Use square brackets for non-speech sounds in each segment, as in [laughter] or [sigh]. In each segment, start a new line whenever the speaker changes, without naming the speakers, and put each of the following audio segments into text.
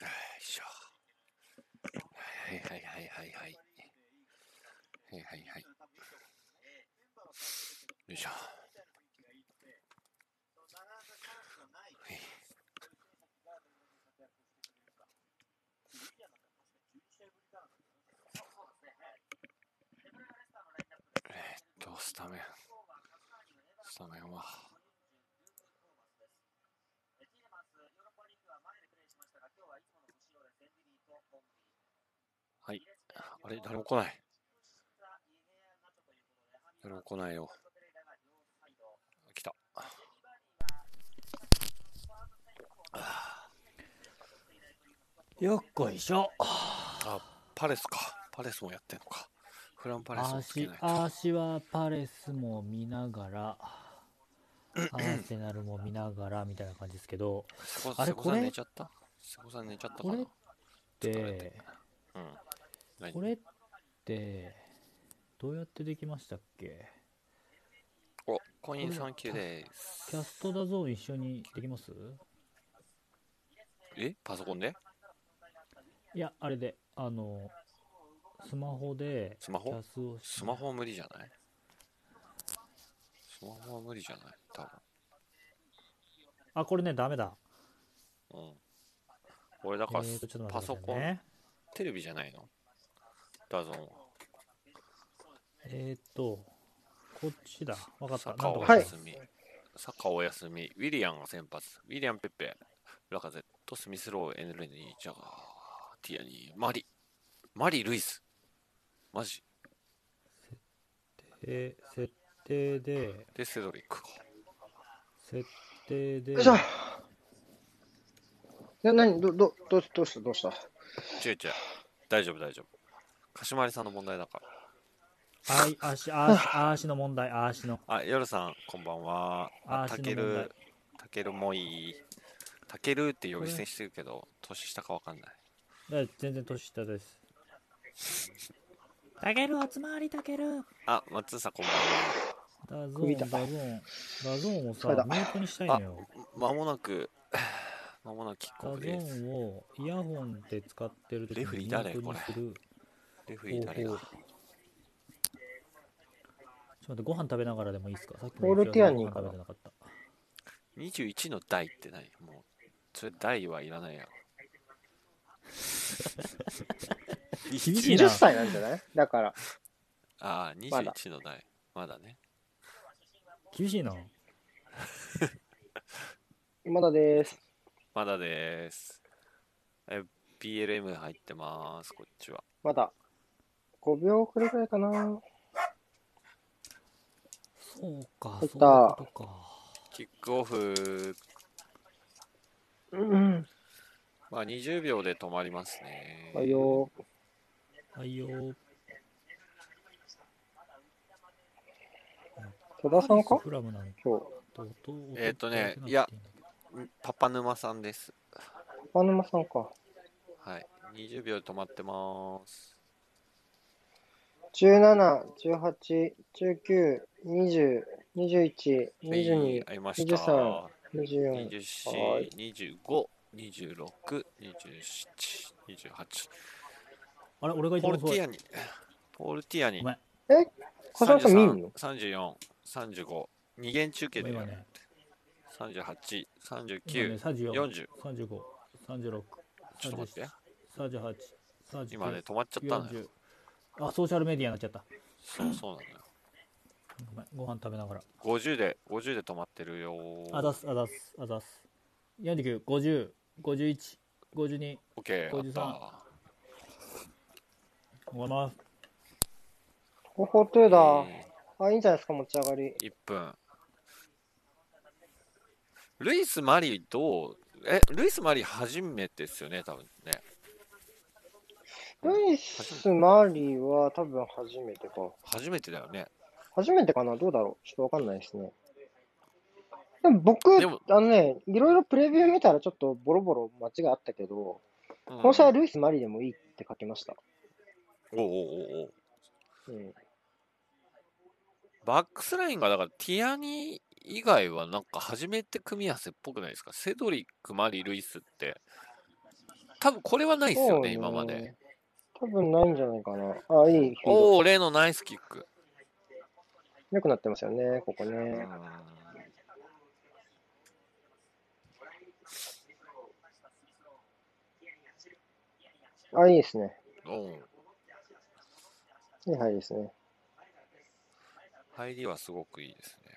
いしょ。はいはいはいはいはい。はいはいはい。よいしょ。はい。えーっと、スタメン。スタメンは。はい。あれ、誰も来ない。誰も来ないよ。来た。
よっこいしょ。
あ、パレスか。パレスもやってんのか。フランパレスもつけ
足
ないと。
足はパレスも見なが
[clears throat]
ら、アーセナルも見ながらみたいな感じですけど、
瀬古
あれ
瀬古さ
こ
ん
れ
寝ちゃった瀬古さん寝ちゃったか
こ
な
れっ
疲れ
て
て、うん。何
これって、どうやってできましたっけ
お、コイン3級です。
キャストだぞ一緒にできます
えパソコンで
いや、あれで、あの、スマホで、
スマホ
キャスをし
スマホは無理じゃないスマホは無理じゃない多
あ、これね、ダメだ。
分。うん。俺だから、
えーとちょっと
パ
待っ
ソ
てく
コ
だ
ン、
さいね。
テレビじゃないのダゾンは。
えーっと、こっちだ。わかっ
サ
た。
ッカー
なんと
お
か
休み。サッカーお休み。ウィリアンが先発。ウィリアン・ペッペ、ラカゼット、スミスロー、エネルニー、ジャガー、ティアニー、マリ。マリ・ルイス。マジ。
えー設定で、
で、セドリックか。
設定で、
よいしょ。な、なに、ど、ど、どうしどうした、どうした。
違う違う。大丈夫、大丈夫。かしまりさんの問題だから。
あい、足、足、足の問題、足の。
あ、夜さん、こんばんは。あ、
あ
た
足の
け
問
る
題、
たけるもいい。たけるって呼び捨てしてるけど、年下かわかんない。
だ全然年下です。たける、おつまわりたける。
あ、松さん、こんばん
ダゾ
見
ー
た
ン、ダゾーン。ダゾーンを
疲れ
さ
た、
ミュートにしたいのよ。
は。間もなく、 [sighs] 間もなくキック
ダ
オ
ゾ
フです。
ーンをイヤホンで使ってるとき
レフェリー
にミュ
誰
ートにする
レフ
方
ェリー
法。
誰
ちょ
が
っと待って、ご飯食べながらでもいいですかさっき
ポールティアニー
ご飯
か
食
な
べてなかった。
21の代って何もう、それ代はい
[laughs]
らないやろ。
厳しい
二十。
な
歳なんじゃない。だから、
ああ、
まだ
21の代。まだね。
厳しいな。
今田です。
まだです。え、BLM 入ってます、こっちは。
まだ。五秒くらいかな。
そうか、そ
入
うい
っ
う
た
ことか。
キックオフ、
うん。
まあ20秒で止まりますね。
あ、よー。
はいよー。
戸田さんか。
フラムなんて
今日。
音
えーっとね
音
いやパパ沼さんです。
パ沼さんか。
はい。20秒で止まってます。
十七、十八、十九、二十、二十一、二十
はい
二、
合いました。
二十四。はい
24、25、26、27、28。
あれ、俺が一
ポー
番
ルティ
遅
ア
い。
ニ。ポールティアニ
ご。めん、
笠原さん見んの。
34、35。二元中継
ごめ
で
ん、今ね。
38、
今ね
39、
34、
40。
35、36、
ちょっと待って。
38、39、
今ね、止まっちゃったのよ。
40。あ、ソーシャルメディアになっちゃった。
そうそうなのよ。
ごめん、ご飯食べながら。
50で、50で止まってるよ
あざっす、あざっす、あざっす。49、50、51、52、
オッケー、あった。
終わります。
ほほとだ。
え
あ、いいんじゃないですか、持ち上がり。
ー1分。ルイス・マリーどうえ、ルイス・マリー初めてですよね、多分ね。
ルイス・マリーは多分初めてか。
初めてだよね。
初めてかなどうだろうちょっとわかんないですね。でも僕、
でも
あのね、いろいろプレビュー見たらちょっとボロボロ間違いあったけど、
うん
この試合はルイス・マリーでもいいって書きました。
おうおうおうおう
うん。
バックスラインが、だから、ティアニー以外はなんか初めて組み合わせっぽくないですかセドリック、マリー、ルイスって、多分これはないですよね、
そう
今まで。。
多分ないんじゃないかな。あ、いい。
おお、例のナイスキック。
良くなってますよね、ここ
う
ね。
ん
あ、いいですね。
おー
いい入りですね。
入りはすごくいいですね。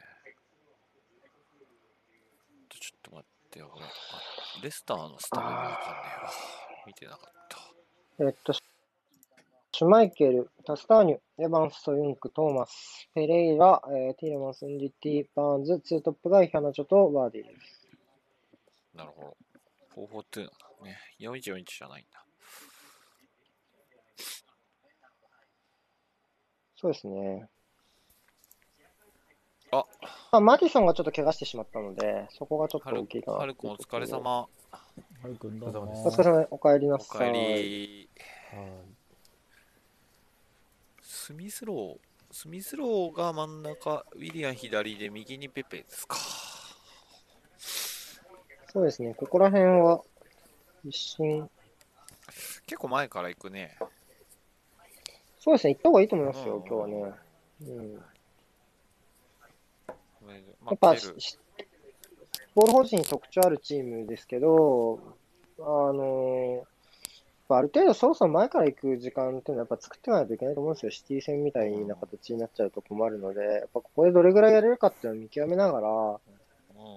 ちょっと待ってよ、これ。あレスターのスタメンがわかんねえわ。見てなかった。
えっと、シュマイケル、タスターニュ、エヴァンス、ソユンク、トーマス、ペレイラ、えーティレマンス、ンジティ、バーンズ、ツートップがイハナチョとバーディーです。
なるほど。442なんだね。4141じゃないんだ。
そうですね。
あ、
まあ、マディソンがちょっと怪我してしまったので、そこがちょっ
は
と
る
大きいかな
はるくんお疲れ
様
様。
はるくんどうぞ。
お疲れ様です。お帰りな
おか
さ
え
い。
り。
はい
スミスロー。スミスローが真ん中、ウィリアン左で右にペペですか。
そうですね。ここら辺は、一瞬、
結構前から行くね。
そうですね。行った方がいいと思います
うん
よ、今日はね。うん。や
ごめんま
っぱ、
ペルー
しボール保持に特徴あるチームですけど、あのーある程度、そろそろ前から行く時間っていうのはやっぱ作っていかないといけないと思うんですよ。シティ戦みたいな形になっちゃうと困るので、やっぱここでどれぐらいやれるかっていうのを見極めながら、
うん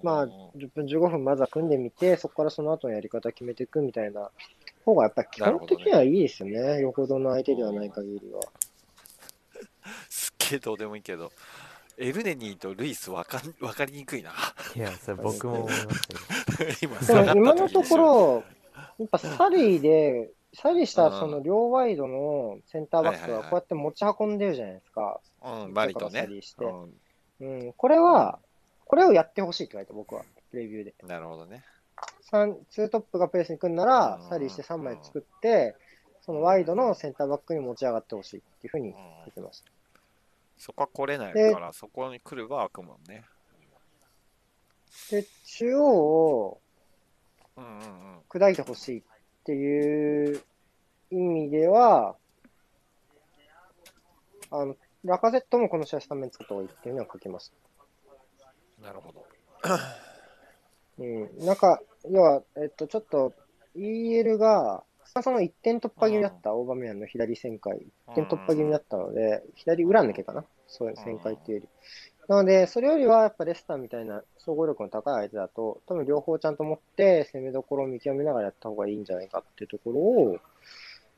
まあ、10分、15分まずは組んでみて、そこからその後のやり方決めていくみたいな方が、やっぱ基本的にはいいですよね。よほどの相手ではない限りは。
すっげえどうでもいいけど、エルネニーとルイスわかんわかりにくいな。 [laughs]
いや、それ僕も思いましたよ。
で
今、下がっ
も
た時
今のとこ
に
ろ、やっぱサリーで、サリーした
うん
その両ワイドのセンターバック
はい
が
はいは
こ
いう
やって持ち運んでるじゃないですか。
一緒に、うん、バリと
だからサ
ね。
リーして
う
うん、これは、これをやってほしいって書いて、僕は、プレビューで。
ん、なるほどね。
三ツートップがプレスに来るなら
う、ん
サリーして3枚作って、そのワイドのセンターバックに持ち上がってほしいっていうふう
う
に
ん
書いてました。
そこは来れない
で
から、そこに来れば開くもんね。
で、中央を、
うんうんうん。
砕いてほしいっていう意味では、あの、ラカゼットもこの試合スタメン作った方がいいっていうのは書きました。
なるほど。
うん。なんか、要は、えっと、ちょっと、EL が、その1点突破気味だった、オーバーメアンの左旋回、1点突破気味だったので、左裏抜けかな、そういう旋回っていうより。なので、それよりは、やっぱレスターみたいな総合力の高い相手だと、多分両方ちゃんと持って、攻めどころを見極めながらやった方がいいんじゃないかっていうところを、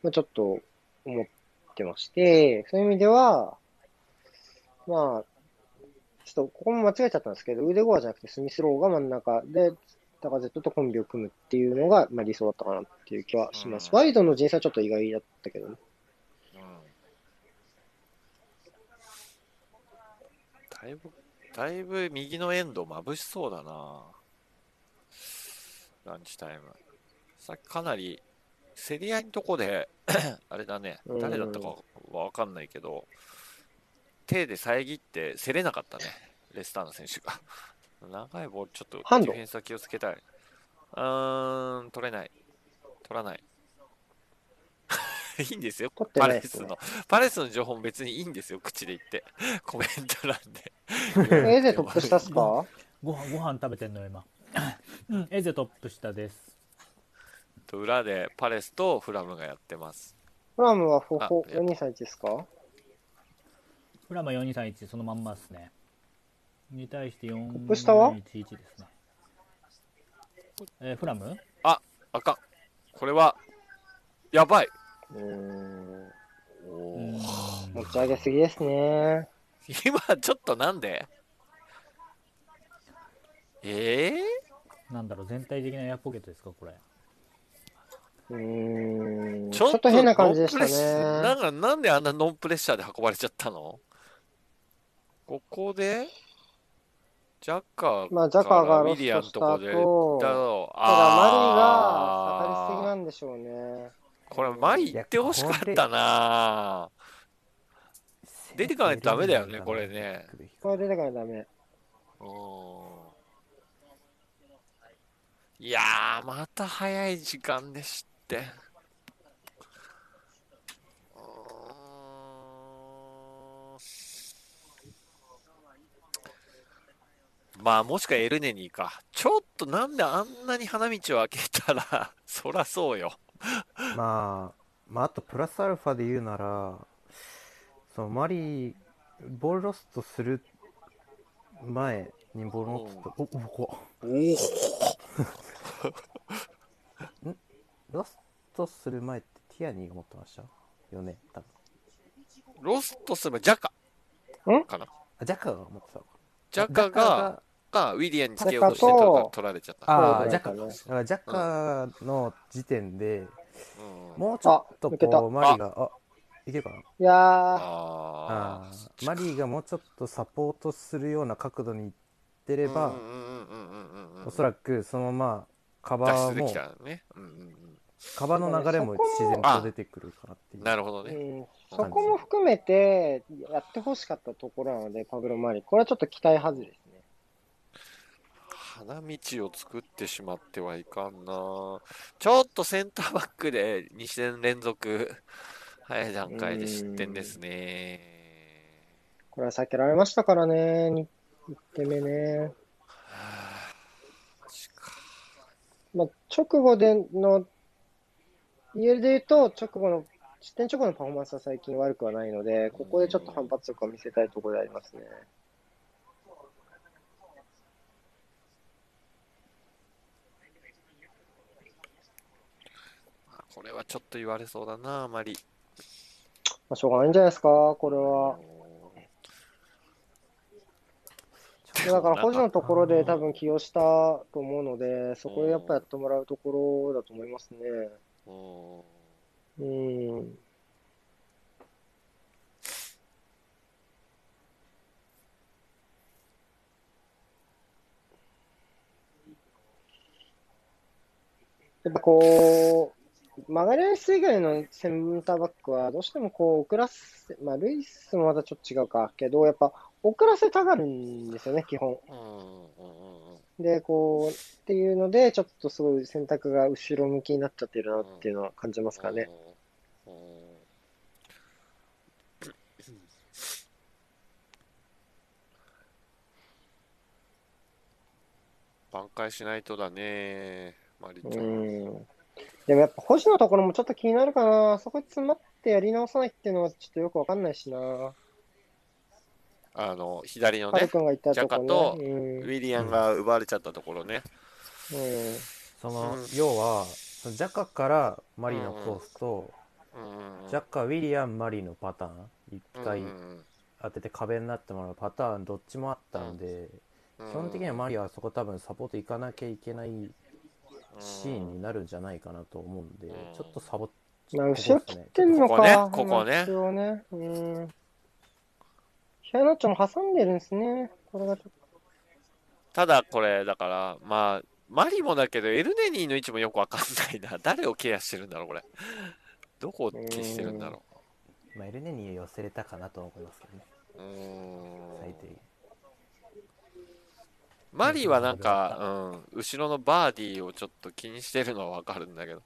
まあ、ちょっと思ってまして、そういう意味では、まあ、ちょっとここも間違えちゃったんですけど、腕ゴアじゃなくてスミスローが真ん中で、タカゼットとコンビを組むっていうのが、まあ、理想だったかなっていう気はします。
うん
ワイドの人生はちょっと意外だったけどね。
うんだいぶ、だいぶ右のエンド眩しそうだな。ランチタイム。さっきかなり、競り合いのとこで、 [coughs] あれだね、
うん
誰だったかはわかんないけど、手で遮って競れなかったね、レスターの選手が。長いボール、ちょっとデ
ハン
ィ
ド
フェンスは気をつけたい。うーん、取れない。取らない。 [laughs] いいんですよ、
取って
パ
ない
レ
です
ス
ね
の。パレスの情報も別にいいんですよ、口で言って。 [laughs] コメント欄で。
[laughs] エーゼトップ下っす
[laughs]
か
ご飯ご飯食べてんのよ今。うん、エゼトップ下です。
と裏でパレスとフラムがやってます。
フラムはフォフ
あ
ォ4231ですか
フラマ4231そのまんまですね。に対して4。
ップ下は
ですね。えーフラム？
あかん。これは、やばい。
うーん。
お
う
ー
ん
持ち上げすぎですね。
今、ちょっとなんでええ
なんだろう全体的なエアポケットですかこれ。
うーん。
ー、
ちょっと変な感じでし
ノンプレッシャーな
たね。
んか、なんであんなノンプレッシャーで運ばれちゃったのここで、ジャッカー
まあ、ジャカーが
ウ
ロ
ィ
ス
リア
ト
ン
し
とこ
た
で、
後、た
だ
だマ
ろう。
リ
あ
が下がりすぎな
ー
んでしょうね。
これ、マリ行ってほしかったな出てかないとダメだよねこれね。
これ出てからダメ。
うんいやー、また早い時間でしって。うーんまあもしかエルネニーか。ちょっとなんであんなに花道を開けたら、 [laughs] そらそうよ。
まあ、まあ、あとプラスアルファで言うなら、そのマリー、ボールロストする前にボールロスト、お、お、怖っ
おお
ロストする前ってティアニーが持ってましたよね、多分。
ロストすればジャカ
ん
かな。
あ、ジャカが持ってたのか。
ジャカ
ジャ
が、
カが
がウィリアンにつけようとして
ジャカと
取ら取られちゃった。
あ
そう
あ、
だ
ジ
よ
ャカ
ね
か。だからジャカの時点で、
うん
もうちょっと
あ抜けた
こう、マリーが、あ、いけるかない
や
あ
あ
ー
ーマリーがもうちょっとサポートするような角度にいってれば、
うんうんうんうんうんうんうん
おそらくそのままカバ
脱
ー
出で
も
きたらね。うんうん
カバーの流れも自然と出てくるからって
う
い
ん、
う
なるほど
ー、
ね。
うん、そこも含めてやってほしかったところなので、パブロ・マリ、これはちょっと期待外れですね。
花道を作ってしまってはいかんな。ちょっとセンターバックで2戦連続、早い段階で失点ですね。
これは避けられましたからね、に1点目ね。
はぁマジか
まあ、直後での、家で言うと、直後の、失点直後のパフォーマンスは最近悪くはないので、ここでちょっと反発力を見せたいところでありますね。
あこれはちょっと言われそうだな、あまり。
まあ、しょうがないんじゃないですか、これは。だから、補助のところで多分起用したと思うので、そこでやっぱやってもらうところだと思いますね。
うん
うん。やっぱこう、マガリアス以外のセンターバックは、どうしてもこう、遅らせ、まあ、ルイスもまたちょっと違うか、けど、やっぱ、遅らせたがるんですよね、基本。
うんうんうん
で、こう、っていうので、ちょっとすごい選択が後ろ向きになっちゃってるなっていうのは感じますかね。
うん。うん挽回しないとだね、マリち
う
ゃん。
ん。でもやっぱ星のところもちょっと気になるかな。あそこ詰まってやり直さないっていうのはちょっとよくわかんないしな。
あの、左の
ハル
ね、
君がいたとこ
ジャカと
ろね。うん
ウ。ィリアンが奪われちゃったところね。
うん。
その、
うん
要はそのジャカからマリーのコースと、
うん
ジャカウィリアンマリーのパターン1回
うん
当てて壁になってもらうパターンどっちもあったんで、
うん
基本的にはマリーはそこ多分サポート行かなきゃいけないシーンになるんじゃないかなと思うんで、
うん
ちょっとサボっ
まあ、後ろ切ってんの
ここね
か。
ここね
後ろね。うん。ヒアナッチョも挟んでるんですね。これがちょっ
ただこれ、だから、まあ、マリもだけど、エルネニーの位置もよくわかんない [laughs] な。誰をケアしてるんだろう、これ。どこをケアしてるんだろ
まあ、エルネに寄せれたかなと思いますけどね
う。うー
最
ん
低限
マリーはなんか、うん、後ろのバーディーをちょっと気にしてるのはわかるんだけど、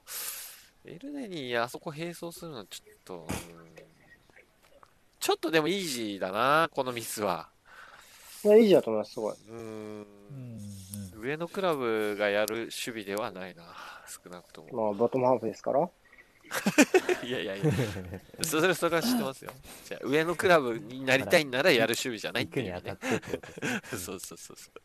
エルネにあそこ並走するのはちょっと、うんちょっとでもイージーだな、このミスは。
と。いや、いいじゃんと思います、すごい。
うん
うん
上のクラブがやる守備ではないな、少なくと
ま
も。
あ、バトムハーフですから。
いやいやいや、それそれは知って
[laughs]
ますよ。じゃあ上のクラブになりたいんならやる守備じゃないっ
[laughs] 行
て
く
い
に
う
当た
ね
っ。てってことですね
[laughs] そうそうそうそう。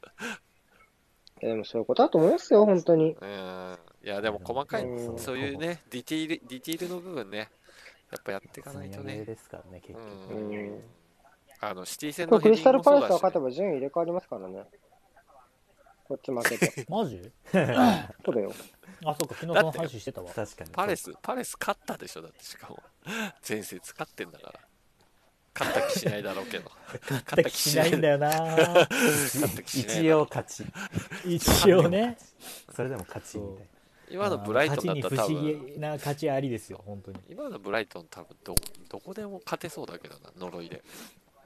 いやでもそういうことだと思いますよ、本当に。
うんいやでも細かい
うん
そういうねディティールディティールの部分ねやっぱやっていかないと
積み上げ
ね
ですからね結
う
局、
んあのシティ戦
こ
の
れク
ヘデ
リスタ
ィング
ル
も
パ
そ
レ
う
スが勝
だし
て
ね
ば順位入れ替わりますからね。こっち負け
[laughs]
て。
マジ
そうだよ。
あ、そっか、昨日その話してたわ。
確かに
パレスパレス勝ったでしょだってしかも [laughs] 前節勝ってんだから勝った気しないだろう [laughs] けど勝った気しない
んだよ
[laughs]
な
勝った気しない
一応勝ち
一応ね。
それでも勝ちみたいな
今のブライトンだったら多
勝ちに不
分
思議な勝ちありですよ、本当に。
今のブライトン多分どどこでも勝てそうだけどな呪いで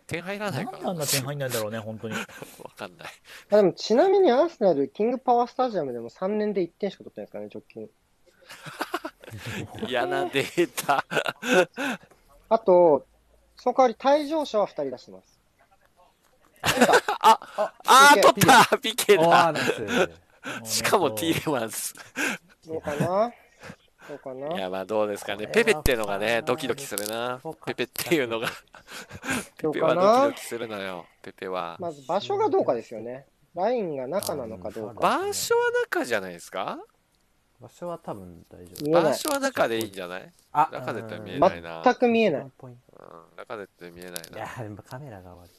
点入らな
ないん
か
であ
ら
んな点入んないんだろうね、本当に。
わかんない
あでもちなみにアーセナル、キングパワースタジアムでも3年で1点しか取ってないですからね、直近。
嫌なデータ。
あと、その代わり退場者は2人出してます。
あ、あー、取ったピケ
お
だ
[laughs] ーナイス
[laughs] しかもティ
ー
ーレマンス。
どうかなどうかない
や、まあどうですかね。
こ
ペ
れ
ペっ
は
ていうのがね、ドキドキするな。ペペっていうの
[laughs]
が、ペペはドキドキするのよ。ペペは。
まず場所がどうかですよね。ラインが中なのかどうか。
場所は中じゃないですか
場所は多分大丈
見
夫。
えな
場
い。
所は中でいいんじゃない
あ
中でって見えないな。
全く見えない。
ポイン
うん中でって見えない
ト
な。
いや、でもカメラが悪い。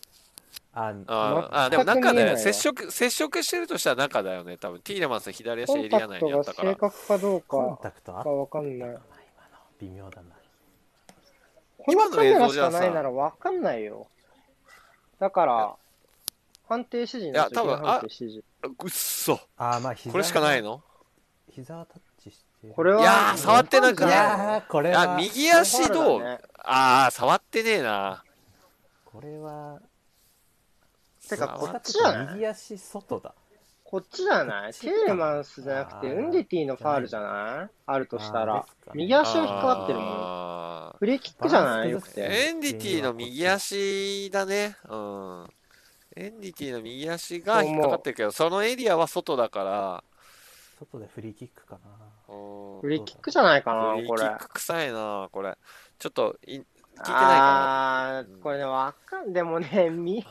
あ
あ、
ー
全
あー、でも
く見えな
中
いわ
で接触、接触してるとしたら中だよね。多分ティーレマンス左足
コ
エ
ン
リ
タ
ア
ク
内にあ
ト
った
が
から
正。確かどう
コン
か
タクトあっ
がわかん
た
な
か
い
な、。今の。微妙だな。
このカメラ
今の映像
し
じゃ
か
あさ
ないならわかんないよ。だから、判定指示になっちゃう
いや多分
判定指示。
うっそ。
あー、まあ、膝
これしかない
の
の
膝はタッチしてる。
これはい
やー触ってなん
い
か
やー、これは
あ、、右足ど
ファウ
う、
ルだね
ああ、触ってねえな。
これは、
てか
触っ
こっちじゃない
右足外だ。
こっちじゃないティーレマンスじゃなくて、
あ
ウ
ー
ンディティのファールじゃないあるとした
あー
ら
ですか。ね
右足は引っかかってるもん。
あ
フリーキックじゃない
バラ
よ
ン
く
ス
ー
崩
て。
エンディティの右足だね。うん。エンディティの右足が引っかかってるけど、そのエリアは外だから、
外でフリーキックかな。
うん
フリーキックじゃないかな
フリー
こ
キ
れ
ッ。ク臭いな、これ。ちょっとい、聞いてないか
あー、これね、わかん、でもね、み、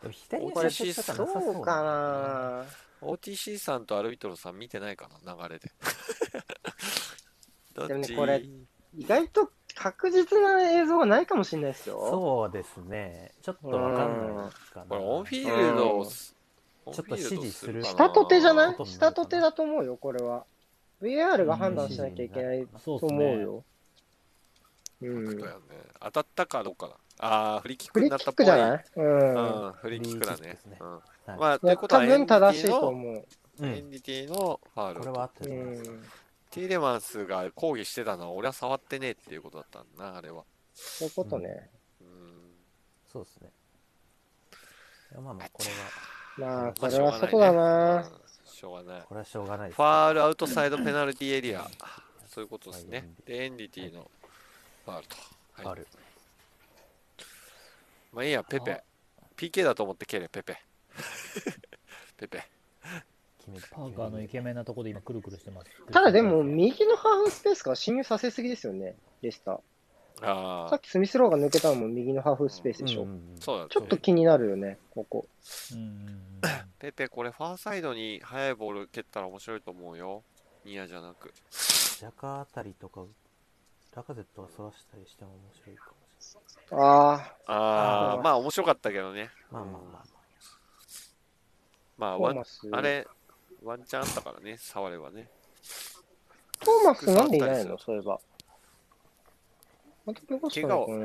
でも左
これ
足外だ
ど
なさそう
かな
な。OTC さんとアルビトロさん見てないかな、流れで。ど
[laughs]
っ
でもね
ち
これ意外と確実な映像がないかもしれないですよ。
そうですね。ちょっとわかんないかな。
これオンフィールド
うん
をす、オンフィールド
ちょっと指示する
かな
下と手じゃない
ことになるか
下
な
と手だと思うよ、これは。VR が判断しなきゃいけない
そうっ
と
す
思
ね
うよ。うん。
そうだよね。当たったかどうかだ。ああ、フリーキッ
フ
ク
リ
に
ー
なっ
キ
た
ッ
っぽ
ク
い。
じゃないうん。
うん、フリーキックだ
フリーキック
ね
ですね。
うん。
はい
まあ、と
い
いう
や
こと
多
はエ
分
ンディ
正し
ティ
いと
の、
思う。
う
エ
ん
ンディティのファール。
これは合って
う
ると思います。
ん。
ティーレマンスが抗議してたのは俺は触ってねえっていうことだったんだな、あれは。
そういうことね。
うん。
そうですね。いやまあまあ、これは、
まあ、
ま
こ
あ
れは外だな。
しょうがないね。うんしょうがない。
これはしょうがないです
ファールアウトサイドペナルティーエリア。そういうことです
は
ね
い。
で、エンディティのファールと。はい、
ある。
まあいいや、ペペ。PK だと思って蹴れ、ペペ。 [laughs] ペペ。
決めた
パーカーのイケメ [laughs] ンなとこで今くるくるしてます。
ただでも、右のハーフスペースから侵入させすぎですよね、レスタ
あ
ー。さ
あ
っ、きスミスローが抜けたのも右のハーフスペース
うん
でしょ。
うん
そうだね。
ちょっと気になるよね、ここ。
うんうんうん
ペペ、これファーサイドに速いボール蹴ったら面白いと思うよ。ニアじゃなく。
ジャカあたりとか、ラカゼットがそらしたりしても面白いかもしれない。
あ
あ
あ
あ、まあ面白かったけどね。
まあまあまあまあ。
ま
あ、
あ、
ト
ワ
ー
ン
マス。
あれ、ワンチャンあったからね、触ればね。
トーマスなんでいないのそういえば。また怪我したのかな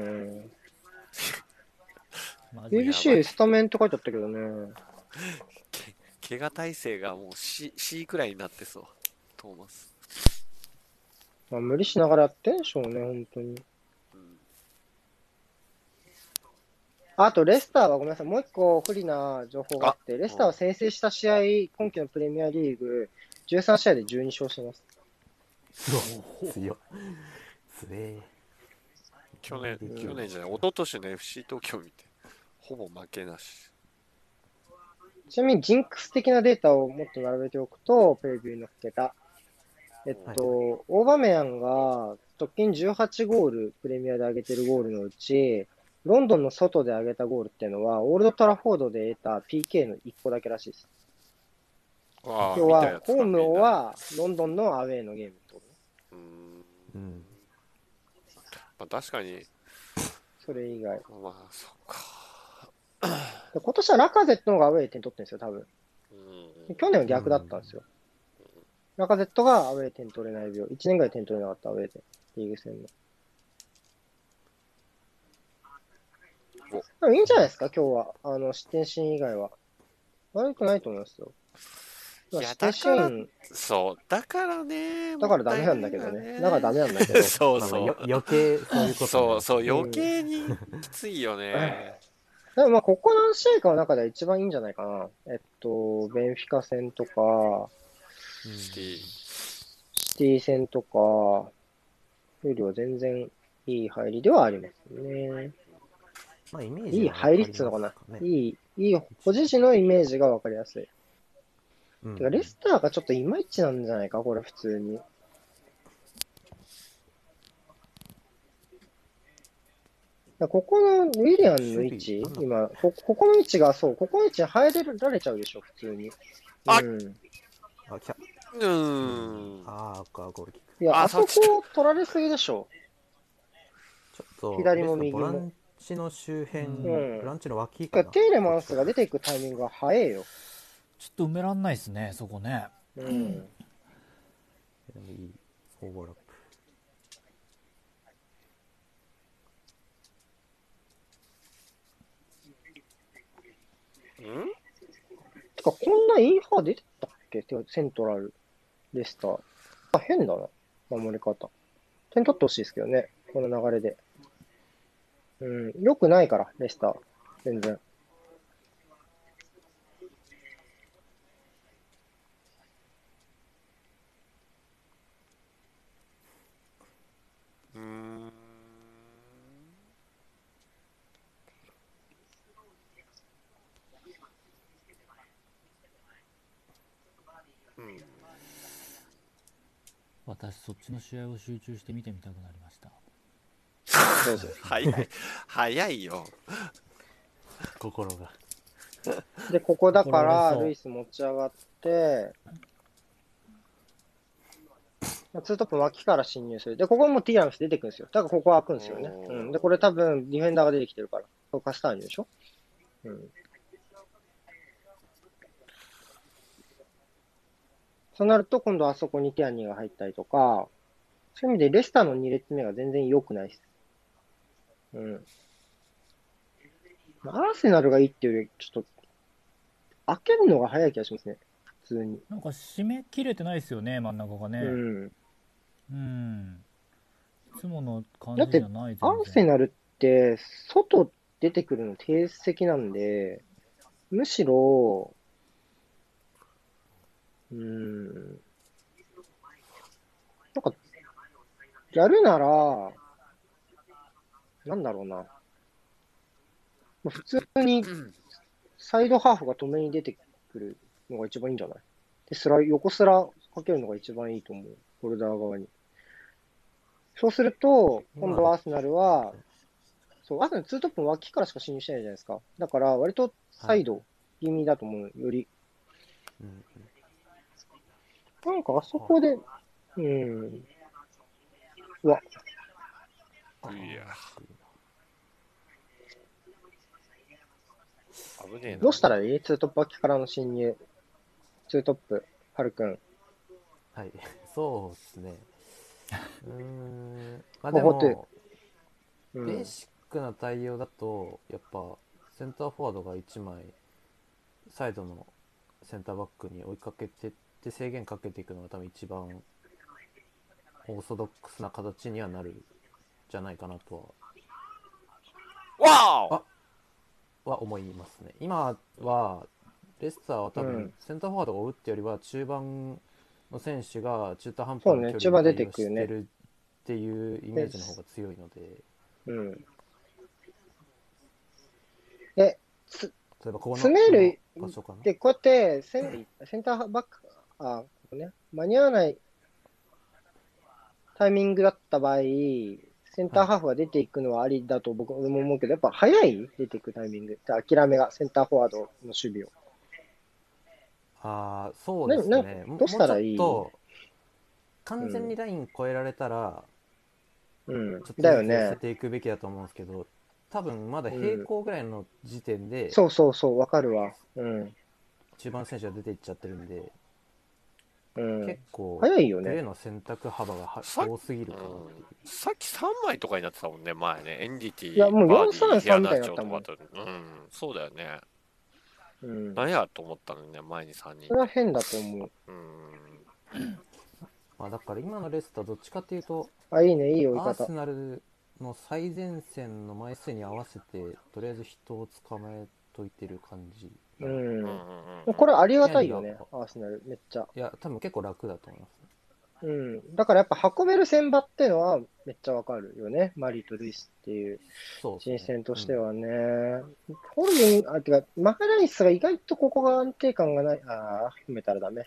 マジで
?BBC スタメンって書いてあったけどね。
け怪我体勢がもう C, C くらいになってそう。トーマス。
まあ、無理しながらやってんでしょうね、本当に。
うん
あと、レスターはごめんなさい、もう一個不利な情報があって、レスターは先制した試合、今季のプレミアリーグ、13試合で12勝してます。
強強え。
去年、
うん
去年じゃない、一昨年の FC 東京見て、ほぼ負けなし。
ちなみにジンクス的なデータをもっと並べておくと、プレビューに載ってた。えっと、オーバメヤンが直近18ゴール、プレミアで上げてるゴールのうち、ロンドンの外で上げたゴールっていうのは、オールドトラフォードで得た PK の1個だけらしいです。
ああ、
要
見た
は
や、つか
ホームはロンドンのアウェーのゲームってことね
みんなうん
うん。
まあ、確かに、
それ以外。
まあ、そっか。
で今年はラカゼットの方がアウェーで点取ってるんですよ、多分。
うん
で去年は逆だったんですよ。ラカゼットがアウェー点取れない病。1年ぐらい点取れなかった、アウェーで。リーグ戦の。でもいいんじゃないですか、今日は。あの、失点シーン以外は。悪くないと思いますよ。まあ
いや
失点シーン、
そう、だからね。
だからダメなんだけど
もったい
ね。
ない。
だからダメなんだけど
[laughs] そう
まあまあ
そう。
よ余計そういうことね
そうそう、
ん
余計にきついよね。
でもまあ、ここ何試合かの中では一番いいんじゃないかな。えっと、ベンフィカ戦とか、
うん
シティ。
シティ戦とかよりは全然いい入りではありますね。
まあ、イメージ
いい入りっつうのかな。いい、いい、ポジションのイメージがわかりやすい。
うん
てか、レスターがちょっといまいちなんじゃないか、これ普通に。だからここのウィリアンの位置
守、備
今こ、ここの位置がそう、ここの位置入れられちゃうでしょ、普通に。
あ
うん、
あ、キャ
うーん。
あー、アクアゴールキック。
いや、
あ
あそこ
そっち
取られすぎでしょ。
ちょっと、
左も右も
ボランチの周辺、
うん
ボランチの
だ
脇か
か
な。
らテイレマンスが出ていくタイミングが早いよ。
ちょっと埋めらんないですね、そこね。
うん。
でもいいオーバーラップ。
うん
てか、こんなインハー出てたっけてか、セントラルでした。あ、変だな。守り方。点取ってほしいですけどね。この流れで。うん。良くないから、レスター。全然。
うーん。うん
私、そっちの試合を集中して見てみたくなりました。
どうぞ。
早い。早いよ。
心が。
で、ここだか
心折
ら、
れそう
ルイス持ち上がって、ツートップ脇から侵入する。で、ここもティラノス出てくるんですよ。だからここは開くんですよね。
おー
うん。で、これ多分、ディフェンダーが出てきてるから。これカスターニュでしょうん。そうなると、今度あそこにティアニーが入ったりとか、そういう意味でレスターの2列目が全然良くないです。うん。アーセナルがいいっていうより、ちょっと、開けるのが早い気がしますね。普通に。
なんか締め切れてないですよね、真ん中がね。うん。
うん。
いつもの感じじゃない
アーセナルって、外出てくるの定石なんで、むしろ、うーん、なんか、やるなら、なんだろうな。まあ普通に
うん
サイドハーフが止めに出てくるのが一番いいんじゃないで、スラ、横スラかけるのが一番いいと思う。ホルダー側に。そうすると、今度はアーセナルは、そう、アーセナル2トップの脇からしか進入してないじゃないですか。だから、割とサイド気味だと思う。より。
うん
なんか、あそこで、うん。うわ、
いや危ねえな。
どうしたらいい ?2 トップ脇からの侵入。2トップ、ハルくん。
はい、そうです
[laughs]
ね。うーん。まあ
も
で
うホテル
も、
う
ベ
ん
ー。シックな対応だと、やっぱ、センターフォワードが1枚、サイドのセンターバックに追いかけてって、制限かけていくのが多分一番、オーソドックスな形にはなるんじゃないかなとは
わお
は思いますね。今はレスターは多
う
分
ん
センターフォワードが打ってよりは中盤の選手が中途半端
そう
な
ね
距
中
離
盤
で
出て
対応
くよ
し
ね
てるっていうイメージの方が強いので、
うん。え、つ、
例えばここの
詰める
この場所かな。
で、こうやってセンセンターバック、あ、ここね、間に合わないタイミングだった場合、センターハーフが出ていくのはありだと僕も思うけど、やっぱ早い出ていくタイミング。で諦めが、センターフォワードの守備を。
ああ、そうです
な
ね。
な
も
どうしたらいい
もうちょっと完全にライン越えられたら、
うん
ちょっ。と
だよ
寄せ
ね。
ていくべきだと思うんですけど、多分まだ平行ぐらいの時点で、
そうそうそう、わかるわ。うん。
中盤の選手が出ていっちゃってるんで、
うん
結。構、
早いよ
プレー
ね。
の選択幅がは
さ
多すぎるかなっていう。
さっき3枚とかになってたもんね、前ね。エンディティ、
いやもう
バーディ
433
ヒア
みたいに
ナ
なったもん
チョとかとうん、そうだよね。
うん。
何やと思ったのにね、前に3人
そ。れは変だと思う。
うん。
まあ、だから今のレスターどっちかっていうと、
あ、いいね、いい追い
アー
方
セ。ナルの最前線の枚数に合わせて、とりあえず人を捕まえといてる感じ。
う。
い
うんうんんうんうん
これありがたいよね
いやいや、
アーセナル。めっちゃ。
や、多分結構楽だと思いますね。
うん。だからやっぱ運べる選抜っていうのはめっちゃわかるよね。マリとルイスっていう
そうですね
新戦としてはね。ホルディング、あ、てか、マカライスが意外とここが安定感がない。ああ、褒めたらダメ。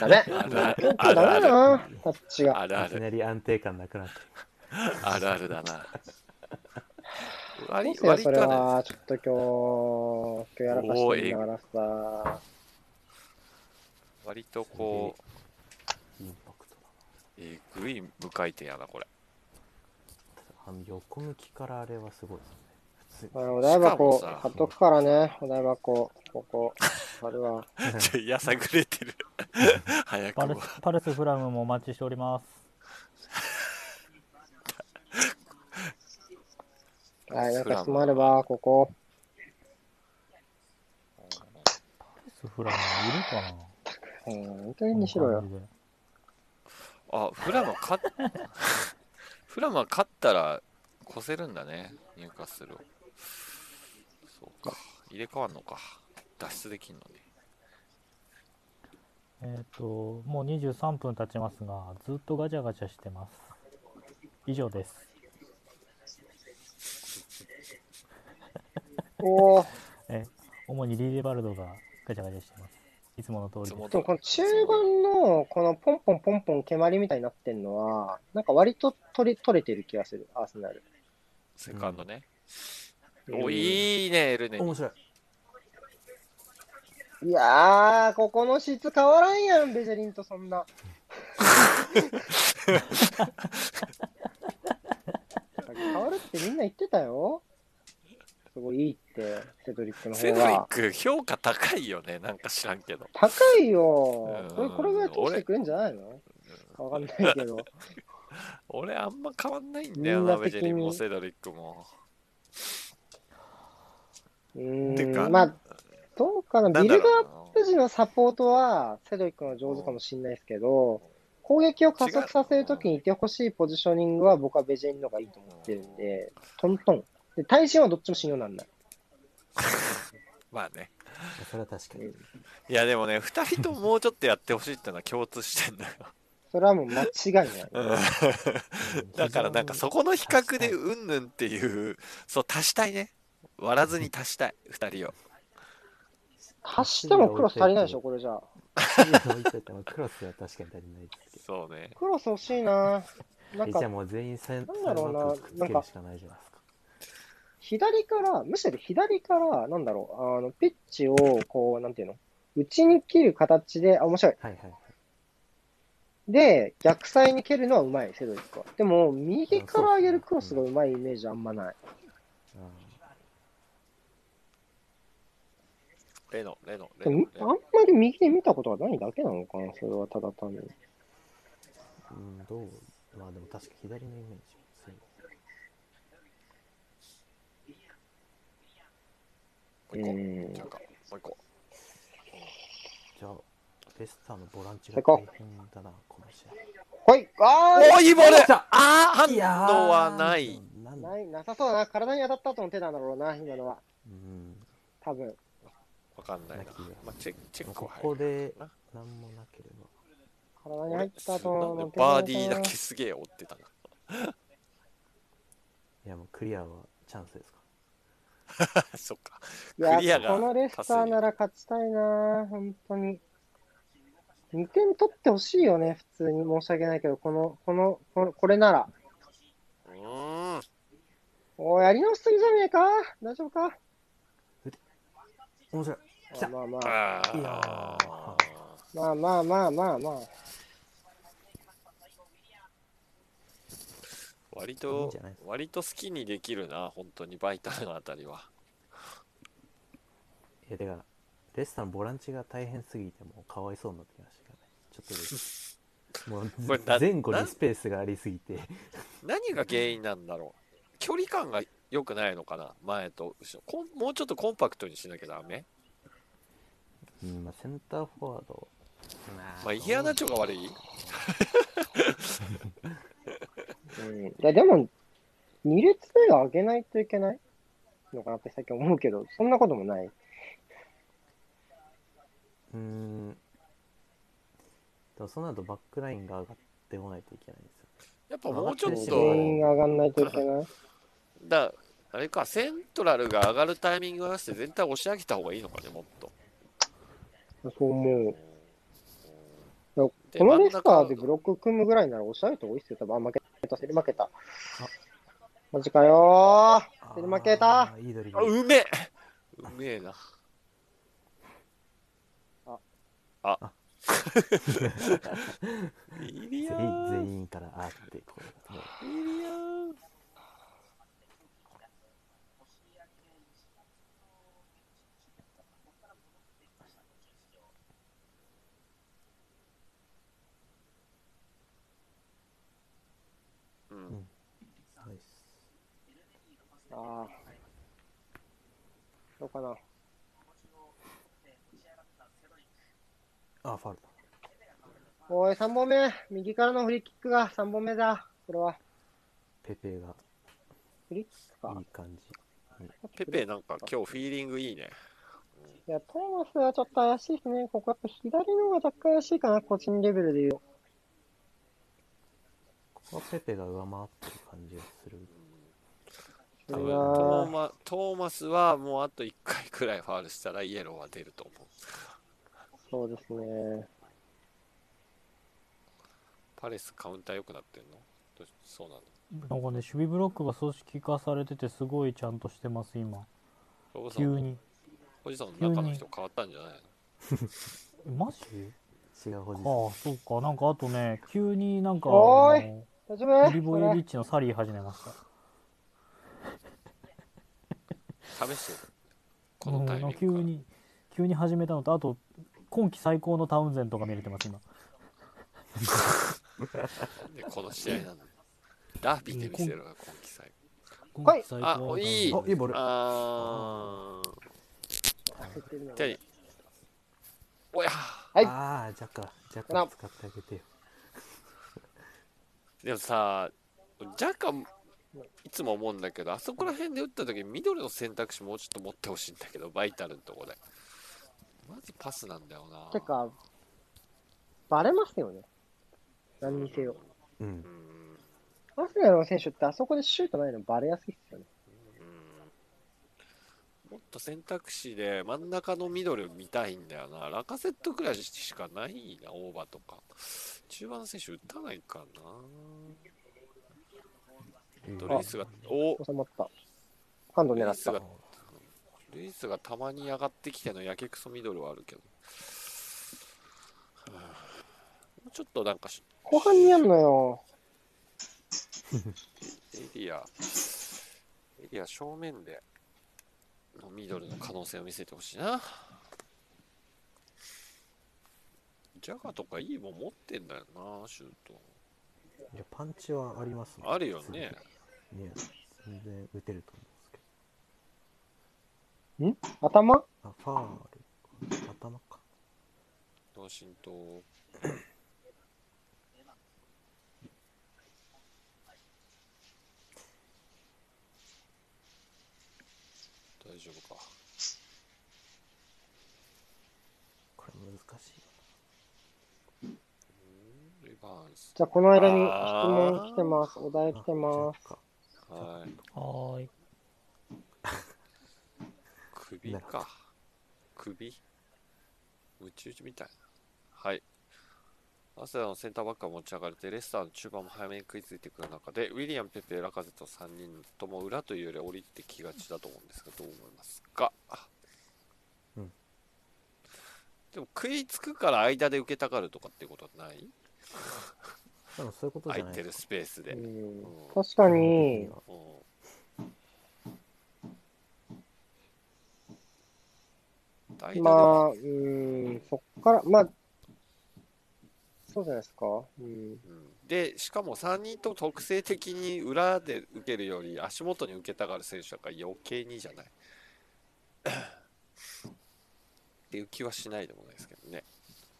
ダ
[laughs]
メ。今日ダメだな、タッチが。
ある
うん
あ
いき
る、
なり安定感なくなって
あるあるだな。割
そうっ
割
すよそ
と
れ
ね、
は、ちょっと今日、今日やらかしてるんだからさ。
割とこう、
インパクトだ
えぐい無回転やな、これ。 [laughs]
なあの横向きからあれはすごいですね
あのお台場こ
しかもさ
う、貼っとくからね、お台場こう、ここ、あるわ。
ちょいやさぐれてる。早く
パ
も
ルスパルスフラムもお待ちしております。
はい、なんか質問あれば、ここ。
パルスフラムいるかな
うん、本当にしろよ。。
あ、フラマ勝っ、 [laughs] フラマ勝ったら越せるんだね、入荷するを。そうか、入れ替わんのか。脱出できんのね。
えっ、と、もう23分経ちますが、ずっとガチャガチャしてます。以上です。
おお、
え主にリーデバルドがガチャガチャしてます。いつもの通り
いつも
で
で
通
もこの中盤の、このポンポンポンポン蹴鞠みたいになってんのは、なんか割と取れ、取れてる気がする、アーセナル。
セカンドね。
うん
お、いいね、エルネに。
面白い
いやー、ここの質変わらんやん、ベジェリンとそんな。変わるってみんな言ってたよ。すごいいいって、セドリックの
セ
方
ドリッ
が。
ク、評価高いよね、なんか知らんけど。
高いよ
うん。
これ、これぐらい通してくれんじゃないのわかんないけど。
俺、あんま変わんないんだよ
みんな
な、
的
ベジェリンも
に
セドリックも。
うーん
てか、
まあ、どうかな。
なん
ビ
だ
ルド
ろ
ア
う
ップ時のサポートは、セドリックの上手かもしれないですけど、攻撃を加速させるときにいてほしいポジショニングは僕はベジェリンの方がいいと思ってるんで、トントン。で、対心はどっちも信用なんない。
まあね。
それは確かに
いや、でもね、2人とももうちょっとやってほしいってのは共通してんだよ。
それは [laughs] もう間違いない。
だからなんかそこの比較でうんぬんっていう、そう足したいね。割らずに足したい、二人を。
足してもクロス足りないでしょ、これじゃあ。
置いといたクロスは確かに足りないですけど
そうね。
クロス欲しいな。なん
えじゃあ
か、
もう全員サイン
なんだろうな
サインマークくっつけるしかないじゃないですか
左から、むしろ左から、なんだろう、あの、ピッチを、こう、なんていうの打ちに切る形で、あ、面白い。
はいはい
で、逆サイに蹴るのはうまい、セドリックは。でも、右から上げるクロスがうまいイメージあんまない。
あ
レノ、レノ、レ
でも
ノ。レ
あん
ノ
まり右で見たことがないだけなのかな、それはただ単に。
ーうんどうまあでも確か左のイメージ強い
う
もう一個。
ん
なんかもう一個。
じゃあベスターのボランチ
最
が
高
大変だなこの試合
ほいあ
おいいボール
来た
あー
いや
反応はない。
な
ー
んだ
ない、なさそうだな。体に当たったと思ってたんだろうな、今のは。
うん
多分。
わかんないな。まあ、チェチェック
こ
は入
こ
る。
で何もなければ
体に入
俺
ったと思ってた
バーディーだけすげえ追ってたな。 [laughs]
いやもうクリアはチャンスですか
そっか。
いや、
クリアが
このレスターなら勝ちたいな、本当に。2点取ってほしいよね、普通に。申し訳ないけど、この、この、このこれなら。
うーん。
おい、やり直しすぎじゃねえか大丈夫か
面白い来た
まあまあ、
あ
いや
あ。
まあまあまあまあまあ。
割
いいん
と
じゃないです、
割と好きにできるな、本当に、バイタルのあたりは。
いやてかレスターのボランチが大変すぎてもうかわいそうになってきましたけどねちょっとです
[laughs]
もう
これな
前後
な
にスペースがありすぎて
何が原因なんだろう距離感が良くないのかな前と後ろこんもうちょっとコンパクトにしなきゃダメ
うんまあセンターフォワード
まあイヘアナチョが悪い
うん、いやでも、2列目が上げないといけないのかなって最近思うけど、そんなこともない。
うーんもそうなるとバックラインが上がってこないといけないんですよ。
やっぱもうちょっ
そう
全員
と、
が上がんないといけない。
だあれか、セントラルが上がるタイミングを合わせて全体を押し上げた方がいいのかね、もっと。
そう思う。
で
このレスカーでブロック組むぐらいならおしゃれと多いっすよ。多分あ、負けた、セル負けた。マジかよー。セル負けた
あ。ーいいドリブ
あ
ル。
うめえうめえな。
あ。 [laughs]
あ。 [laughs] いりや
全員全員からあーってこうもう
いるよーうん
ナイス
ああ。どうかな。
あーファウルだ。
おい、3本目。右からのフリーキックが3本目だ。これは。
ペペが
フリーキックか。
いい感じ。
ペペなんか今日フィーリングいいね。
いや、トーマスはちょっと怪しいですね。ここやっぱ左の方が若干怪しいかな。個人レベルで言うと。
ここはペペが上回ってる感じがする。
多
い
分
や
トー
ー
マトーマスはもうあと1回くらいファウルしたらイエローは出ると思う。
そうですね。
パレスカウンター良くなってんのどうしそうなの
なんかね、守備ブロックが組織化されてて、すごいちゃんとしてます、今。
ロボさ
急
ん、
に。
おじさんの中の人変わったんじゃないの
えマジ
違う保
ああ
持、
そうか。なんかあとね、急になんか、
おーい
あの
大丈夫
リボイエリッチのサリー始めました。
試してるこのタイミングか
急に、急に始めたのと、あと、今季最高のタウンゼントが見れてます、今。
なんでこの試合なんだダービーで見せろよ、今季最
はい
今季最
あ
高のタウンゼン
いい
ト
おいいボ
後。
ール。
あー、
そ
じゃあ
れ
いおや
はい
ああ、ジャッカ、ジャッ
な
カ使ってあげてよ。
でもさ、ジャカ、いつも思うんだけど、あそこら辺で打った時に緑の選択肢もうちょっと持ってほしいんだけど、バイタルのとこで。まずパスなんだよな。
てか、バレますよね。何にせよ。
う。
うんん、
アスナルの選手ってあそこでシュートないのバレやすいっすよね。
うんもっと選択肢で真ん中の緑を見たいんだよな。ラカセットくらいしかないな、オーバーとか。中盤の選手打たないかな。ドルイスが、お
収まった。ハンド
ル
狙
イ
っ
ス
た。
が、ルイスがたまに上がってきてのやけくそミドルはあるけど。はあもうちょっとなんかし
後半にやんのよ。
エリア、エリア正面でのミドルの可能性を見せてほしいな。ジャガとかいいもん持ってんだよな、シュート。
いや、パンチはありますもん
あるよね。。
ね全然打てると思うんですけ
頭
ど。あ、ファール。頭か。
脳震盪。大丈夫か。
これ難しいよ
うんリバーンス。
じゃあこの間に質
あー
問来てます。お題
な。
来てます。
す。ジャッカ
はい。
はーい。
首
なるほ
か。首むち打ちみたいな。はい。アスナのセンターバックが持ち上がれて、レスターの中盤も早めに食いついてくる中で、ウィリアム、ペペ、ラカゼと3人とも裏というよりは降りてきがちだと思うんですが、どう思いますか、
うん
でも食いつくから間で受けたがるとかっていうことはない
でもそういうことじ
空
ゃ
い
ない
て
で
る
す
スペースで。
う
うん
ん
うん
確かに、
間
まあ、うん、そっから、まあ、そうじゃないですか。うん。
うんで、しかも3人とも特性的に裏で受けるより足元に受けたがる選手だから余計にじ
[coughs]
ゃない。っていう気はしないでもないですけどね。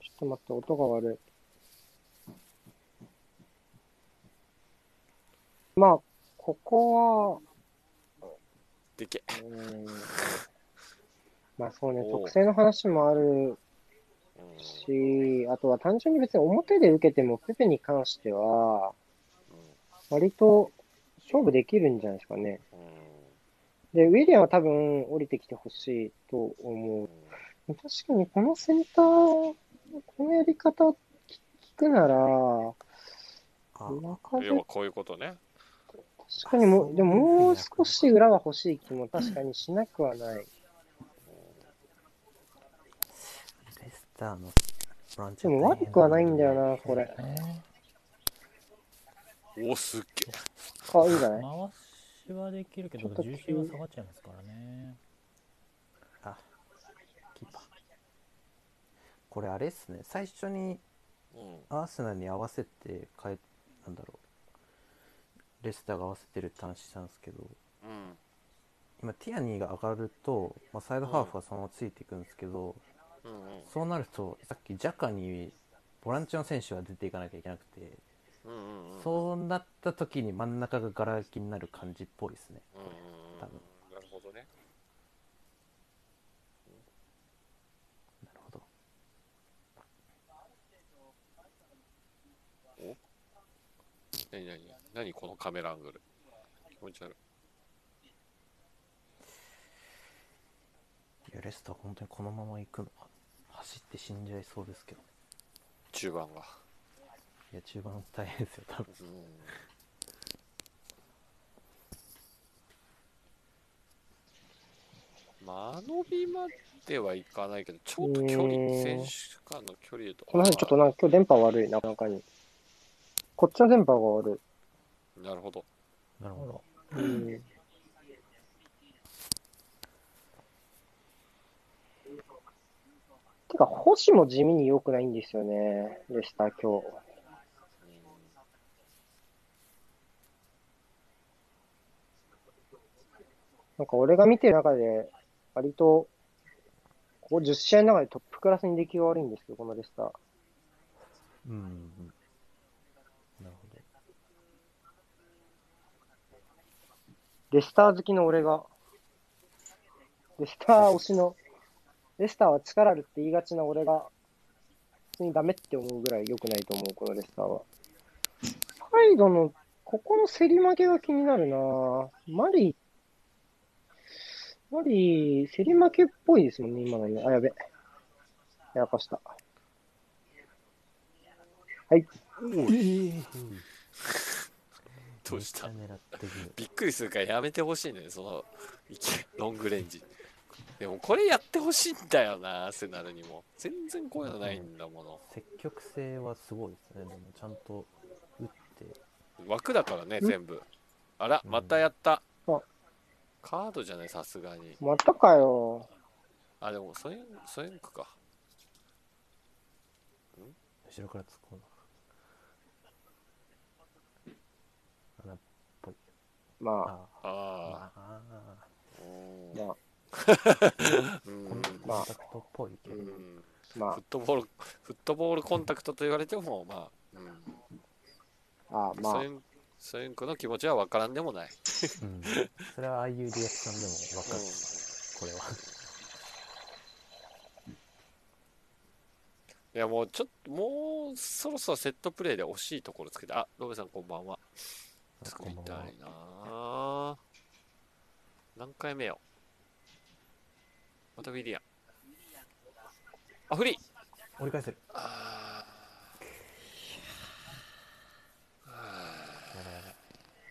ちょっと待って、音が悪い。まあ、ここは、
でけ
うんまあそうね、
おう
特性の話もある
え。
し、あとは単純に別に表で受けても、ペペに関しては、割と勝負できるんじゃないですかね。
うん
で、ウィリアンは多分降りてきてほしいと思う。確かにこのセンター、このやり方聞くなら、
あ
中
うん要は
で、
こういうことね。
確かにもう、でももう少し裏は欲しい気も確かにしなくはない。
レスターのボランチ
でも悪くはないんだよな、これ。
おすっげえ。
あ、いいんじゃ
回
ない
しはできるけ
ち
ど
ょっと
重心は下がっちゃいますからね
あキーパーこれあれっすね最初に
うん
アーセナルに合わせて変えなんだろうレスターが合わせてる端子したんですけど
うん
今ティアニーが上がると、まあ、サイドハーフはそのままついていくんですけど、
うん
そうなるとさっきジャカにボランチの選手が出ていかなきゃいけなくて、
うんうんうん
そうなった時に真ん中がガラ空きになる感じっぽいですね
うんうんうん
多分
なるほどね。
なるほど
何何何このカメラアングル。気持ち悪い。
いやレスター本当にこのまま行くのか走って死んじゃいそうですけど
中盤が。
いや中盤大変ですよ多分
うん間延びまではいかないけど、ちょっと距離、
うん
選手間の距離でと。
この辺ちょっとなんか今日電波悪いな、中に。こっちの電波が悪
なるほど。
なるほど
い。うんてか、星も地味に良くないんですよね、レスター今日。なんか俺が見てる中で、割と、ここ10試合の中でトップクラスに出来が悪いんですけど、このレスター。
うんうんうんなるほど
レスター好きの俺が、レスター推しの、レスターは力あるって言いがちな俺が、普通にダメって思うぐらい良くないと思う、このレスターは。サイドの、ここの競り負けが気になるなぁマリー、マリー、競り負けっぽいですもんね、今のね。あ、やべ。やらかした。はい。
どうした
めっちゃ狙ってくる
びっくりするからやめてほしいね、その、 [laughs] いきロングレンジ。でもこれやってほしいんだよな、アーセナルにも。全然こういうのないんだもの。
積極性はすごいですねでもちゃんと打って
枠だからね、
うん
全部。あら、またやった
あ。
カードじゃない、さすがに。
またかよ。
あ、でも、ソエン、ソエンクか。
後ろから突っ込む穴っぽい
まあ、
あ
あ
ああ
あ。うん
まあ、
うん
コン
まあ
コンタクトっぽいけ
う
ど、
ん
ま
フットボール、フットボールコンタクトと言われても、まあ、うん
あ、ああ、まあ
ソエ。ンソエンクの気持ちは分からんでもない。
うんそれはああいうリアクションでも分
うん
かる、これはい
やもうちょっともうそろそろセットプレーで惜しいところつけてあロベさんこんばんは作りたいなあ何回目よまたウィリアンあフリー
折り返せる
あ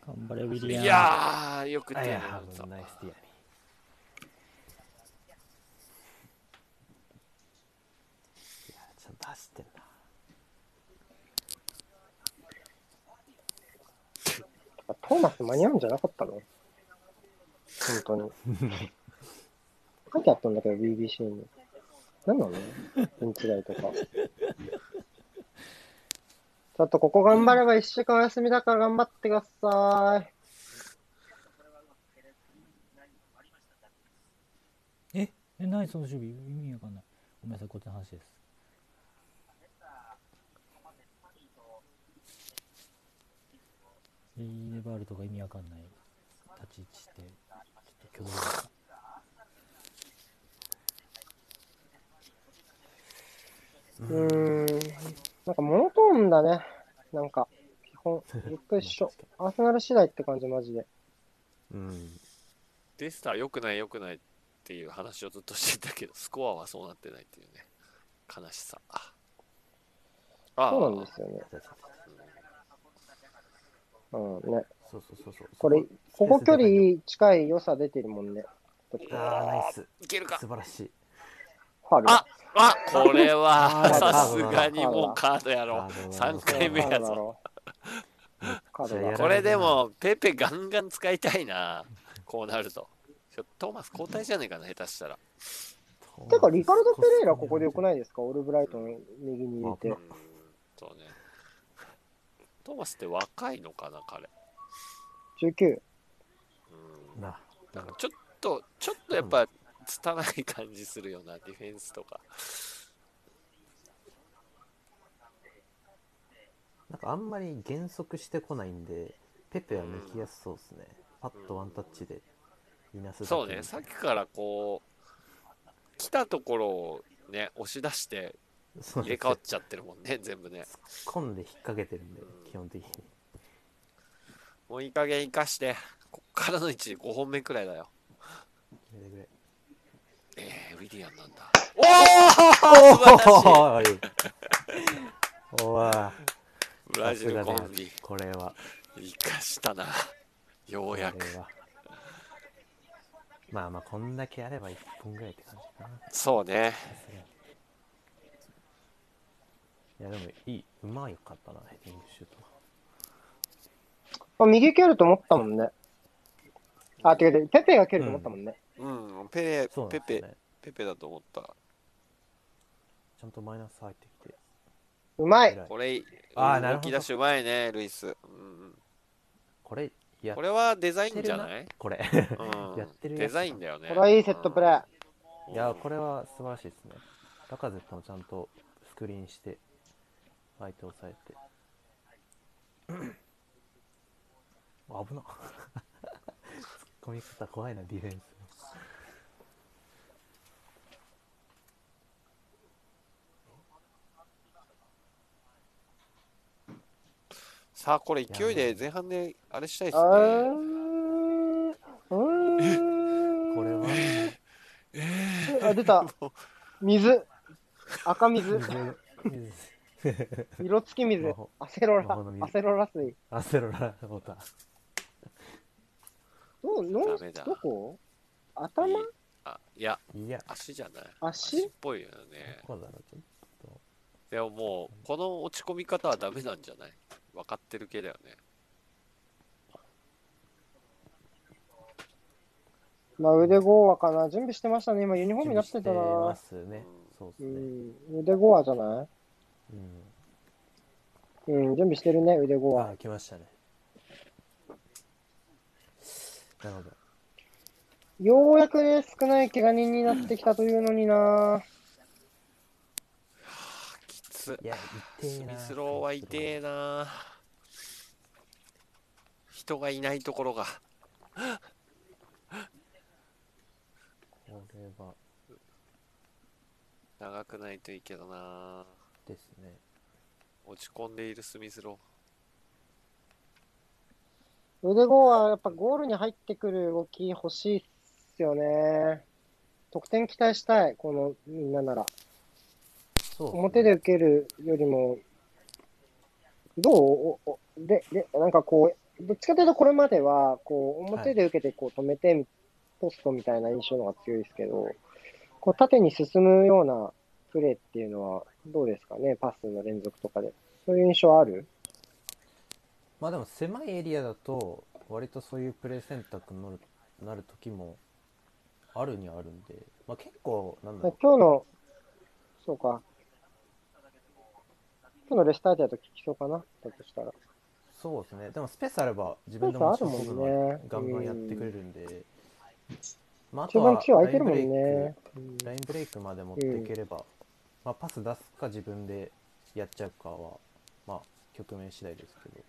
やば
頑
いやばい
張れウィ
ー
リアム
いやーよく手
あ
を
いや
抜い
危
た
ないスティアいやちゃんと走ってんだ
トーマス間に合うんじゃなかったの本当に。書いてあったんだけど、BBC に。何なのうんちがいとか。ちょっとここ頑張れば一週間お休みだから頑張ってください。
ええ何その守備意味わかんないごめんなさいこっちの話ですリーネバルトが意味わかんない立ち位置してちょっと挙動が
うーん、なんかモノトーンだね。なんか、基本、ずっと一緒。アーセナル次第って感じ、マジで。
うん。
デスター良くない良くないっていう話をずっとしてたけど、スコアはそうなってないっていうね、悲しさ。ああ
そうなんですよね。うん、ね。
そうそうそうそう。
これ、ここ距離近い良さ出てるもんね。
ああ、ナイス。
いけるか
素晴らしい。
ファール。
ああこれは
あー
さすがにもうカードやろ
カードだな
3回目や
ファウルだ
ぞ
ろカード
じゃあや
だ
ら
これでもペペガンガン使いたいなこうなるとちょトーマス交代じゃねえかな下手したら
てか、リカルド・ペレイラここで良くないですかオールブライトの右に入れ
う
て
ん。そうねトーマスって若いのかな彼
19。
うん
な。
なんかちょっとちょっとやっぱ拙い感じするよなディフェンスとか
なんかあんまり減速してこないんで、ペペは抜きやすそうですね。パッとワンタッチでいなすだけ
そうねさっきからこう来たところをね押し出して
そう
入れ替わっちゃってるもんね全部ね
込んで引っ掛けてるんで、基本的に。
もういい加減生かして、こっからの位置で5本目くらいだよ。
決めてくれ。
えー、ウィリアンなんだ。おお素晴らしい
おいおわ
ブラジルコンビ、
これは、
生かしたな。よ
こ
う
れは
やく。。
まあまあ、こんだけあれば1本ぐらいって感じかな。
そうね。
いや、でもいい、うまいかったな、ヘディングシュート。
まあ、右蹴ると思ったもんね。あ、てかで、ペペが蹴ると思ったもんね。
うん、ペレ、
そうなん
ペ
ですよ
ペ、
ね。
ペペだと思った。
ちゃんとマイナス入ってきて。
うまい。
偉い
これ、
あー
うん
なる
動
ほど
き出しうまいね、ルイス。うん
これ、や
これはデザインじゃない
これ。
うん
[laughs] やってるやつ
デ
だ
ザインだよね。
これはいいセットプレー。
うん
いや、これは素晴らしいですね。ラカゼットもちゃんとスクリーンして、相手を抑えて。
[coughs]
危な。ツッコみ方怖いな、ディフェンス。
さあ、これ勢いで前半であれしたいで
あ
すね。
ーうーん
これは、
あ、出た。水。赤水。
水
色付き水
魔法。
アセロ
魔法の水
ラ。アセロラ水。
アセロラボタン。
どう、の
ダメだ
どこ頭
あいや、
いや、
足じゃない。
足
足っぽいよね。
こうだな、ちょっと。
でももう、この落ち込み方はダメなんじゃない分かってる系だよね。
まあ腕ゴーアかな。準備してましたね。今ユニフォームになってた
準備
な
ま。すね。そう
う
ですね。
ん。腕ゴーアじゃない
うん。
うん、準備してるね、腕ゴー
あ
ア。
あ、来ましたね。なるほど。
ようやくね、少ない怪我人になってきたというのにな。
きつ。
いや、痛
ス
えな。
ミスローは痛えな。人がいないところが。
これは
長くないといいけどな。
ですね。
落ち込んでいるスミスロ
腕ゴーア、やっぱゴールに入ってくる動き欲しいっすよね。得点期待したい、このみんななら。
そうすね
表で受けるよりも、どうおおで、で、なんかこう、どっちかというとこれまでは、こう、表で受けてこう止めて、ポストみたいな印象の方が強いですけど、こう、縦に進むようなプレーっていうのは、どうですかね、パスの連続とかで。そういう印象ある
まあでも狭いエリアだと、割とそういうプレー選択になるなる時もあるにはあるんで、まあ結構、なんだ
今日
ろ
の、そうか。今日のレスターテだと聞きそうかな、だとしたら。
う、そうですね。でもスペースあれば自分でも
スペースあるもんね
持ち込むのはガンガンやってくれるんで、まああ
中
と
盤
は
中央空いてるも
ライ
ん
ンブレイク
ね。うん
ラインブレイクまで持っていければ、まあ、パス出すか自分でやっちゃうかは、まあ、局面次第ですけど、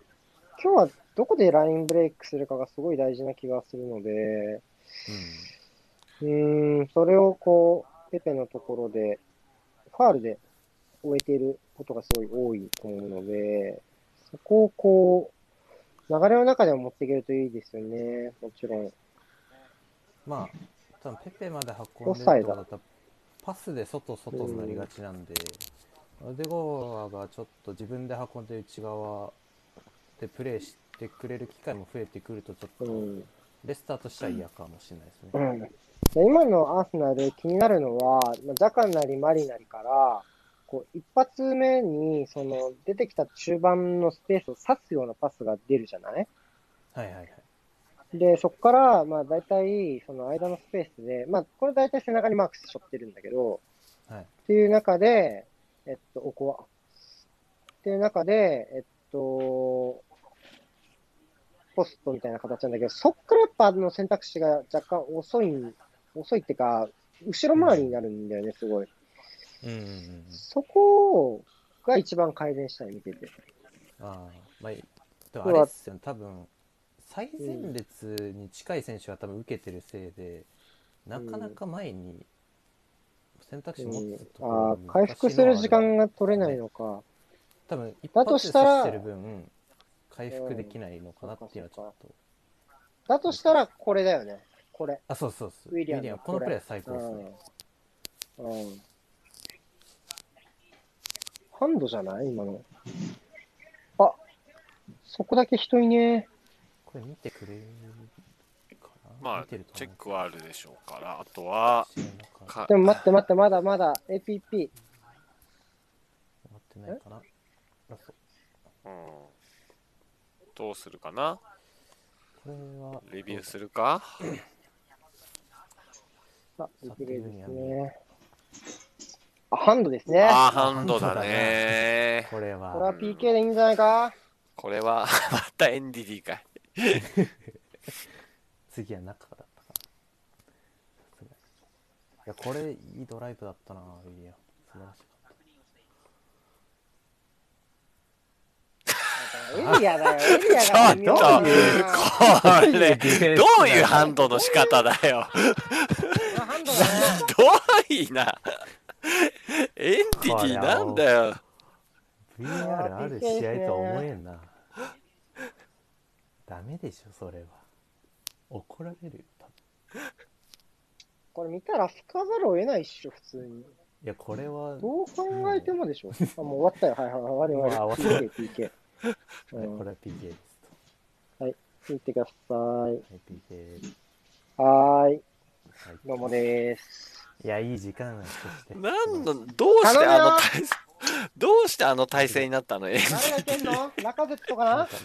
今日はどこでラインブレイクするかがすごい大事な気がするので、うーん、それをこう、ペペのところで、ファールで終えていることがすごい多いと思うので、そこをこう、流れの中でも持っていけるといいですよね、もちろん。
まあ、多分ペペまで運んでるとかだったらパスで外外になりがちなんで、デゴアがちょっと自分で運んで内側でプレーしてくれる機会も増えてくると、ちょっ
う
と
ん。
レスターとしては嫌かもしれないですね。
うんで今のアーセナル気になるのは、まあ、ジャカなりマリなりから、こう一発目にその出てきた中盤のスペースを刺すようなパスが出るじゃない
はいはいはい。
で、そこから、まあ大体、その間のスペースで、まあこれ大体背中にマークスしょってるんだけど、
はい
っていう中で、えっと、おこわ。っていう中で、えっと、ポストみたいな形なんだけど、そっからやっぱあの選択肢が若干遅いん、遅いってか、後ろ回りになるんだよね、すごい。
うんうんうん。
そこが一番改善したい、見てて。
ああ、まあ、でも
要
あ
は
れですよね、多分最前列に近い選手が多分受けてるせいで、なかなか前に選択肢持つところ
あ
が難しいの
ー
は
回復する時間が取れないのか。
多分一
だ
発
と
で
したら
刺してる分、回復できないのかなっていうのはちょっと。
だとしたら、これだよね。これ。
あ、そうそうそう。
ウィリアム
ウこのプレー最高ですね。
うん。うん。ハンドじゃない今の。あ、そこだけ人いね
これ見てくれるかな
ま
見てる
あ、チェッ
思う
クはあるでしょうから、あとは、
知らなかった
か
でも待って待って、まだまだ APP。
待ってないかな。ラスト
うん、どうするかな
これは、
レビューするか
あ、リプレイですね。あ、ハンドですね。
あー、ハンド [laughs] だね。
これ
これは
は、
PK でいいんじゃないか
これは、またエンディディかい。
次は中だったかな。さすがにいや、これ、いいドライブだったな、ウィリアム。素晴らしかった。
エリア
[laughs]
だよ、エリアが
ちょっと
微妙な
これ、
ィ
どういうハンドの仕方だ [laughs] よ。
あハンドだね。
どういな。エンディディなんだよ。
VR ある試合とは思えんな。ダメでしょ、それは。怒られるよ、多分
これ見たら吹かざるを得ないっしょ、普通に。
いや、これは、
どう考えてもで
[laughs]
しょ。あ、もう終わったよ。はいはいはい。終わり終わり。PK、PK。
[laughs]
はい、
うん
これは PK ですと。
見てくださ
はい、PK です。
い。はーい。
はい、
どうもです。
いや、いい時間なんですして。
なんの、どうしてあの体勢、どうしてあの体勢になったのエンディ
誰がいけんの中ゼットか
なん
な
かね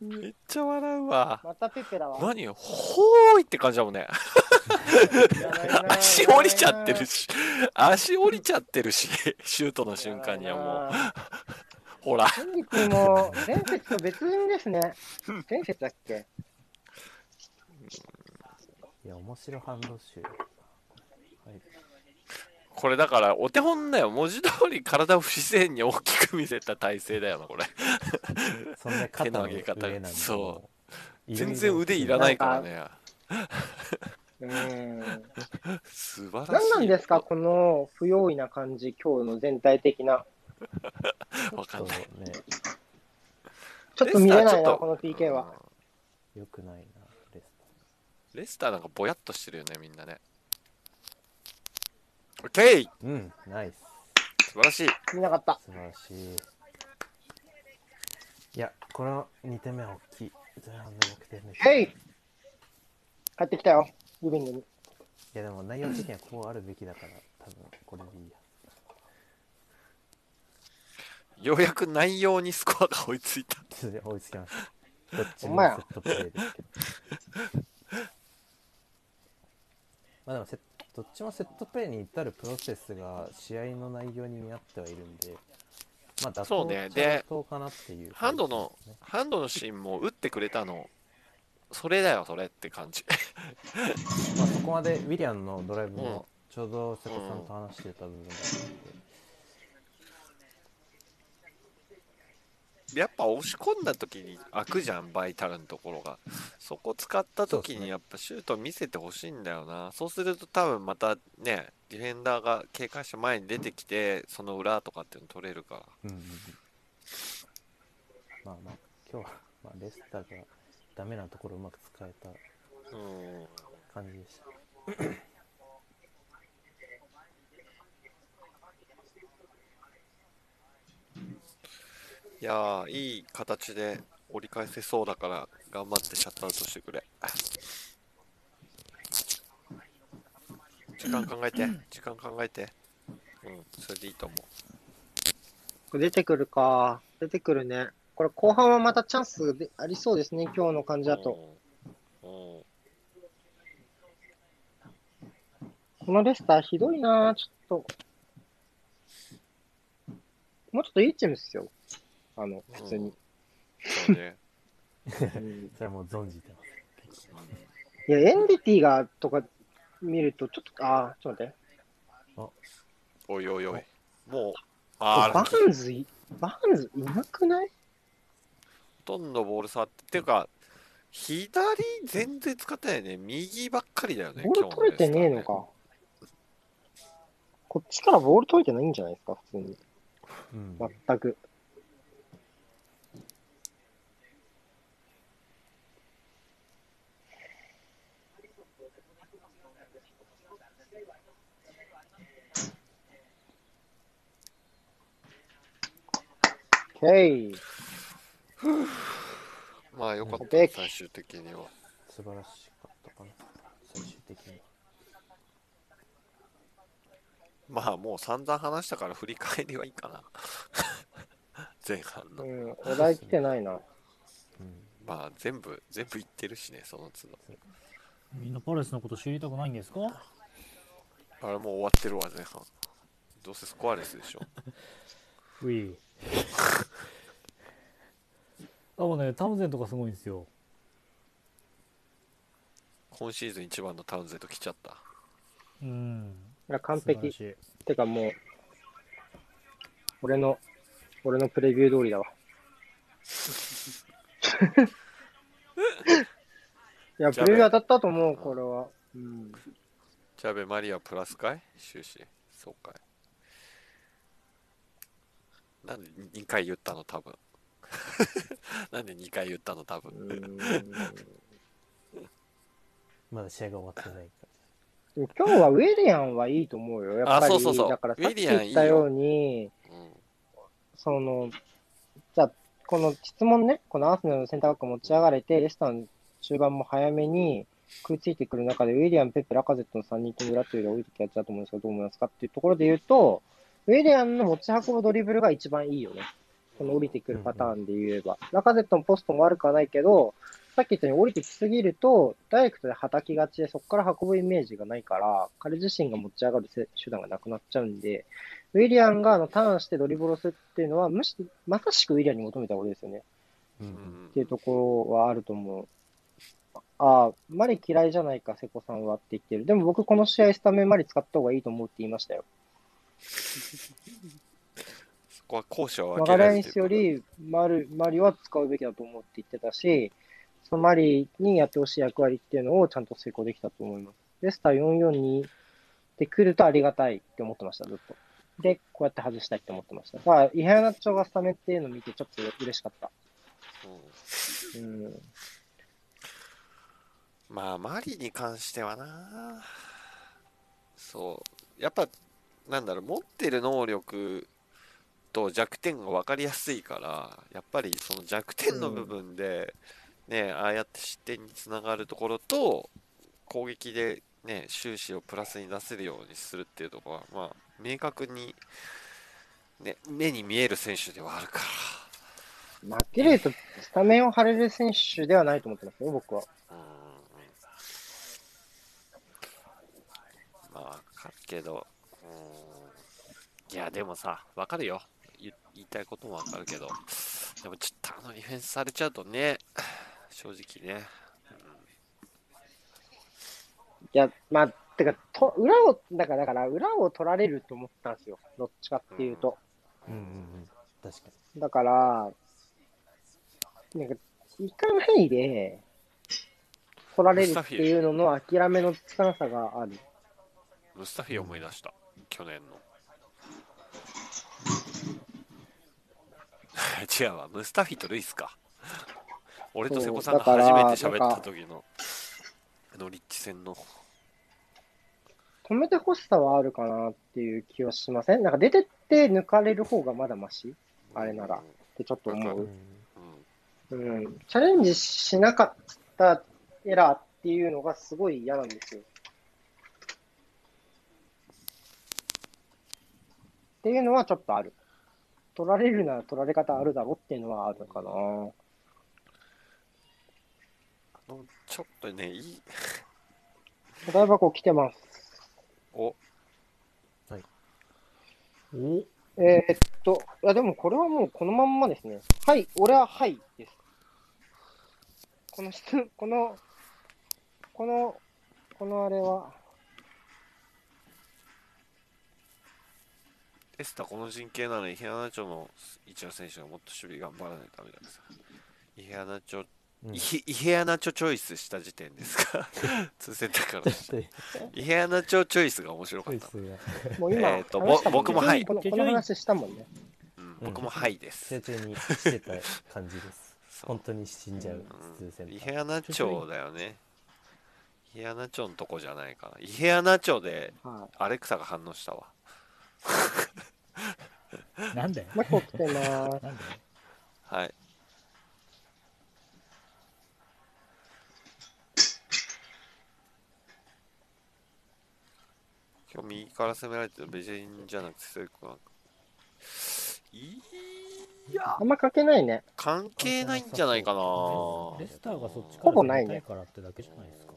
めっちゃ笑うわ。
またペペラは。
何よ、ほーいって感じだもんね。足折りちゃってるし、足折りちゃってるし、シュートの瞬間にはもう、ほら、
う。筋肉も前節と別人ですね。前節だっけ
いや、面白反応集。はい。
これだからお手本だよ。文字通り体を不自然に大きく見せた体勢だよな、これ。
そんな肩の上
手の上げ方
なんで。
そう
もう。
全然腕いらないからね。
うーん。
素晴らし
何
い。
なんですかこの不用意な感じ、今日の全体的な。
わか
そ
ん
う
ない。
ね、
ちょっと見れない
レスターちょ
な、
っと
この PK は。
よくないな、レス
レスターなんかぼやっとしてるよね、みんなね。オッケー
ター。うん、ナイス。
素晴らしい。
見なかった。
素晴らしい。いや、この2点目は大きい。前半の6点目。
へ
い
い帰ってきたよ。リビングに。
や、でも内容的にはこうあるべきだから、多分これでいいや。
ようやく内容にスコアが追いついた。
ちょっと追いつきま [laughs] した。どっち
ほ
も
んま
セ
や
ットプレーですけど。 [laughs] まあでもセッどっちもセットプレーに至るプロセスが試合の内容に見合ってはいるんで、まあ
そ
妥当
うね
っちゃ
で
妥当かなっていう、
ハンドの、ハンドのシーンも打ってくれたの、それだよ、それって感じ。
まあ、そこまでウィリアムのドライブもちょうど瀬戸さ
うんん
と話してた部分があって、
やっぱ押し込んだ時に開くじゃんバイタルのところがそこ使った時
そうっす
に
ね
やっぱシュート見せてほしいんだよなそうすると多分またねデディフェンダーが警戒して前に出てきて、その裏とかっていうの取れるから。
うんうんうんまあまあ、今日は、まあ、レスターがダメなところをうまく使えた
うん。
感じでした。
いやー、いい形で折り返せそうだから、頑張ってシャットアウトしてくれ。時間考えて、時間考えて。うん、それでいいと思
出てくるか。出てくるね。これ後半はまたチャンスでありそうですね、今日の感
う。
じだと。
うん。うん。
このレスターひどいなぁちょっと。もうちょっといいチームっすよ。あの、普通に。
そうね。
うん
それはもう存じてます。
いや、エンディティが、とか見ると、ちょっと、あー、ちょっと待って。
おいおいおい。もう、あーラ
バ
ッキー
ーンズい、バーンズいなくない
ほとんどボール触って、っていうか、左全然使ってないね。右ばっかりだよね。
ボール取れてねえのか。こっちからボール取れてないんじゃないですか、普通に。
うん。
全く。OK。
今日のね。まあよかっ
う
た、
ん
最終的には。
素晴らしかったかな。最終的に。
まあもう散々話したから振り返りはいいかな。 [laughs] 前半
う
の。
ん、お題来てないな。
うん。
まあ全部、全部言ってるしね、その都度。
みんなパレスのこと知りたくないんですか
あれもう終わってるわ、前半。どうせスコアレスでしょ。
ういあもうねタムゼンとかすごいんですよ
今シーズン一番のタウンゼント来ちゃった。
うん
いや完
素晴ら
璧。
しい
てかもう、俺の、俺のプレビュー通りだ
[laughs]
わ。いや、プレビュー当たったと思う、これは。うん。
チャベマリアプラスかい終始。そうかい。なんで2回言ったの多分。 [laughs] なんで2回言ったの多分。
うん
まだ試合が終わってないか
でも今日はウィリアンはいいと思うよ。やっぱり、
あそうそうそう
だからさっき
ウィリアンい
言っ
いよ
たように、
うん。
その、じゃあ、この質問ね、このアーセナルのセンターバック持ち上がれて、レスターの中盤も早めに食いついてくる中で、ウィリアン、ペップ、ラカゼットの3人とも裏というより多い時やつだと思うんですけど、どう思いますかっていうところで言うと、ウィリアンの持ち運ぶドリブルが一番いいよね。この降りてくるパターンで言えば。ラカゼットのポストも悪くはないけど、さっき言ったように降りてきすぎると、ダイレクトで叩きがちで、そこから運ぶイメージがないから、彼自身が持ち上がるせ手段がなくなっちゃうんで、ウィリアンがあのターンしてドリブルをするっていうのは、むしまさしくウィリアンに求めた方がいいですよね。
ら。う。
うんん
っていうところはあると思う。ああ、マリ嫌いじゃないか、瀬古さんはって言ってる。でも僕、この試合、スタメンマリ使った方がいいと思うって言いましたよ。
そこは後者
マ
を分
ガ
けら
レ
れ
ン
て
スよりマリマリは使うべきだと思うって言ってたし、そのマリにやってほしい役割っていうのをちゃんと成功できたと思います。レスター442で来るとありがたいって思ってました、ずっと。で、こうやって外したいって思ってました。だから、イハヤナチョがスタメンっていうのを見てちょっと嬉しかった。
うん
うん。
まあ、マリに関してはな、そう、やっぱ、なんだろう、持ってる能力と弱点が分かりやすいから、やっぱりその弱点の部分で、ね、ああやって失点につながるところと、攻撃で、ね、終始をプラスに出せるようにするっていうところは、まあ、明確に、ね、目に見える選手ではあるから。
マッケレイとスタメンを張れる選手ではないと思ってますよ、僕は。
うんまあ、わかるけど、うん、いや、でもさ、わかるよ。言言いたいこともわかるけど、でもちょっとあのディフェンスされちゃうとね、正直ね。
いや、まあ、てか、と裏を、だから、だから裏を取られると思ったんですよ。どっちかっていうと。
うんうんうん。確か
だから、なんか、行かないで、取られるっていうのの諦めのつかなさがある。
ムスタフィ思い出した去年の [laughs] 違うわムスタフィとルイスか俺と瀬古さんが
そう
初
だから
めて喋った時のノリッチ戦の
止めてほしさはあるかなっていう気はしませんなんか出てって抜かれる方がまだマシっあれならてちょっと思
う
う。
ん
う
う
ん
ん。チャレンジしなかったエラーっていうのがすごい嫌なんですよ。っていうのはちょっとある。取られるなら取られ方あるだろうっていうのはあるのかな。
あのちょっとねいい
お台箱来てます。
お
お
えーっと、いやでもこれはもうこのまんまですね。はい、俺ははいです。この質、この、この、このあれは、
エスタこの陣形なのに伊平ナチョの一野選手がもっと守備頑張らないとダメじゃないですか伊平ナチョ
うん [laughs]
イヘイヘアナチョチョイスした時点ですか [laughs] 通選択から
ちょっと
イヘアナチョチョイスが面白かっ
クイ
た、
ズが
もう今、
えーと
話した
ぼ僕もはい
このこの話したもんね。
うん、僕もはいです、
集中にしてた感じです
そう
本当に死んじゃう普通セン
イ
ター
ヘアナチョだよねイヘアナチョのとこじゃないかなイヘアナチョで
は
アレクサが反応したわ
なんだよ
い。。もう一個来てます。
なんだよ。
はい今日右から攻められてるベジェンじゃなくてセイコなんかいや
あんま書けないね。
関係ないんじゃないかな
レスターがそっちか
ほ
ら
ぼないね
出たからってだけじゃないですか。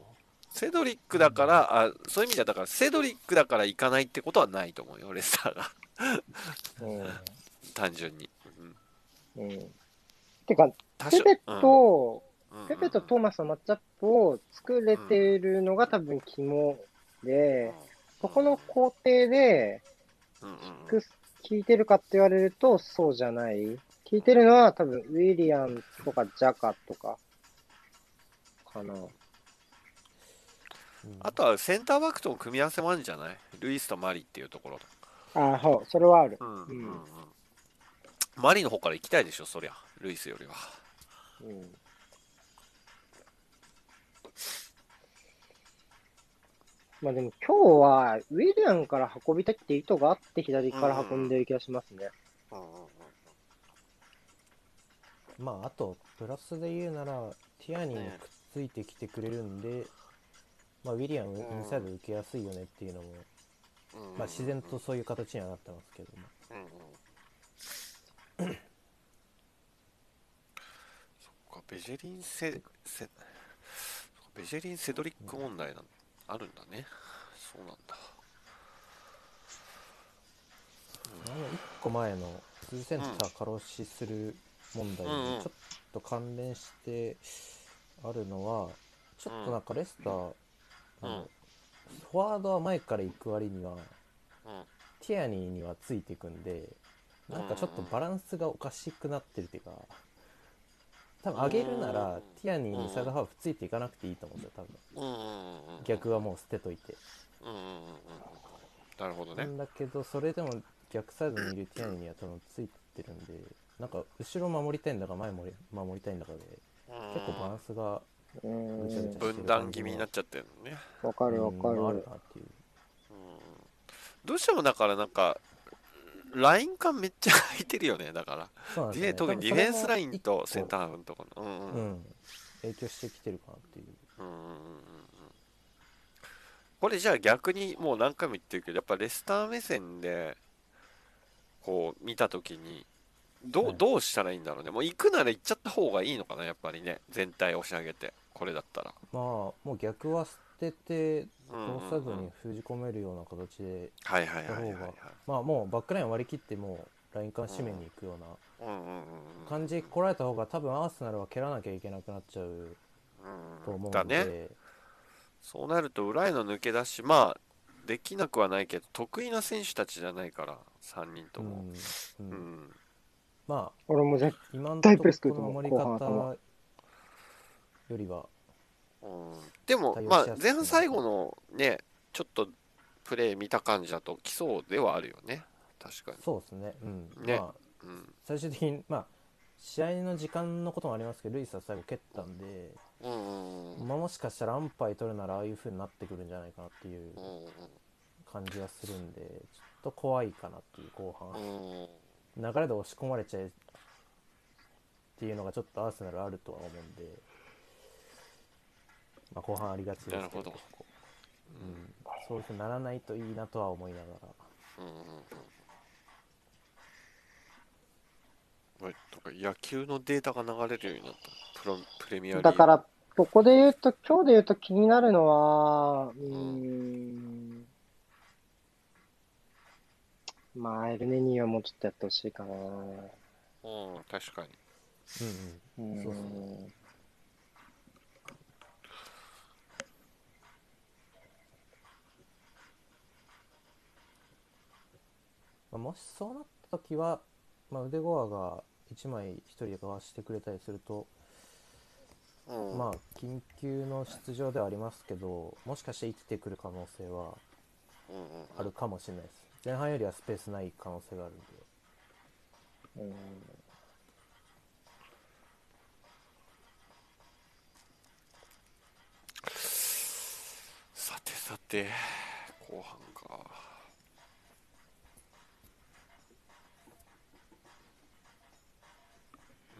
セドリックだからあそういう意味ではだからセドリックだから行かないってことはないと思うよレスターが
う
単純に、うん、
ん。うん。てか、
多
ペ
少
ペ
うん
と、
うんうん
ペペとトーマスのマッチアップを作れてるのが多分肝で、そこの工程で、
うんうん
く聞いてるかって言われると、そうじゃない。聞いてるのは多分、ウィリアンとかジャカとか、かな。
うん
あとはセンターバックとの組み合わせもあるんじゃないルイスとマリっていうところと
あ、そう、それはある。
うんうんうん
うん
マリの方から行きたいでしょそりゃルイスよりは
うん。まあでも今日はウィリアンから運びたいって意図があって左から運んでる気がしますね。
まああとプラスで言うならティアニーもくっついてきてくれるんで、まあ、ウィリアムインサイド受けやすいよねっていうのも、まあ、自然とそういう形にはなってますけども、
うんうんそっかベジェリンセセベジェリンセドリック問題なんあるんだねそうなんだ
あの1個前の2センター過労死する問題に
うんうん
ちょっと関連してあるのはちょっとなんかレスター、あのフォワードは前から行く割には
うん
ティアニーにはついていくんでなんかちょっとバランスがおかしくなってるっていうか多分上げるな
うん
らティアニーにサイドハーフついていかなくていいと思うんですよ多
う
分
んうんうんうん
逆はもう捨てといて
うんうんうんうんなるほど
な
ね
んだけどそれでも逆サイドにいるティアニーには多分ついてるんでなんか後ろ守りたいんだか前もり守りたいんだかで結構バランスが
う
ぐちゃぐち
ん
ゃ。
分断気味になっちゃってるのね
わかるわ
うんまああ
か
る
る。
なってい
う
う
んどうしてもだからなんかライン感めっちゃ空いてるよねだから
そうなんです
ディ
よ
フェ特
ね
にディフェンスラインとセン
ー
ターハーフのところのうんうん
うん影響してきてるかなっていう
うんうんうんうんうんこれじゃあ逆にもう何回も言ってるけどやっぱレスター目線でこう見た時にど
は
う
い
どうしたらいいんだろうねもう行くなら行っちゃった方がいいのかなやっぱりね全体押し上げてこれだったら
まあもう逆は捨てて
う
こ
んうんうん
のサイドに封じ込めるような形で
はいはいはいはい
行った
はい
方まあもうバックラインを割り切ってもうラインから締めに行くような
うんうんうんうん
感じで来られた方が多分アーセナルは蹴らなきゃいけなくなっちゃうと
うん
思う
だ
の
ね
で
そうなると裏への抜け出しまあできなくはないけど得意な選手たちじゃないから3人とも、
う
うん
うん
ん、
まあ
俺も絶
今の
対
と
プレス
こ
来
ろ
ると
この
思う後半
守り
頭
方よりは
うんでも
対応し
まあ
やすく
前半最後のねちょっとプレー見た感じだと来そうではあるよね。確かに。
そうですね、うん
ね
まあ、
うん。
最終的に、まあ、試合の時間のこともありますけど、ルイスは最後蹴ったんで、
うんうんうん。
まあ、もしかしたら安牌取るなら、ああいう風になってくるんじゃないかなってい
う
う
ん
感じがするんで、ちょっと怖いかなっていう後
う
半、
んうん。
流れで押し込まれちゃえっていうのがちょっとアーセナルあるとは思うんで、まあ、後半ありがちですけど
なるほど
ここうん、そういう風にならないといいなとは思いながら。
うんうんうんおいなんか野球のデータが流れるようになったプロプレミアリーグ
だから、ここで言うと、今日で言うと気になるのは、うーん、まあ、エルネニーはもうちょっとやってほしいかな。
うん確かに
うんうん
う
そうそ
ん。
まあ、もしそうなった時は、まあ、腕ゴアが1枚1人でかわしてくれたりすると、
うん
まあ、緊急の出場ではありますけどもしかして生きてくる可能性は
うんうん
あるかもしれないです前半よりはスペースない可能性があるんで
うん
さてさて後半か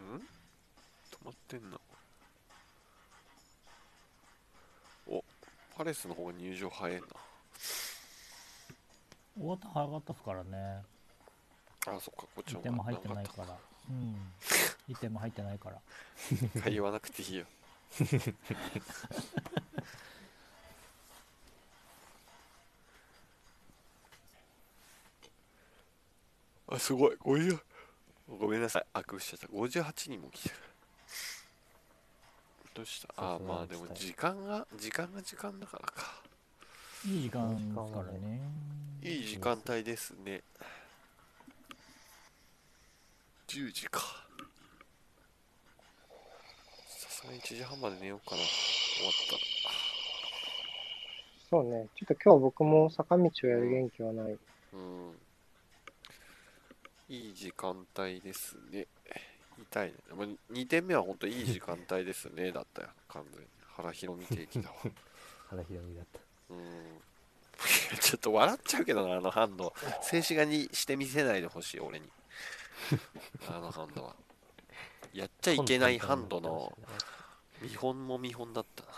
うん止まってんなおパレスの方が入場早い
終わった早かったですからね。
なあそっかこっち
一
の
点
方
も
が
入っ
長
て
か
ない
っ
から。うん。一点も入ってないから。
た言わなくていいよあすごいごめんごめんなさいあくびしちゃった58人も来てるどうした
さすが
あまあでも
打ちたい
時間が時間が時間だからか
いい時間ですからね。
いい時間帯ですね10時かさすがに1時半まで寝ようかな終わったら
そうね、ちょっと今日僕も坂道をやる元気はない。
うん。いい時間帯ですね。痛いね。もう2点目は本当いい時間帯ですね。だったよ。完全に。腹広見てきたわ。
原ひろみだった
うん。ちょっと笑っちゃうけどな、あのハンド。静止画にして見せないでほしい、 [laughs] 俺に。あのハンドは。やっちゃいけないハンドの見本も見本だったな。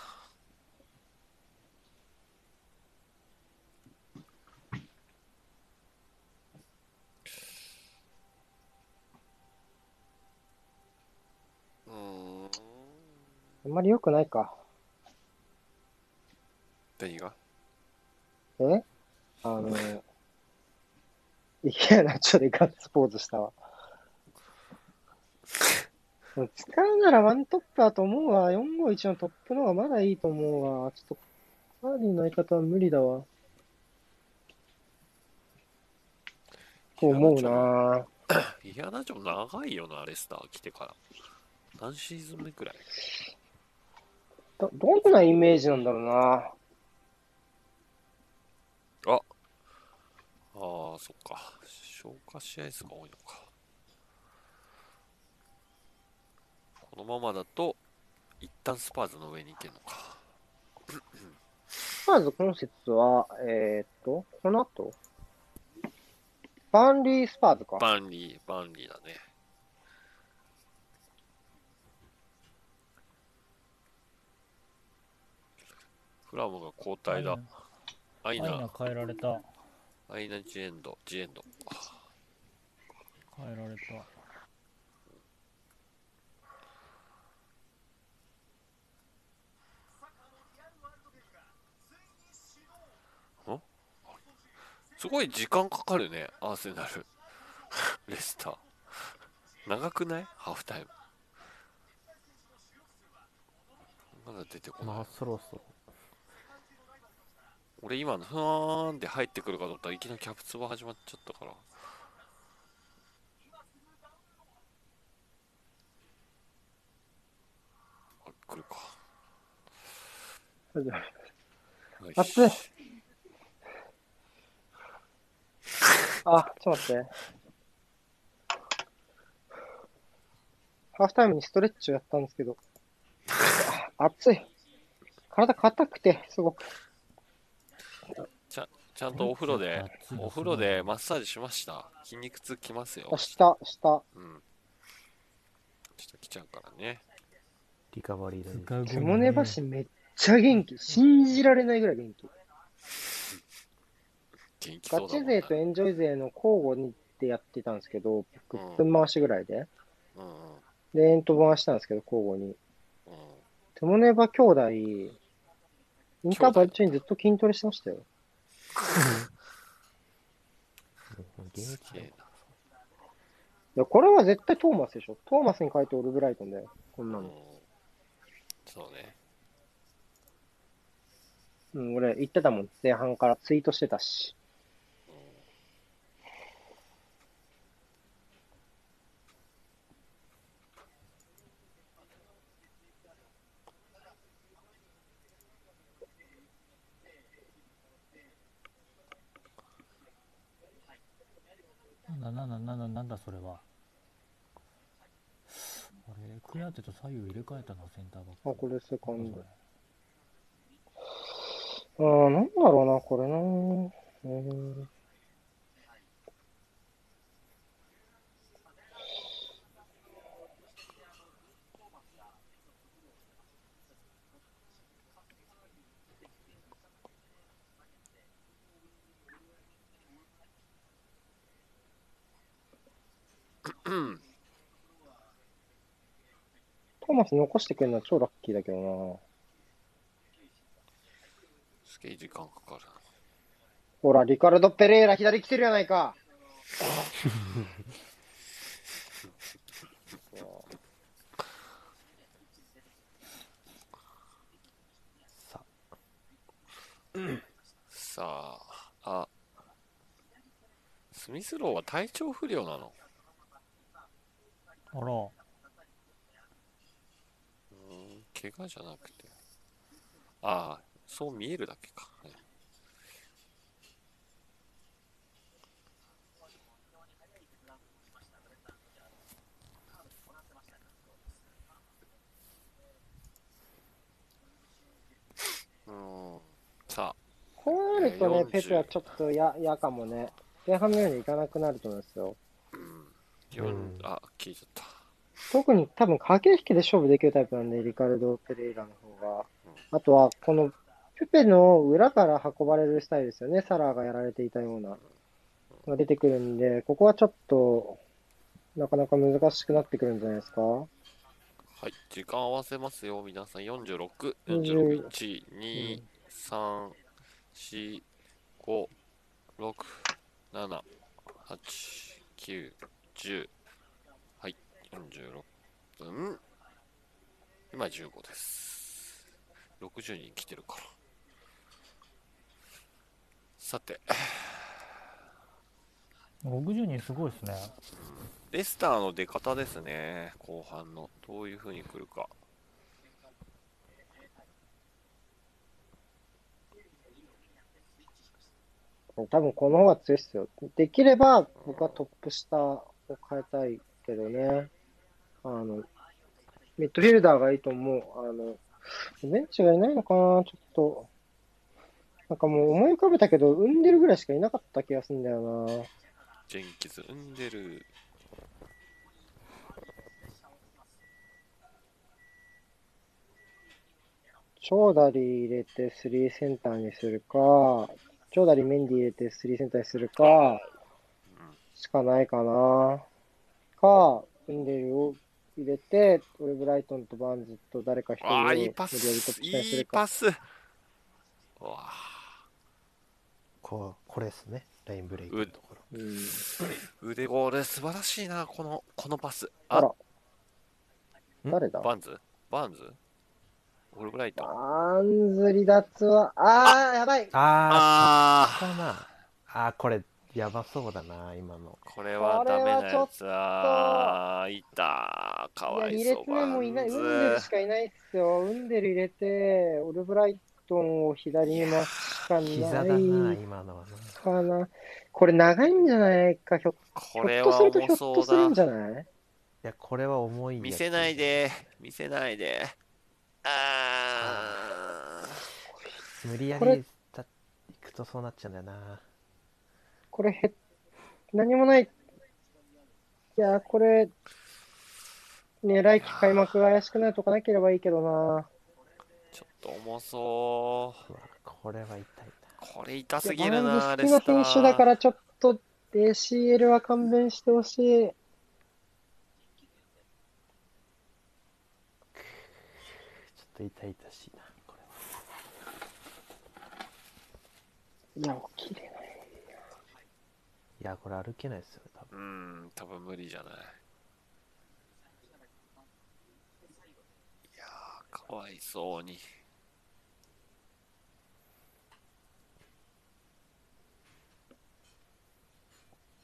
うーん。
あんまり良くないか。
何が
えあの、イケアナチョでガッツポーズしたわ。もう使うならワントップだと思うわ。451のトップの方がまだいいと思うわ。ちょっと、カーディの相方は無理だわ。と思うな
イアナジョン長いよな、レスター来てから。何シーズン目くらい
ど、どんなイメージなんだろうな
ああ、そっか。消化試合数が多いのか。このままだと、一旦スパーズの上に行けるのか。
まず今節は、えーっと、この後バンリー・スパーズか。
バンリー、バンリーだね。フラムが交代だ。ア
アイ
イ
ナ
ナ、
変えられた。
アイナジエンド、ジエンド。
変えられた。
すごい時間かかるね、アーセナル。 [laughs] レスター。長くないハーフタイム。まだ出てこな
ま
い
あ。そろそろ
俺今の、ふわーんって入ってくるかと思ったらいきなりキャプツバ始まっちゃったから。あ、来るか。よし
熱いあ、ちょっと待って。ハーフタイムにストレッチをやったんですけど、あ暑い。体硬くて、すごく。
ちゃんとお風呂で
ちょっと暑いです、ね
お風呂でマッサージしました。筋肉痛きますよ。
あ下、下。
うん。ちょっと来ちゃうからね。
リカバリーだね
使う
手もねばしめっちゃ元気。信じられないぐらい元気。
元気そ
ガ
うだ
チ
もん
勢
ね。
とエンジョイ勢の交互にってやってたんですけど、10分回しぐらいで。
うんうん
で、エント回したんですけど、交互に。
うん。
手もねば兄弟、インターバル中にずっと筋トレしてましたよ。
現
す
役
げ
だ
え
いや、これは絶対トーマスでしょ。トーマスに書いてオルブライトンだよ。こんな
な。うん
の。。
そうね。
うん、俺言ってたもん。前半からツイートしてたし。
なんだなんだなんだなんだそれはあれクヤテと左右入れ替えたなセンターバック
あ、これセカン
なんだそれ
ド。ああ、なんだろうな、これな。うん。
うん。
トーマス残してくれるのは超ラッキーだけどな。
すげえ時間かかるな。
ほら、リカルド・ペレイラ左来てるやないか。
さ
さあ、あ、スミスローは体調不良なの
あら
うん、怪我じゃなくて。ああ、そう見えるだけか。はいうん、さ
こうなると
いや
ね、
40
ペペはちょっとや嫌かもね。前半のようにいかなくなると思うんですよ。
あ、うん、よん
うん
あ、聞いちゃった。
特に多分駆け引きで勝負できるタイプなんで、リカルド・ペレイラの方が。あとは、このペペの裏から運ばれるスタイルですよね、サラーがやられていたような、が出てくるんで、ここはちょっと、なかなか難しくなってくるんじゃないですか。
はい、時間合わせますよ、皆さん。46、
20
46、1、2、3、4、5、6、7、8、9、10。はい、46分。今15です。60人来てるから。さて、
60人すごいですね
レスターの出方ですね、後半の。どういう風に来るか。
多分この方が強いですよ。できれば、僕はトップ下を変えたいけどね。あの、ミッドフィルダーがいいと思う。あの、ベンチがいないのかなちょっと。なんかもう思い浮かべたけど、産んでるぐらいしかいなかった気がするんだよな。
ジェンキズ、産んでる。
チョーダリ入れて3センターにするか、チョーダリメンディ入れて3センターにするか、しかないかな。か、インデルを入れて、オルブライトンとバーンズと誰か一人を
ああ、
無
い
理や
い
り
パ
ト
ス
ップ下にす
い
る
い
か。
パスわあ
こうこれですねラインブレイクのところ
うん
腕ゴール素晴らしいな、この、このパス。
あら、
ん
誰だ
バンズバンズオルブライトン。あ
バーンズ離脱は、あー、やばい
あーか
あ
なあーこれやばそうだな今の
これはダメなやつだ。いたー。かわ
い
い
や、2
そう
列。目もいない、ウンデ
バ
ル
ン
し
ズ
かいないっすよ。ウンデル入れて、オルブライトンを左に回すしかない
膝だな、今のはな。
かな。これ長いんじゃないか、ひょ
こ
ひ
れ
ょっと
は
すると
重
ひょっ
そ
とする
うんだ
じゃない
いや、これは重いやつ
見せない。で見せないであ
無理や
これ
りた行くとそうなっちゃうんだよな。
これへ、何もない。いや、これ、ね、来季開幕が怪しくないとかなければいいけどな。
ーちょっと重そう
うわ、これは痛い
これ痛す
いや
ぎ
バ
るな
ラン
レ
ディ好
スタ
きな選手だか
ー
らちょっと ACL は勘弁してほしい。
な。ちょっと痛い痛しいな。これ
いや、起きれない。
いや、これ歩けないですよ、多分。
うん多分無理じゃないいやーかわいそうに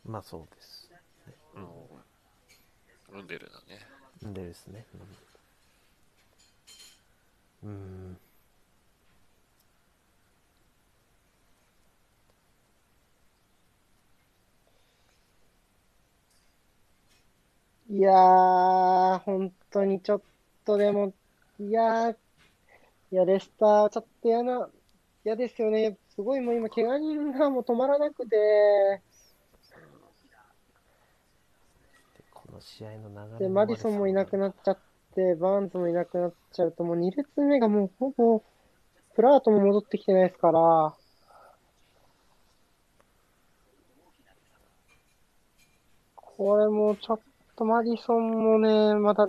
まあそうです。
うん飲んでるだね
でですね。うん。うん
いやー、本当にちょっとでも、いやー、いや、レスター、ちょっと嫌な、嫌ですよね。すごいもう今、怪我人がもう止まらなくて、
でこの試合の流れ
で、マディソンもいなくな
っ
っちゃって、バーンズもいなくなっちゃうと、もう2列目がもうほぼ、プラートも戻ってきてないですから、これもちょっとマディソンもね、また、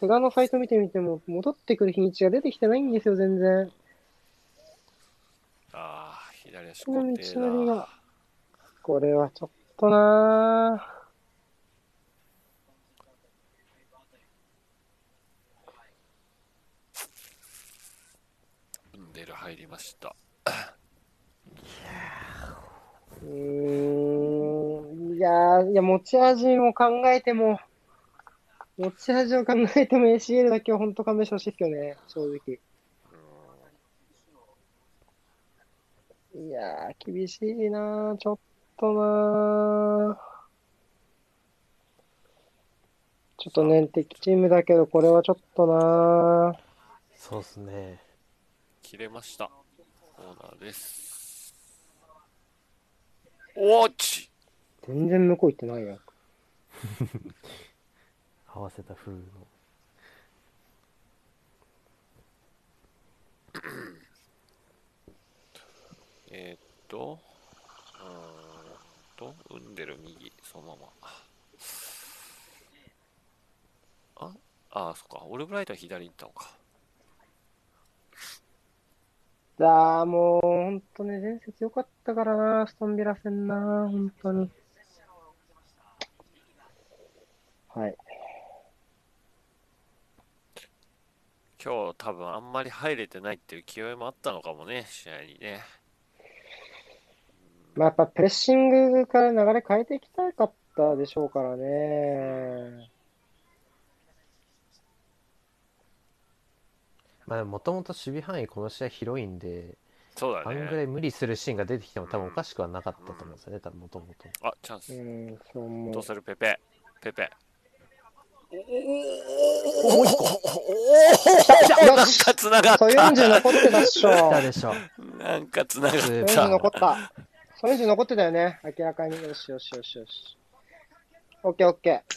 怪我のサイト見てみても、戻ってくる日にちが出てきてないんですよ、全然。
ああ左足
この
固
道
定
のり
だ
が、これはちょっとなぁ。
飲んでる入りました
うーんいやー、いや、持ち味も考えても、持ち味を考えても ACL だけは本当勘弁してほしいですよね、正直。いやー、厳しいなー、ちょっとなー。ちょっとね、敵チームだけど、これはちょっとなー。
そうですね。
切れましたコーナーですおーち
全然向こう行ってないやん。
合わせた風の。
えーっと、うーんと、産んでる右、そのまま。あ、あー、そっか、オルブライトは左に行ったのか。
だー、もう、ほんとね、前節良かったからな、ストンビラ戦な、ほんとに。はい。
今日多分あんまり入れてないっていう気負いもあったのかもね、試合にね。
まあ、やっぱプレッシングから流れ変えていきたかったでしょうからね。
まあもともと守備範囲この試合広いんで、
そうだ
あんぐら
ね。
い無理するシーンが出てきても多分おかしくはなかったと思うんですよね、多分もともと。
あ、チャン
う
ス。
ん、そう思
ど
う
う。するペペ。ペペ。
よ
なん
し
か繋がっ
ソヨンジュ残ってたっしょ。
だで
[laughs]
しょう。
た。なんか繋がっ
ス
ソヨ
ー
ンジ
パ
ュ
ー
残った。ソヨンジュ残ってたよね、明らかに。よしよしよしよし。オッケーオッケー。
た。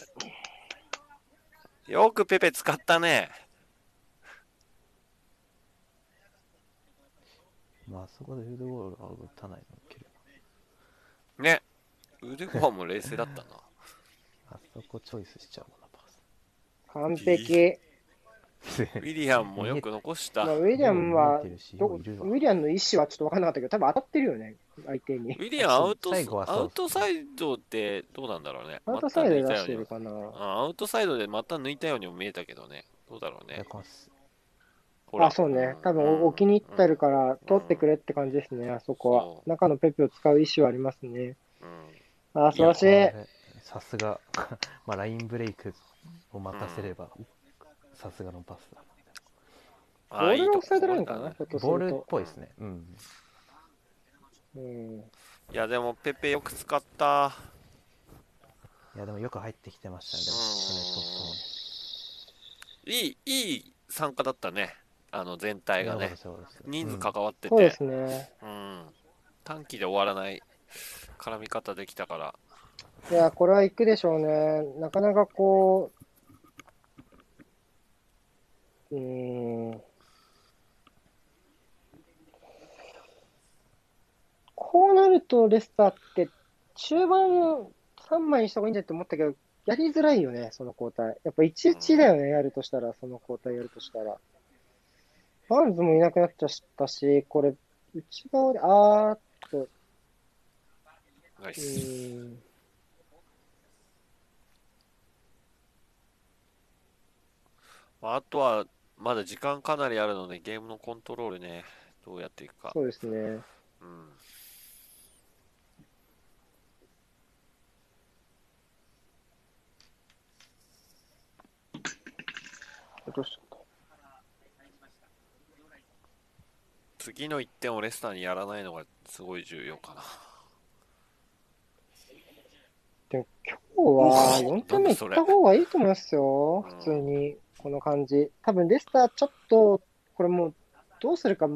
よくペペ使ったね。
まあそこでフードボールは打たないのける。
ね。腕ご飯も冷静だったな。
あそこチョイスしちゃうもんな、パス。
完璧。 [laughs]
[laughs] ウィリアムもよく残した。
まあ、
ウ
ウィリアムは
見えてるし
ど
も
ウ
ういるわ
ィリアムの意思はちょっと分からなかったけど、多分当たってるよね、相手に。
ィリアムアウト
最後はそう
アウトサイドってどうなんだろうね。
アウトサイドで
ま
出
た
し
抜い
たて
ように
るかな。
もあアウトサイドでまた抜いたようにも見えたけどね。どうだろう
いや
ね。
このす
ほら
あ、そうね。多
うん
分、置きに行ってるから、取ってくれって感じですね、あそこ
そ
は。中のペペを使う意思はありますね。
うん
あ、素晴らしい。
これさす
[laughs]
が、まあラインブレイクを待たせれば、さすがのパスだな。
ボ
ボールのオフサイドラインかな、ひょっとす
ボー
る
ルっ
と。
ぽいですね。うん。
うん。
いや、でも、ペペよく使った。
いや、でもよく入ってきてましたね。でも、
いい、いい参加だったね。あの、全体が
そう
ね
で。すそうです。
人数関わって
そうで
て、
すね。
うん。短期で終わらない絡み方できたから。
いや、これは行くでしょうね。なかなかこう、うーん。こうなるとレスターって中盤3枚にした方がいいんじゃないって思ったけど、やりづらいよね、その交代。やっぱ1-1だよね、やるとしたら、その交代やるとしたら。バーンズもいなくなっちゃったし、これ、内側で、あーっと、
ナイ
う
ス。
ーん。
まああとは、まだ時間かなりあるので、ゲームのコントロールね、どうやっていくか。
そうですね。
うん。
どうしようか
次の1点をレスターにやらないのがすごい重要かな。
でも今日は4点目
なん
いっ
だそれ
た方がいいと思いますよ、
うん
普通に、この感じ。多分レスター、ちょっと、これもう、どうするか、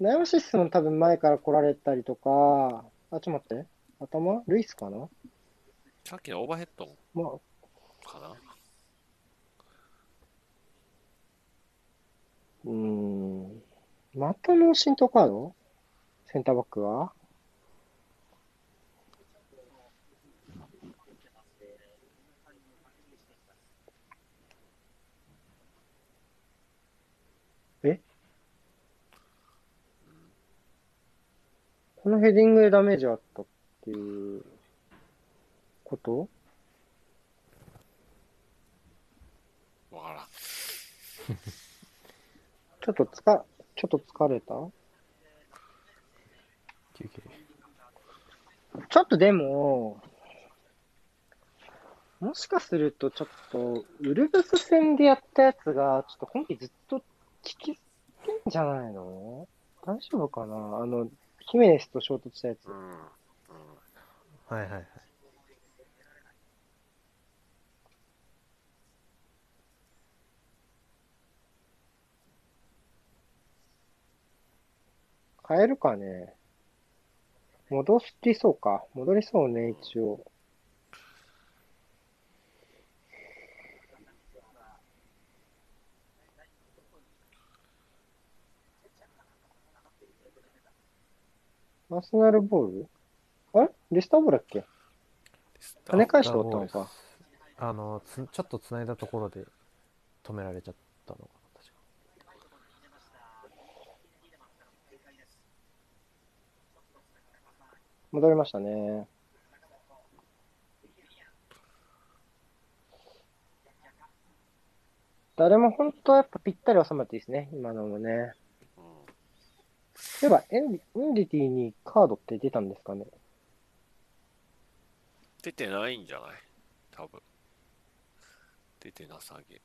悩ましい質問、多分前から来られたりとか、あ、ちょっと待って、頭ルイスかな
さっきのオーバーヘッド
まあ、
かな。
うーん、また脳震盪カードセンターバックはえこのヘディングでダメージあったっていうこと
わからん。
ちょっとつか、ちょっと疲れた
休憩。
ちょっとでも、もしかするとちょっと、ウルブス戦でやったやつが、ちょっと今季ずっと効きすぎんじゃないの大丈夫かなあの、ヒメネスと衝突したやつ
う。ん。うん。
はいはいはい。
変えるかね戻りそうか。戻りそうね、一応。アーセナルボールあれレスターボールだっけ跳ね返しておったのか。
あのつ、ちょっと繋いだところで止められちゃったのかな、確か。
戻りましたね。誰も本当はやっぱぴったり収まっていいですね、今のもね。
うん
例えばエンリ、エンリティにカードって出たんですかね
出てないんじゃない多分。出てなさげ。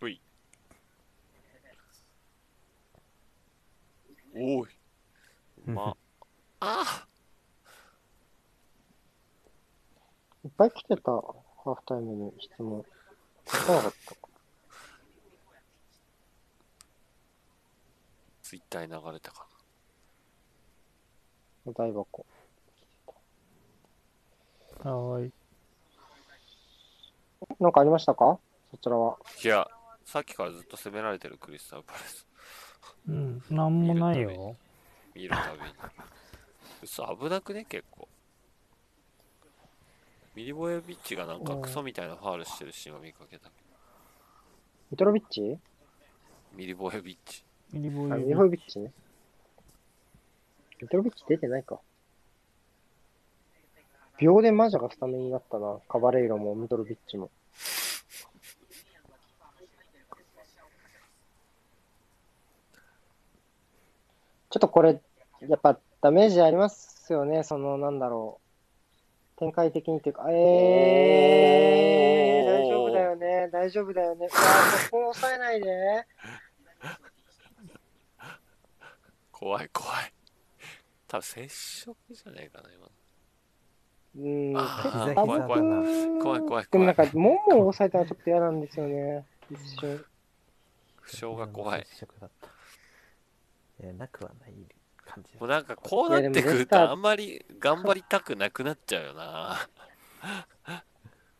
うい。おい。ま。あ
いっぱい来てた、ハーフタイムに質問。来なかった。
ツイッターに流れたか
お台箱。
はーい。
なんかありましたかそちらは。
な。いや、さっきからずっと責められてるクリスタルパレス。
うん、なんもないよ。
見るたびに。嘘、危なくね、結構。ミリボエビッチがなんか
うん
クソみたいなファールしてるシーンを見かけた。
ミトロビッチ
ミリボエビッチ。
ミリボ
あ、
ー
ミ
イ
ホイビッチね。ミトロビッチ出てないか。秒で魔女がスタメンになったな。カバレイロもミトロビッチも。ちょっとこれ、やっぱダメージありますよね、その、なんだろう。展開的にっていうか、えー、
お
大丈夫
ー
だよね、大丈夫だよね。うわそこ抑えないで。
怖い怖い。多分接触じゃないかな、今の。
うん、
あ
ー
結構
怖い怖
怖
い
い怖い怖い
でもなんか、ももを抑えたらちょっと嫌なんですよね、一瞬。
負傷が怖い。
接触だった。いや、なくはない感じだ
もうなんかこうなってくるとあんまり頑張りたくなくなっちゃうよな。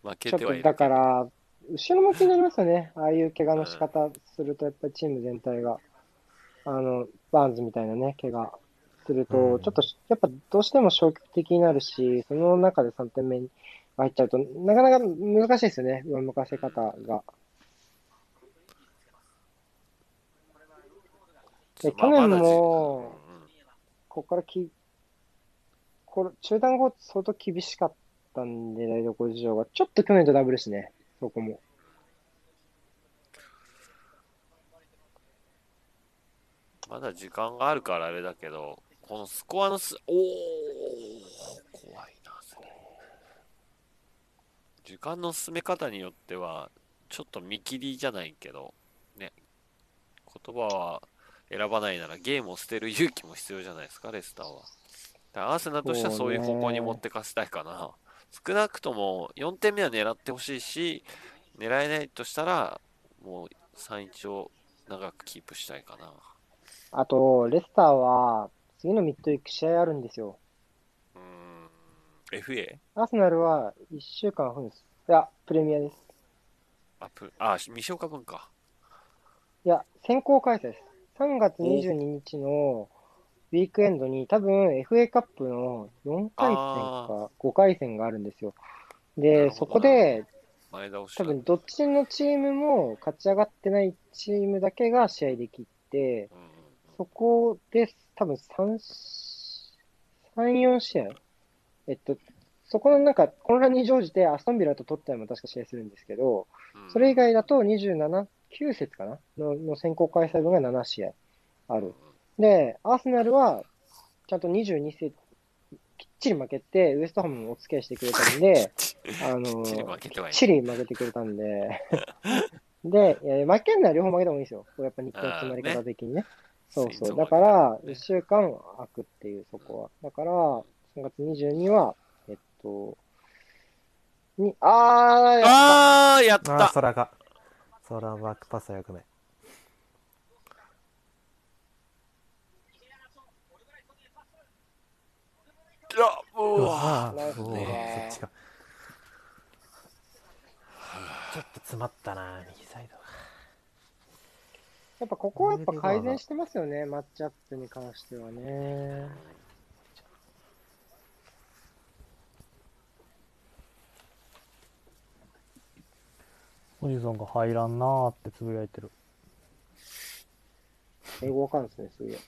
負け
ちょって
は
と
いる。
だから、後ろ向きになりますよね、ああいう怪我の仕方すると、やっぱりチーム全体が、あのバーンズみたいなね、怪我する
う
と、
ん
ちょっとやっぱどうしても消極的になるし、その中で3点目に入っちゃうと、なかなか難しいですよね、上向かせ方が。で去年もここからきこれ中断後、相当厳しかったんで、台所事情が、ちょっと去年とダブルしね、そこも。
まだ時間があるからあれだけど、このスコアのす、おお怖いな、それ。時間の進め方によっては、ちょっと見切りじゃないけど、ね。言葉は選ばないならゲームを捨てる勇気も必要じゃないですか、レスターは。だからアーセナとしてはそういう方向に持ってかせたいかな。少なくとも4点目は狙ってほしいし、狙えないとしたら、もう3-1を長くキープしたいかな。
あと、レスターは、次のミッドウィーク試合あるんですよ。
うーん FA?
アーセナルは1週間分です。いや、プレミアです。
アプあ、未消化分か。
いや、先行開催です。3月22日のウィークエンドに多分 FA カップの4回戦か5回戦があるんですよ。
なる
で、
ほど
そこで
前倒し
多
だ。
分どっちのチームも勝ち上がってないチームだけが試合できて、
うんうん
そこで多分3、3、4試合えっと、そこのなんか混乱に乗じてアストンビラとトッテナムも確か試合するんですけど、
うん
それ以外だと27、9節かなのの先行開催分が7試合ある。で、アーセナルはちゃんと22節きっちり負けて、ウエストハムもお付き合いしてくれたん [laughs] で、あの、
きっちり負
き
けては
っ
い
ちり負けてくれたんで、 [laughs] で、え負けんなら両方負けた方がいいんですよ。こうやっぱ日本の決まり方的にね。そうそう。だか、ら、1週間空くっていう、そこは。だから、3月22は、えっと、に、あー、やった
あー、やっ
ああ、
た
空が。空バックパスはよくない。
いやうわ
あ
ナイスだ
おーそっちか。ちょっと詰まったな、右サイドが。
やっぱここはやっぱ改善してますよね、マッチアップに関してはね。
おじさんが入らんなーってつぶやいてる。
英語わかんないですね、すげえ。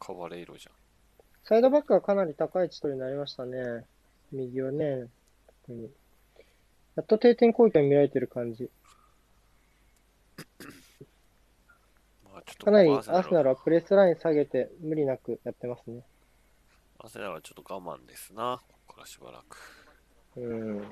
カバレイロじ
サイドバックがかなり高い位置取りになりましたね。右はね。特にやっと定点攻撃が見られてる感じ。
ゃん。まあ、ちょっと
かなりア
アーセナ
ーセナ
ル
ルはプレスライン下げて無理なくやってますね。
アーセナルはちょっと我慢ですな。ここからしばらく。
うん。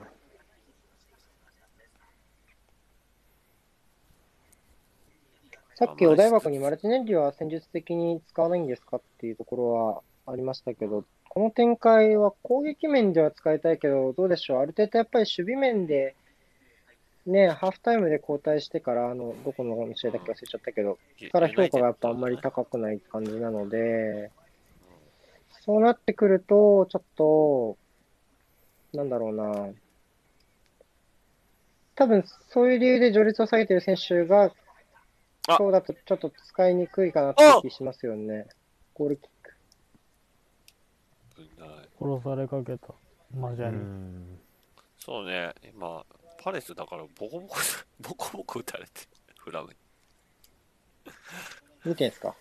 さっきお台箱にマルティネッリは戦術的に使わないんですかっていうところはありましたけど、この展開は攻撃面では使いたいけど、どうでしょう、ある程度やっぱり守備面で、ね、ハーフタイムで交代してから、あのどこの試合だっけ忘れちゃったけど、から評価がやっぱあんまり高くない感じなので、そうなってくると、ちょっと、なんだろうな、多分そういう理由で序列を下げてる選手が、
あ
そうだとちょっと使いにくいかなって気しますよね。ゴールキック。
危ない
殺されかけた。マジ
う
ャに。
ん。
そうね、今、パレスだからボコボコ、ボコボコ打たれて、フラム
見てんすか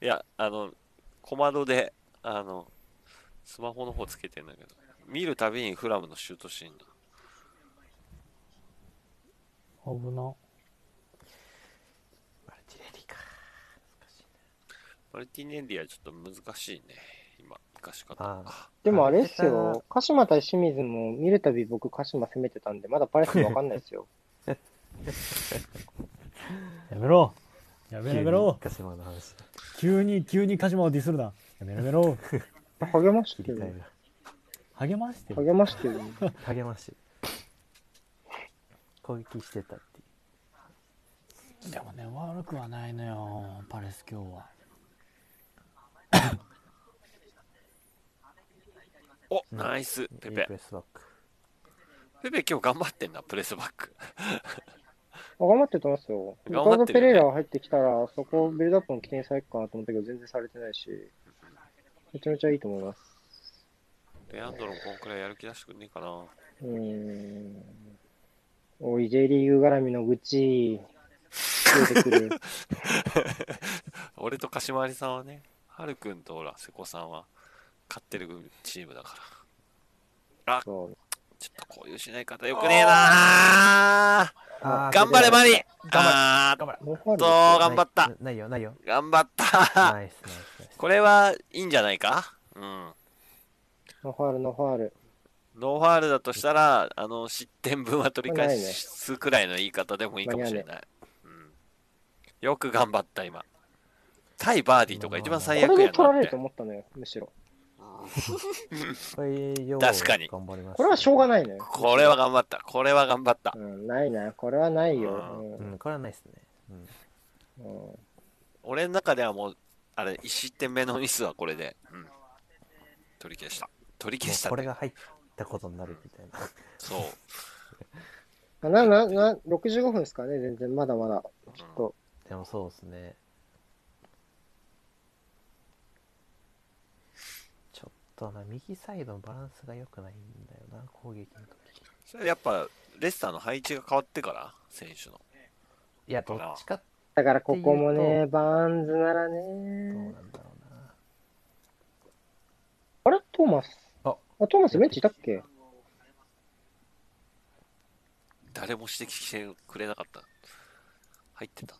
いや、あの、小窓で、あの、スマホの方つけてんだけど、見るたびにフラムのシュートシーンだ。
危な。
マルティレディか。難しい
マルティネリはちょっと難しいね。今、生かし方。
あ
でもあれです
あれ
よ、鹿島対清水も見るたび僕鹿島攻めてたんで、まだパレスもわかんない [laughs] ですよ。
やめろやめろやめろ
鹿島の話。
急に、急に鹿島をディスるな。やめろやめろ
励まし
切
て
りたい
る。
な。
励ましてよ。
励ましてる。
励まし。攻撃してたっていう。
でもね、悪くはないのよ、パレス今日は。
お、ナイス、ペ
いい
ペ
プ。レスバック。
ペペ今日頑張ってんな、プレスバック。
頑張ってると思いますよ。リ
頑
カー
張
ド・
ってる
ペ
よね
レイラが入ってきたら、そこをビルドアップの起点にされるかなと思ったけど、全然されてないし、めちゃめちゃいいと思います。
レアンドロンこんくらいやる気出してくんねえかな。
うーん。おい、J リーグ絡みの愚痴、出てく
[laughs]
る。
俺と柏まりさんはね、はるくんとほら、瀬古さんは、勝ってるチームだから。
そう
ちょっとこういうしない方よくねえなー
あー
頑張れ、マリ
頑張れ
あーっ
頑張れ。
ノーファウルです
と
よ
頑張った
な。ないよ、ないよ。
頑張ったー
ナイス、ナイス、ナイス。
これはいいんじゃないかうん。
ノーファウル、ノーファウル。
ノーファールだとしたら、あの、失点分は取り返
ないね
すくらいの言い方でもいいかもしれない。うん、よく頑張った、今。対バーディーとか一番最悪
これ
や
で取ら
な
れ
っ
ると
て。
思ったのよ、むしろ。
はい、よう
確かに
頑張ります。
これはしょうがないのよ。
これは頑張った。これは頑張った
う。ん、ないな、これはないよ。
う、
うん
これはないですね。うん。
ん、うん
俺の中ではもう、あれ、1失点目のミスはこれで。うん。取り消した。取り消した
もうこれ
ね。
が入ったことになるみたいな。
そう。
あな、な、な、65分ですかね、全然、まだまだ。ちょっと、
でもそうですね。ちょっとな、右サイドのバランスが良くないんだよな、攻撃の時。
それやっぱ、レスターの配置が変わってから、選手の。
いや、どっちかって
だからここも
ってい
ね、バーンズなら
どうな
ね。
んだろうな。
あれトーマス。
あ
トーマスベンチいたっけ
誰も指摘してくれなかった。入ってた。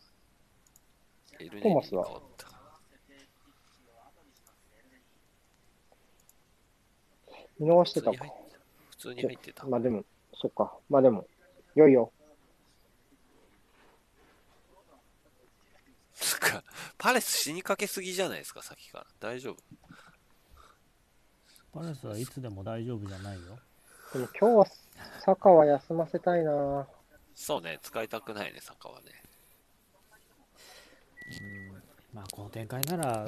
エルネ
トーマスは
に変わった
見逃してた
普通に
か
入。ってた。普通に入ってた。
まあでも、そっか。まあでも、いよいよ。
つうか、パレス死にかけすぎじゃないですか、さっきから。大丈夫。
パレスはいつでも大丈夫じゃないよ。
でも今日は、サカは休ませたいな。
そうね、使いたくないね、坂はね。
まあ、この展開なら、
まあ、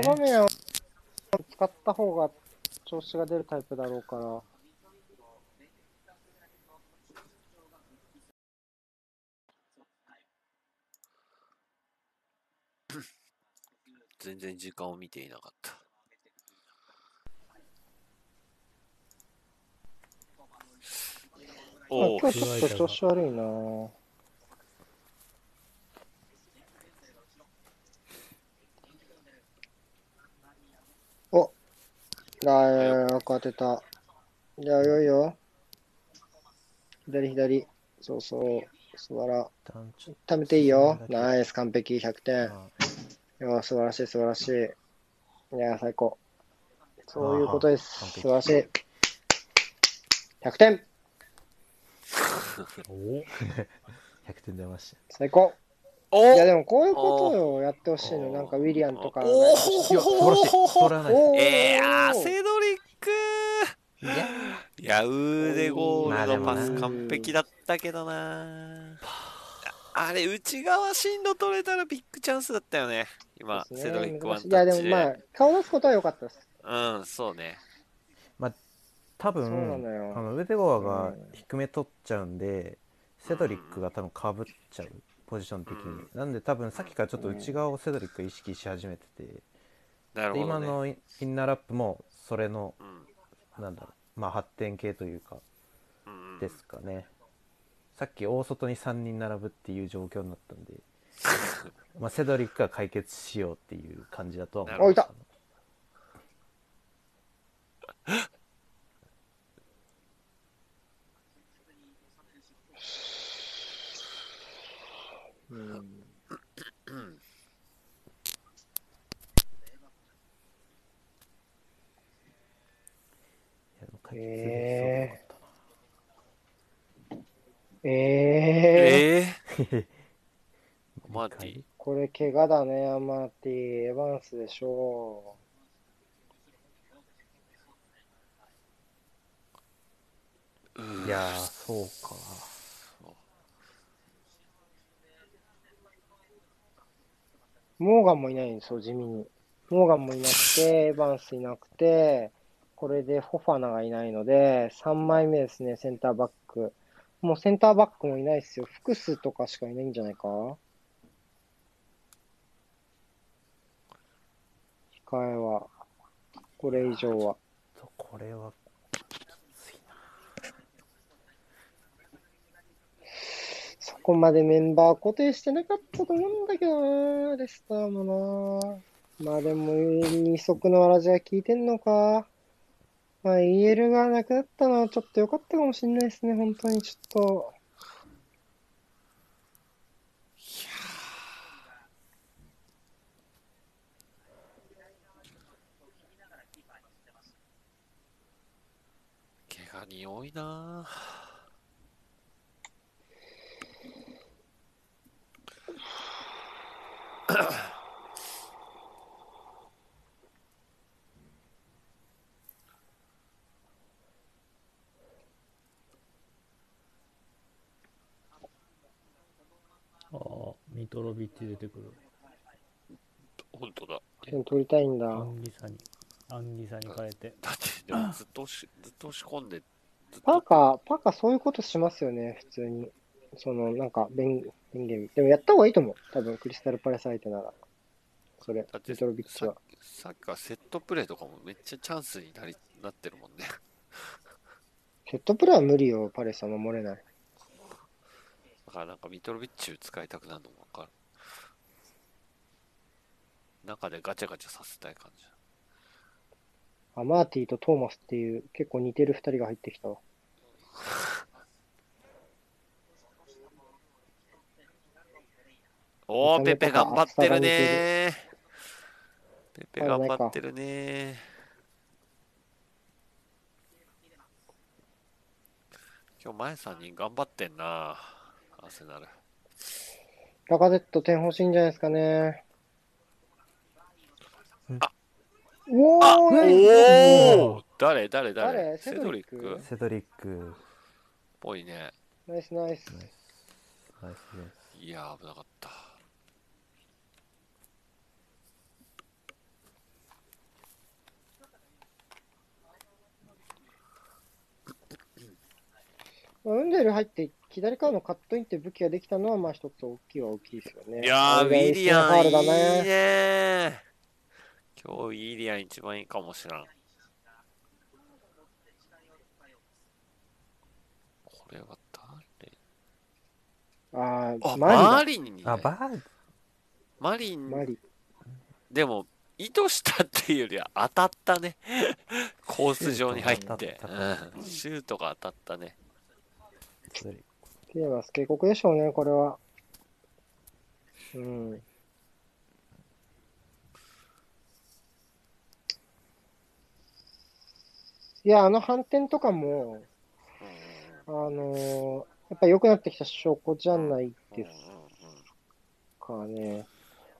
大
うですね
場面を使った方が調子が出るタイプだろうから。
全然時間を見ていなかった。
まあ、
おお、
今日ちょっと調子悪いな。おあー、よく当てた。じゃあ、よいよ。左、左。そうそう。素晴ら。
一旦ちょっ
貯めていいよ。ナイス、完璧、100点。
ま
いや、素晴らしい、素晴らしい。いや、最高。そういうことです。
あー完
素
璧
晴らしい。100点
あ、100点出 [laughs] まし
最高いや
お
でもこういうことをやってほしい
お
の、
ー
なんかウィリアムとか。
おー
た。いや、素晴らしい。それはないです。
おー
えー、アセドリック
いや、
いや、ウーデゴールのパ
まあで
ス
も
な
完璧だったけどなあれ、内側進路取れたらビッグチャンスだったよね。今、
そうです
セ
ね
ドリックワ
難
ン
しいいや
タッチ
で
で。
もまあ、顔出すことは良かったです。
うん、そうね。
多
そうなの
分、あ
よ。
のウデゴアが
うん
低め取っちゃうんで、セドリックが多分かぶっちゃう、ポジション的に。なんで多分さっきからちょっと内側をセドリックが意識し始めてて、
なる
で
ほ
今
ど、ね。
のイインナーラップもそれの
うん
なんだろうまあ発展系というか
うんうん
ですかね、さっき大外に3人並ぶっていう状況になったん
[laughs]
でまあセドリックが解決しようっていう感じだとは思い
なる
ます
ほ
対決できそうだな
[laughs] えー、えー、
え
え
ー、 [laughs] マーティ
これ怪我だね、アマティ。エヴァンスでしょ
いやー、そうか。
う。モーガンもいないんですよ、地味に。モーガンもいなくて、エヴァンスいなくて、これでフォファナがいないので、3枚目ですね、センターバック。もうセンターバックもいないですよ。複数とかしかいないんじゃないか控えは、これ以上は。
とこれは、きついな。
そこまでメンバー固定してなかったと思うんだけどな、レスターもな。まあでも、二足のわらじは効いてんのか。まあ、EL がなくなったのはちょっと良かったかもしれないですね、本当にちょっと。
怪我に多いなぁ
ああ、ミトロビッチ出てくる。
本当だ。
点取りたいんだ。
アンギサに、アンギサに変えて。
だって、でもずっと
[laughs]
押し、ずっと押し込んで、ずっ
パー
と。
カー、パーカーそういうことしますよね、普通に。その、なんか、弁、弁言。でもやった方がいいと思う。多分、クリスタルパレス相手なら。それ
だっ、て
ミトロビッチ
さ
は。
さっきはセットプレーとかもめっちゃチャンスになりなってるもんね。
セットプレーは無理よ、パレスは守れない。
だからなんかミトロビッチ使いたくなるのもわかる。中でガチャガチャさせたい感じ。
アマーティとトーマスっていう結構似てる二人が入ってきたわ。
お
見た目
ー、ペペ
とか
頑張ってるねー。ペペ
まだな
頑
いか
張ってるねー。今日前さんに頑張ってんなアーセナル。
ラカゼット点欲しいんじゃないですかね。おー
おお誰誰
誰
誰セドリッ
セドリ
ク
ック
セドリック、
ぽいね。
ナイスナイス。
ナイスね。
いやー、危なかった。
ウンデル入って左からのカットインって武器ができたのはまあ一つ大きいは大きいですよね。
いやー、ウ
これが
ィリアン、
一戦
いい
ファウルだね。
ねー。今日、ウィリアン一番いいかもしらん。これは誰
あー、
あ、
マ
マ
リ
リンにね、
あ、バー
マリン
だ。マリ。
でも、意図したっていうよりは当たったね。 [laughs] コース上に入って。
シュート
うんシュートが当たったね。
セドリック。
テーマス警告でしょうね、これは。うん。いや、あの反転とかも、あのーやっぱ良くなってきた証拠じゃないですかね。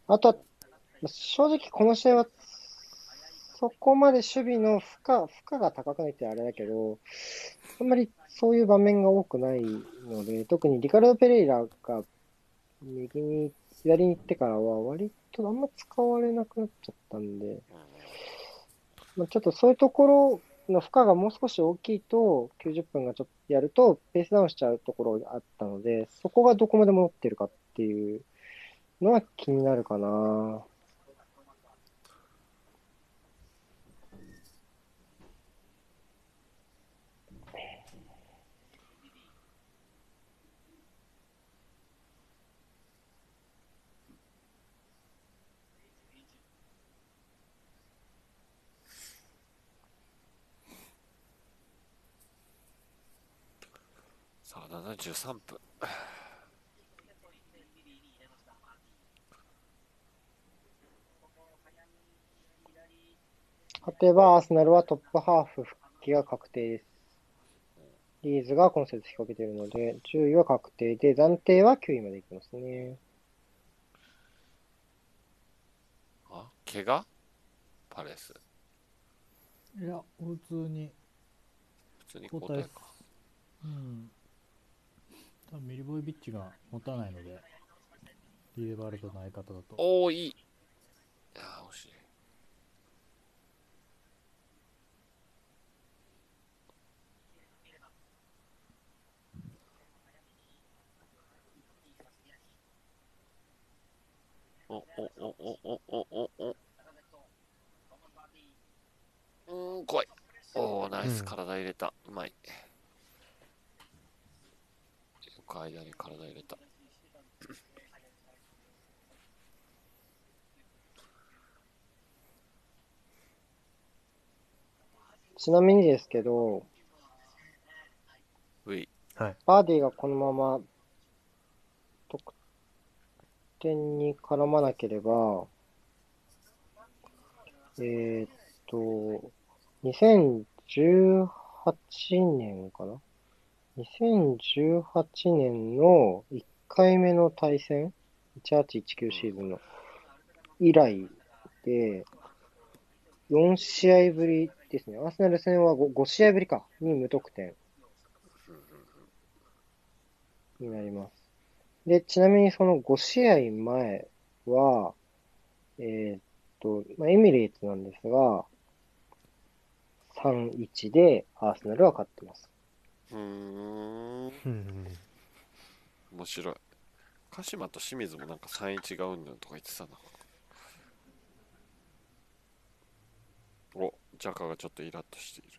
あとは、まあ正直この試合は、そこまで守備の負荷、負荷が高くないってあれだけど、あんまりそういう場面が多くないので、特にリカルド・ペレイラが右に、左に行ってからは、割とあんま使われなくなっちゃったんで、まあ、ちょっとそういうところの負荷がもう少し大きいと、90分がちょっとやると、ペースダウンしちゃうところがあったので、そこがどこまで戻ってるかっていうのは気になるかな。
さあ、73分。
勝てば、アーセナルはトップハーフ復きが確定です。リーズが今節引っ掛けているので、10位は確定で、暫定は9位までいきますね。
あ怪我パレス。
いや、普通に、
普通に交
交
代
代
か。
うん。多分ミリボイビッチが持たないので、リーバルトの相方だと。
おー、いい。あー、惜しい。お、お、お、お、お、お、お、お。うーん、怖い。おー、ナイス、体入れた。うまい。よく間に体入れた。
ちなみにですけど、
うい。
バーディーがこのまま得点に絡まなければ、えーっと、2018年かな ?2018 年の1回目の対戦、1819シーズンの以来で、4試合ぶりですね。アーセナル戦は 5, 5試合ぶりか、に無得点。になります。で、ちなみにその5試合前は、えーっと、まあ、エミレーツなんですが、3-1でアーセナルは勝ってます。
うーん。面白い。鹿島と清水もなんか3-1がうんぬんとか言ってたな。お、ジャカがちょっとイラッとしている。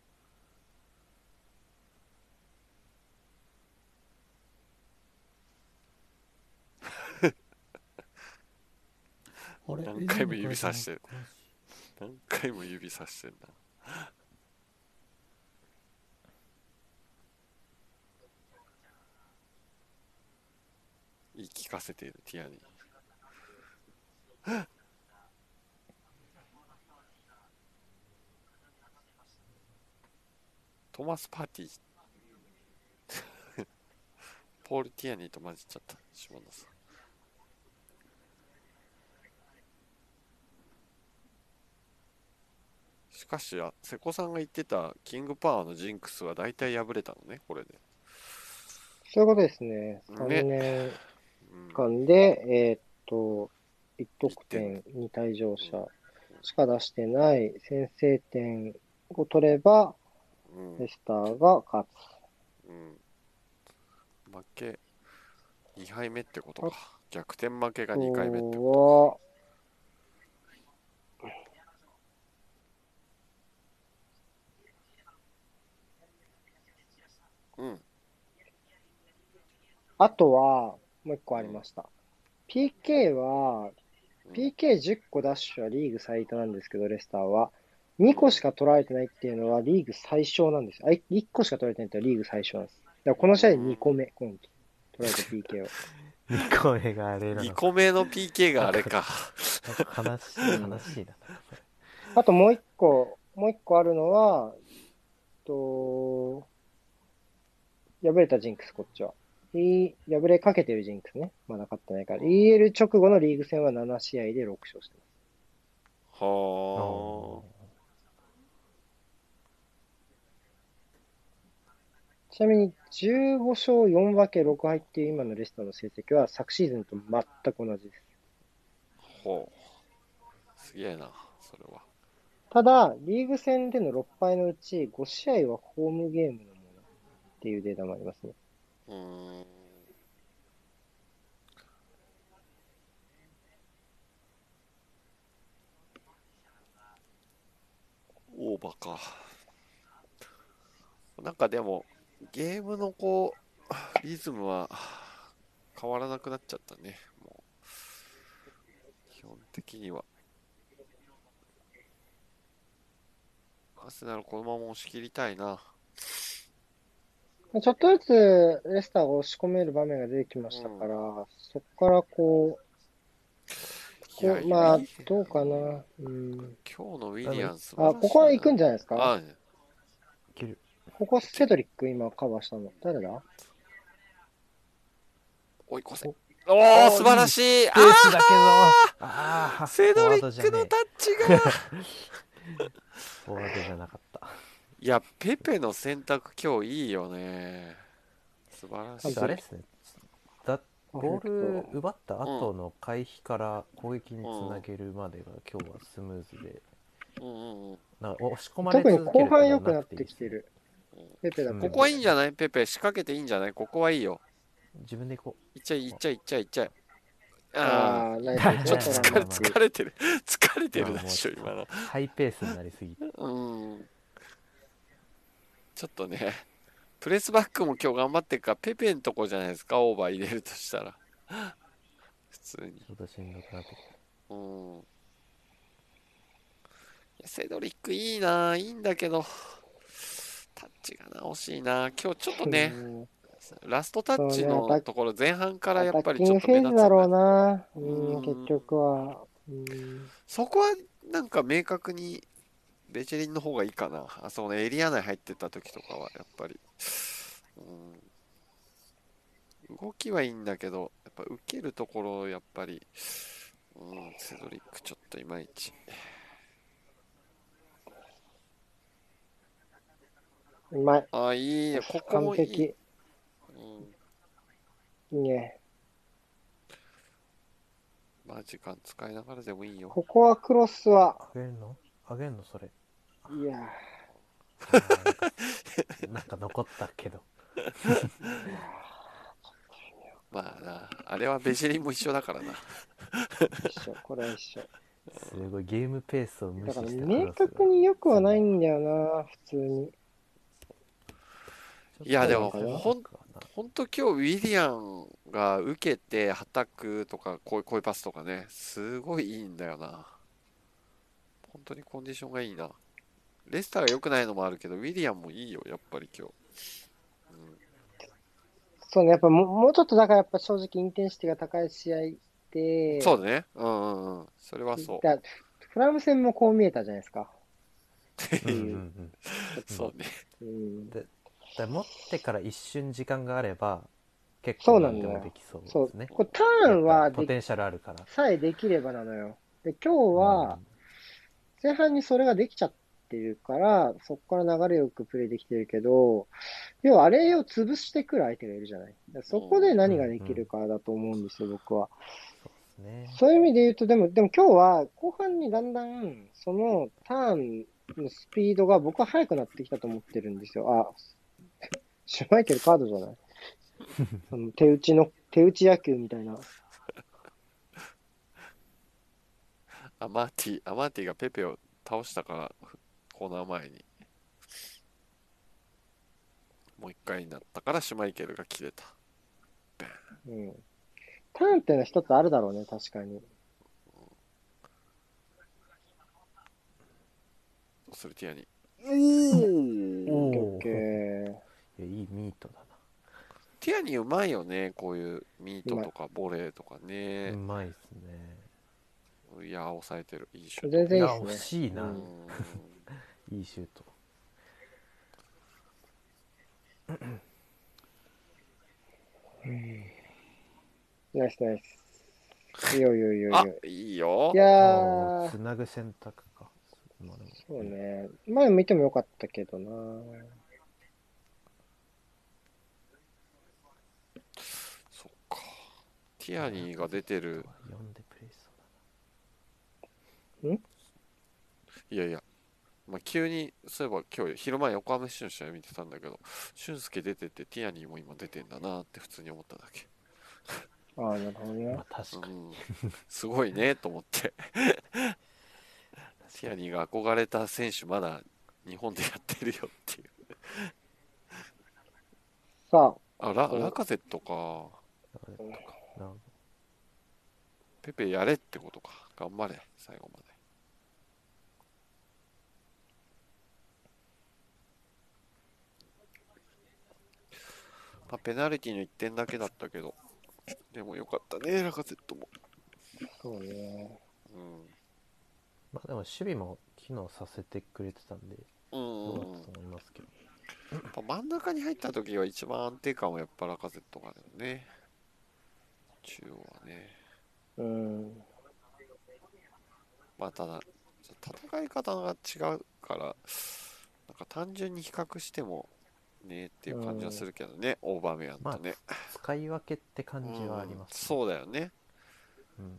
あれ
何回も指さしてる
以前のこ
何回も指さしてんな。言い聞かせているティアニー。トマス・パーティー。ポール・ティアニーと混じっちゃった。島田さん。しかし、あ瀬古さんが言ってたキングパワーのジンクスは大体破れたのね、これで。
そういうことですね。
ね
3年
うん、
間で、えーっと、1得点に退場者しか出してない先制点を取れば、
うん
レスターが勝つ。
うん負け2敗目ってことか逆転負けが2回目って
あ
こと
とは、
うん
あとは、もう一個ありました。PK は、
うん
PK10 個ダッシュはリーグ最多なんですけど、レスターは。2個しか取られてないっていうのはリーグ最小なんですよ。あ、1個しか取られてないっていうのはリーグ最小なんです。だからこの試合で2個目、今季。取られた PK を。
2個目があれな
2
の
個目の PK があれか
悲しい悲しいな
あともう一個、もう一個あるのは、えっと、敗れたジンクス、こっちは。E、敗れかけてるジンクスね。まだ勝ってないから。EL 直後のリーグ戦は7試合で6勝してます。
は
ちなみに15勝4分け6敗っていう今のレスターの成績は昨シーズンと全く同じです。
あほうすげえなそれは
ただ、リーグ戦での6敗のうち5試合はホームゲームのものっていうデータもありますね。
うーんオーバーかなんかでもゲームのこうリズムは変わらなくなっちゃったねもう基本的にはアスナルこのまま押し切りたいな
ちょっとずつレスターが押し込める場面が出てきましたから、そこからこう、
い
こ
や
うまあ
いい、
どうかな。うん、
今日のウィリアンス
あ、ここは行くん
じ
じゃないです
ゃ
か
あ
ける。
ここセドリック今カバーしたの。誰だ
追い越せ。おお、素晴らしい。あ
ペースだけど。あ
あ、
あ、
セドリッ
フォワードじゃ
ク
ね
の
え
タッチが。
フォワードじゃなかった。
いや、ペペの選択、今日いいよね。素晴らしい。
あれですね。だボール奪った後の回避から攻撃につなげるまでが今日はスムーズで、
うんうんうん
なんか押し込まれ
特に
続け
後
るとか
半
じゃ
良
な
くなっ
く
て
ていい
き
です
て
ね
る。ペペだ
うん
ここはいいんじ
ゃ
ゃないペペ、仕掛けていいんじゃないここはいいよ。
自分で行こ
いっちゃい、いっちゃい、いっちゃい、いっちゃい。あ
ああ、ナイス。
あ、ちょっと
ちょっと
疲
な
れ
んか
疲れてる。疲れてる
まあ
でしょ、今
も
の
う。ハイペースになりすぎて
うん。ちょっとね、プレスバックも今日頑張ってるから、ペペのとこじゃないですか、オーバー入れるとしたら。普通に。
ちょっとしんどくなってきた
うん。いや、セドリックいいな、いいんだけど、タッチがな、惜しいな。今日ちょっとね、
うん
ラストタッチのところ、前半からやっぱり
ア
ち
タ
ょ
ッ
っ
キ
と
ング
目
フェーズ
立つ
だ
よ
ろう
ね。
な。うん、
うん
結局は。うん
そこはなんか明確にベチェリンの方がいいかな。あ、そうね、エリア内入ってった時とかはやっぱり。うん、動きはいいんだけど、やっぱ受けるところをやっぱり、うん、セドリックちょっといまいち。
うまい。
あ、いいね。ここ
完
もいい。
璧。
うん、
いいね。
まあ時間使いながらでもいいよ。
ここはクロスは。
あげるのあげるの
[laughs]
それ
いやー。
あーなんかなんか残ったけど
まあな、あれはベチェリンも一緒だからな。
一緒、これは一緒。
すごいゲームペースを無
だ
視
から
した
明確に良くはないんだよな、普通に。
いやでもほん
ん
本当今日ウィリアンが受けてはたくとかこういうこういうパスとかねすごいいいんだよな本当にコンディションがいいなレスターが良くないのもあるけどウィリアンもいいよやっぱり今日、
そうね、やっぱもうもうちょっとだからやっぱ正直インテンシティが高い試合
う
で、
ん、そうだねうんうんうんそれはそう
だフラム戦もこう見えたじゃないですか。
うんうんうん
そうね
うん、
だから持ってから一瞬時間があれば結
そう
構
な
何
んだ
で
よ
もできそうで
そう
すね。
これターンは
ポテ
で
ンシャルあるから
さえできればなのよ。で、今日は前半にそれができちゃってるから、そこから流れよくプレーできてるけど、要はあれを潰してくる相手がいるじゃない。そこで何ができるかだと思うんですよ、僕は。
うんね
そういう意味で言うと、でも、でも今日は後半にだんだん、そのターンのスピードが僕は速くなってきたと思ってるんですよ。あ、シュマイケルカードじゃ [laughs] ないその手打ちの、手打ち野球みたいな。
アマーティアマーティがペペを倒したからコーナー前にもう一回になったからシュマイケルが切れた
うん。ターンっていうのは一つあるだろうね、確かに。
それティアに
うん。
お
オ
ー
ッケーオッケー。
いやいいミートだ
ティアニーうまいよね、こういうミートとかボレーとか
なう
ね。
まいですね
いや、抑えてる。いいシュート。
全
い
然い
や
い
惜
ですね。
しいうな、
ん
いいシュート
ナイスナイス。いよいよいよい
あ
よ。、
いいよ
い。や
ああ
ー
つ、なぐ選択かまあでも
そうね。前向いてもよかったけどな。
そっか。ティアニーが出てる。
読んでプレイしそう
いやいや。まあ、急に、そういえば今日昼前横浜市の試合見てたんだけど、俊介出てて、ティアニーも今出てんだなって普通に思っただけ。
ああ、なるほどね
だ。な、まあ、
う
確かに
ん、すごいねと思
[laughs]
って。ティアニーが憧れた選手、まだ日本でやってるよっていう。
さあ、
あ、ララカゼットか。
あれとかなるほ
ペペやれってことか。頑張れ、最後まで。まあ、ペナルティの1点だけだったけど、でもよかったね、ラカゼットも。
そうね。
うん。
どまあでも守備も機能させてくれてたんで
う
どうだ
ん、
ったと思いますけど、
真ん中に入った時は一番安定感はやっぱラカゼットがあるよね。中央はね。
うん。
まあただ、戦い方が違うから、なんか単純に比較してもねっていう感じはするけどね、オーバーメアンとね。
使い分けって感じはあります、
うんそうだよね。
うん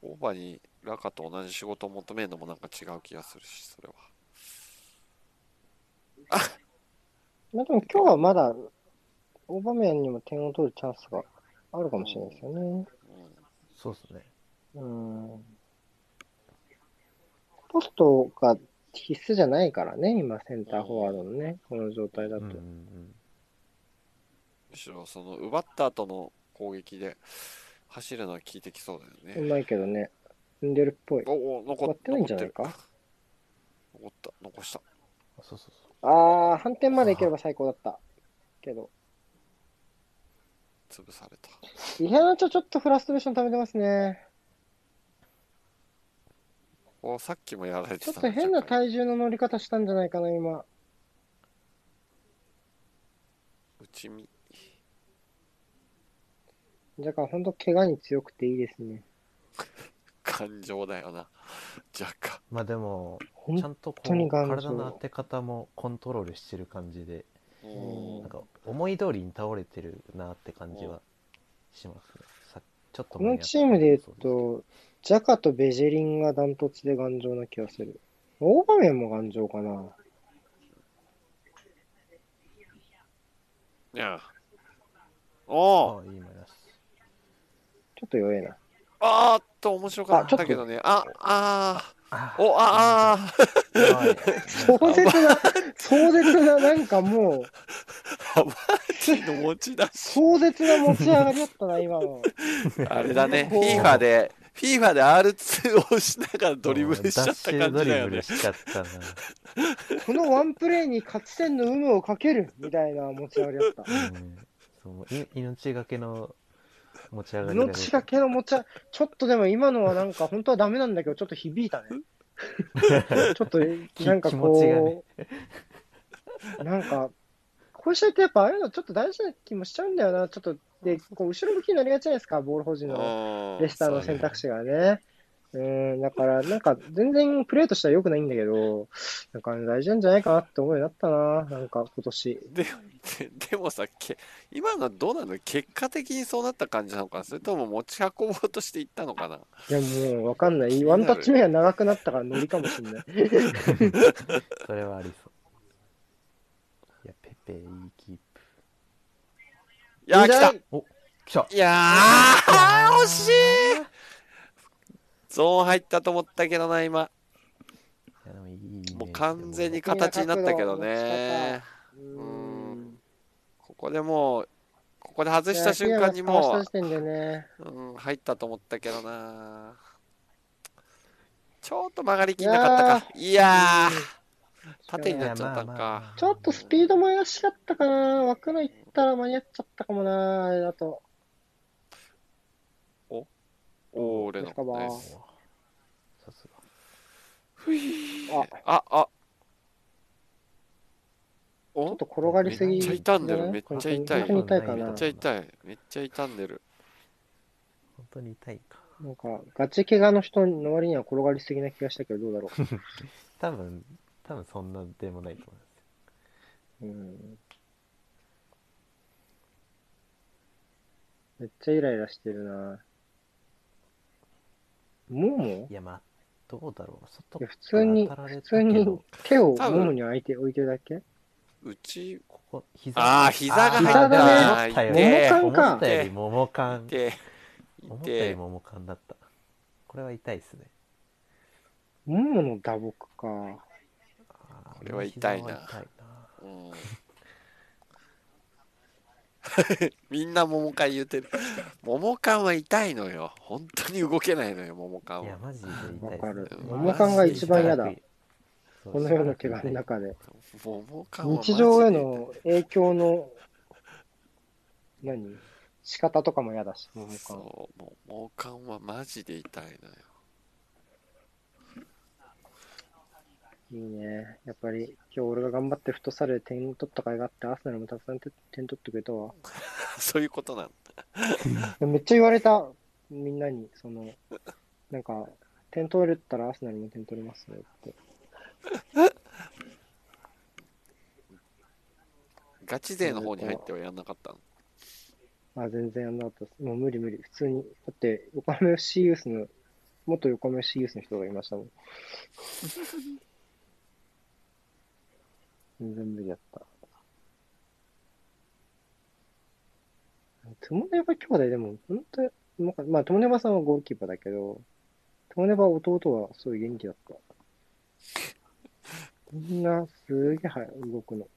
オーバーにラカと同じ仕事を求めるのもなんか違う気がするし、それは。
まあでも今日はまだ、オーバメアンにも点を取るチャンスがあるかもしれないですよね。
うん
そうですね
うん。ポストが必須じゃないからね、今、センターフォワードのね、この状態だと
うんう。ん
むしろその奪った後の攻撃で走るのは効いてきそうだよ
う
ね。
まいけどね、踏んでるっぽい。
おお、残
割
っ
ってないんじゃないか
残った、残した。
うんそうそうそう
ああ、反転までいければ最高だった。けど、
潰された。
イヘナチョちょっとフラストレーション溜めてますね。
おさっきもやられて
ちょ
た
っと変な
若干
体重の乗り方したんじゃないかな、今。
内身。
だから本当、怪我に強くていいですね。
感情だよな。若干。
まあでもちゃ
本
んとこ
本当に
う
頑丈
体の当て方もコントロールしてる感じで
ん
なんか思い通りに倒れてるなって感じはしますねさちょっと
このチームで言うと、ジャカとベジェリンがダントツで頑丈な気がする。オーバメンも頑丈かな。
いや。おお
ああいいマイナス
ちょっと弱えな。
あーっと、面白か
あ
っ
ちょっと
たけどね。あ、あ
あ
ー。お、あ、あー。
壮絶 [laughs] な、壮絶な、なんかもう、
ハバーティの持ち出し。
壮絶な持ち上がりだったな、今の。
[laughs] あれだね。
おー
FIFA で、FIFA で R2 を押しながら [laughs] ドリブルしちゃった感
[laughs] ダッシュド
じだ
リ
よ
ブル
ね。
しちゃったな
このワンプレーに勝ち点の有無をかけるみたいな持ち上がりだった。
うんそうい命がけの持ち上がりが出
命がけの持ち上がり、ちょっとでも今のはなんか本当はダメなんだけど、ちょっと響
[laughs]
いたね。ちょっと、なんか
気持ちが
こう、なんか、こういう試合ってやっぱああいうのちょっと大事な気もしちゃうんだよな。ちょっと、で、こう後ろ向きになりがちじゃないですか、ボール保持の。
うん
レスターの選択肢がね。うん、だから、なんか、全然プレーとしては良くないんだけど、なんか大事なんじゃないかなって思いになったな、なんか今年。
でででもさけ今のはどうなの結果的にそうなった感じなのかなそれとも持ち運ぼうとしていったのかない
や、もうわかんない。ワンタッチ目が長くなったからノリかもしんない。
それはありそういやペペいいキープ
いやー来た
意
来た
いやー惜しいゾーン入ったと思ったけどな今
いやでもいいイメージ
もう完全に
でも
形になったけどね
外う
うんん。ここでもうここで外した瞬間に
いや檜
も
山が倒した時点でね、
う、うん、入ったと思ったけどなちょっと曲がりきんなかったかいやー縦になっちゃったん
いやまあ
か
ま
ちょっとスピードも怪しかったかな。枠の行ったら間に合っちゃったかもな、あれだと。
おー俺の
デスカバー
ナイス
さすが
あ、ち
ああ
ょ
お
っと転がりすぎ。
めっちゃ痛んでるめっちゃ痛い
本当に痛いか
め
め
な
っ。ちゃ痛いめっちゃ痛んでる
本当に痛いか
なんか、ガチ怪我の人の割には転がりすぎな気がしたけど、どうだろ
多分多分そんなでもないと
う。う
思います
ん。めっちゃイライラしてるな。もも
いやまあどうだろう外
いや普通に
から当たら
普
れた
通
け
に
ど
手を
多
も
分
もに置いて置いてるだけ
うち
ここ膝
ああ膝が入った
膝だ
ね
痛い
ね
思ったより
痛
桃缶
い
思ったよ
痛
り
い
桃缶だったこれは痛いですね
ももの打撲か。
あー
これは痛いな
膝は痛い
うんみんな [laughs] 桃缶言ってる桃缶は痛いのよ本当に動けないのよ桃缶
ないや
は
マジで痛い
わ
っす
かる。
うん
桃缶が一番嫌だ
マジ。で痛い
この世の怪我の中で。
桃缶はマジ
日
で
常への影響の、何仕方とかも嫌だし、桃缶。
そう桃缶はマジで痛いのよ
いいね。やっぱり、今日俺が頑張ってフットサルで点取った甲斐があって、アーセナルもたくさん点点取ってくれたわ。
[laughs] そういうことなん
でもめっちゃ言われた、みんなに、その、なんか、点取れたらアーセナルも点取れますねって。
ガチ勢の方に入ってはやんなかったの。 [laughs]
あ、全然やんなかったです。もう無理無理。普通に。だって、横浜 FC ユースの、元横浜 FC ユースの人がいましたもん。全然無理だった。トゥモネバ兄弟でも、本当になんかまあ、トゥモネバさんはゴールキーパーだけど、トゥモネバ弟はすごい元気だった。みんな、すげえ早い動くの。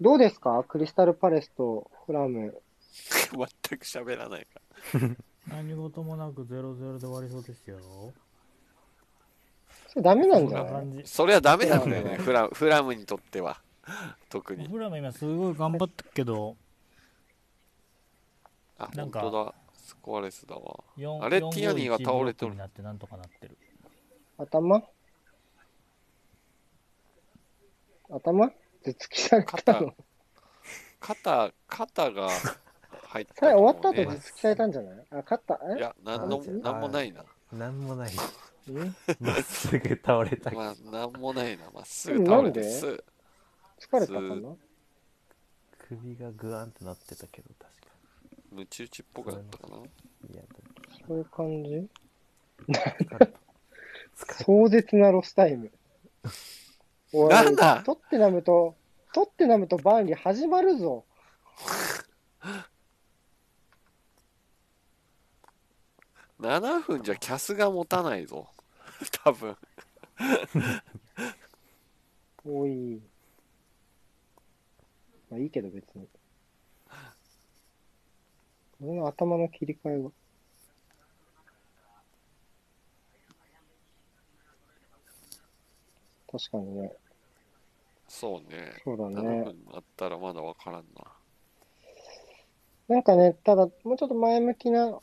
どうですかクリスタルパレスとフラム。
全く喋らないから。
何事もなく0-0で終わりそうですよ。
それダメなん
そん
じゃ
な
ない
感じ。
それはダメなんだよね、フラフラムにとっては。特に。
フラム今すごい頑張ったけど、
あ、
な
本
んか
当だ。スコアレスだわ。
4
あれティアニーが倒れてる
になってなんとかなってる。
頭頭頭突きされた
肩
の。、
肩、肩が入って
それ終わった後
ね
頭突きされたんじゃないあ、勝った。
い
え
や、なんの
あ別に
なんもないな。
なんもない。
うん
まっすぐ倒れた。
まあ、なんもないな。まっすぐ倒れて
なんです
ぐ。
疲れたかな
ず
首がグワンってなってたけど、確か
ムチ打ちっぽくなったかな。
に。いや、
そういう感じ
疲れた。
[laughs]
疲
壮絶なロスタイ
[laughs]
ム。おい
なんだ
トッテナムと、トッテナムとバーンリー始まるぞ。
7分じゃキャスが持たないぞ。 [laughs] 多分。
おい。まあいいけど別に。俺の頭の切り替えは。確かにね。
そうね。
そうだ
7
ね。
分あったらまだわからんな。
なんかね、ただ、もうちょっと前向きな。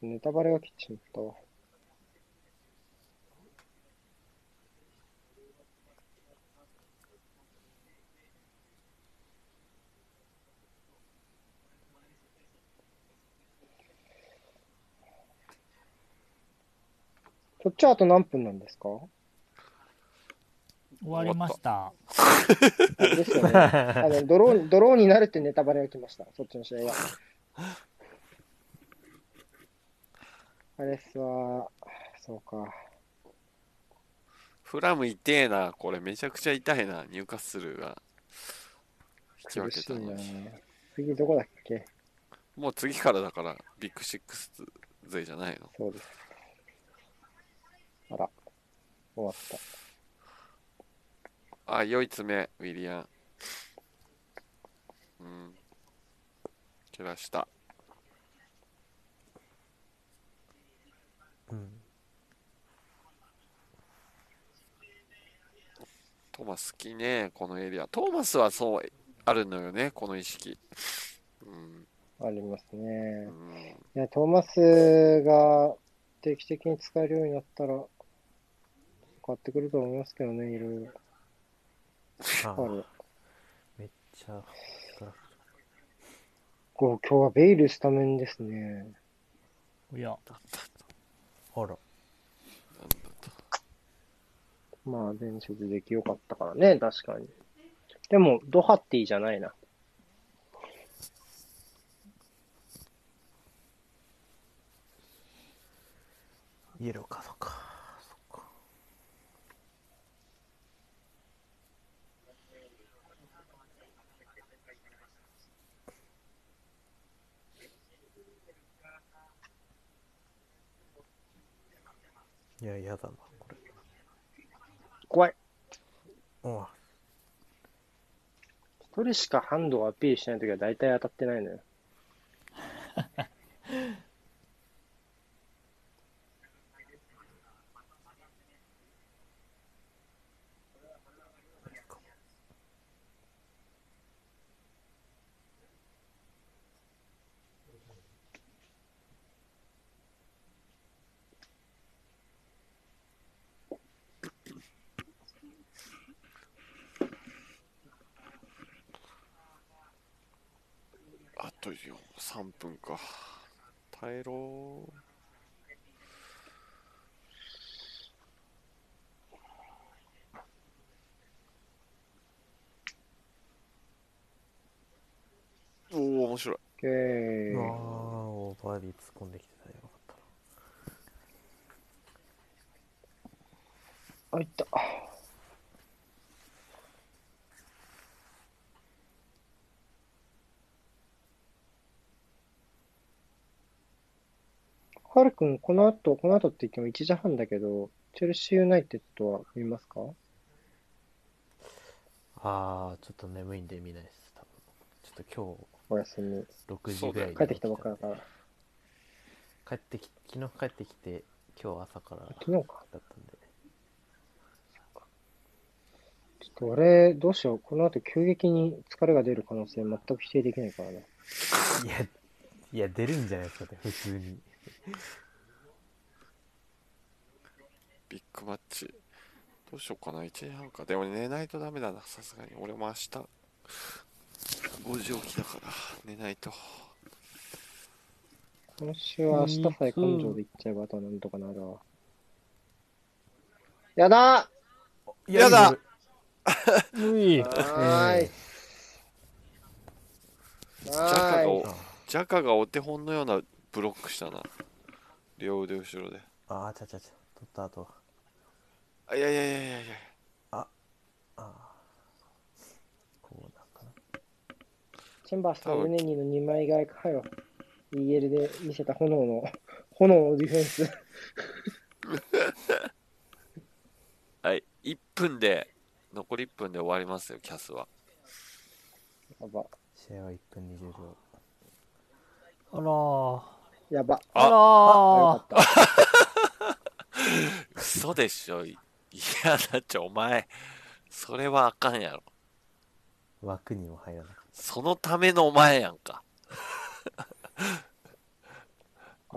ネタバレが切ってしまったわ。こっちはあと何分なんですか
終わりました。
あれですよね。あの、ドロー、ドローになるってネタバレが来ました。そっちの試合
[laughs]
は。あれスは、そうか。
フラム痛えな。これめちゃくちゃ痛いな。入荷するが。引き分
苦
け
したいな
ね。。
次どこだっけ
もう次からだから、ビッグシックス勢じゃないの。
そうです。あら、終わった。
あ、良い爪、ウィリアン。うん。蹴らした。
れた。うん。
トーマス好きね、このエリア。トーマスはそう、あるのよね、この意識。うん。
あります
う
ね。
ん、
いや、トーマスが定期的に使えるようになったら、変わってくると思いますけどね、いろい
あ
ろ。ある。
めっちゃ、
こう今日はベイルスタメンですね。
いや、
あら、
なんだと。
まあ、前職できよかったからね、確かに。でも、ドハッティじゃないな。
イエローカードか。そっか。いや、嫌だな、これ。
怖い。
うわ、
一人しかハンドをアピールしないときは大体当たってないのよ。
とよ3分か耐えろーおお面白い
オッケー
ああ、オーバーディー突っ込んできてたよ。よかっ
あ、いった。ハル君、この後、この後って言っても1時半だけど、チェルシーユナイテッドは見ますか
たなああ、ちょっと眠いんで見ないです。多分ちょっと
お休み。
今日
そ
6
う
時ぐ
だよ
らい
ね
に
帰ってきたばっかだから。
帰ってき昨日帰ってきて今日朝からだっ
昨日か。
たんで
ちょっと俺、どうしよう。この後急激に疲れが出る可能性全く否定できないからね。
いやいや出るんじゃないですかね普通に
ビッグマッチどうしようかな1時半かでも寝ないとダメだなさすがに俺も明日5時起きだから寝ないと
今週は明日さえ根性でいっちゃえばあとはなんとかなるわ。やだ
やだ
うい
はーい。
ジャカがお
は
ジャカがお手本のようなブロックしたな両腕後ろで
ああちゃちゃちゃ取った後は
あいやいやいやいやいや
こうなんかな
ーい。チェンバースとルネニーの2枚替えかよ。EL で見せた炎の、炎のディフェンス。
はい、1分で、残り1分で終わりますよ、キャスは。
やば。
試合は1分20秒
あらー
やば。
あら
あ、
ー
よかった。
嘘でしょ。いいや、だっちゃお前、それはあかんやろ。
枠にも入らなかっ
そのためのお前やんか。
た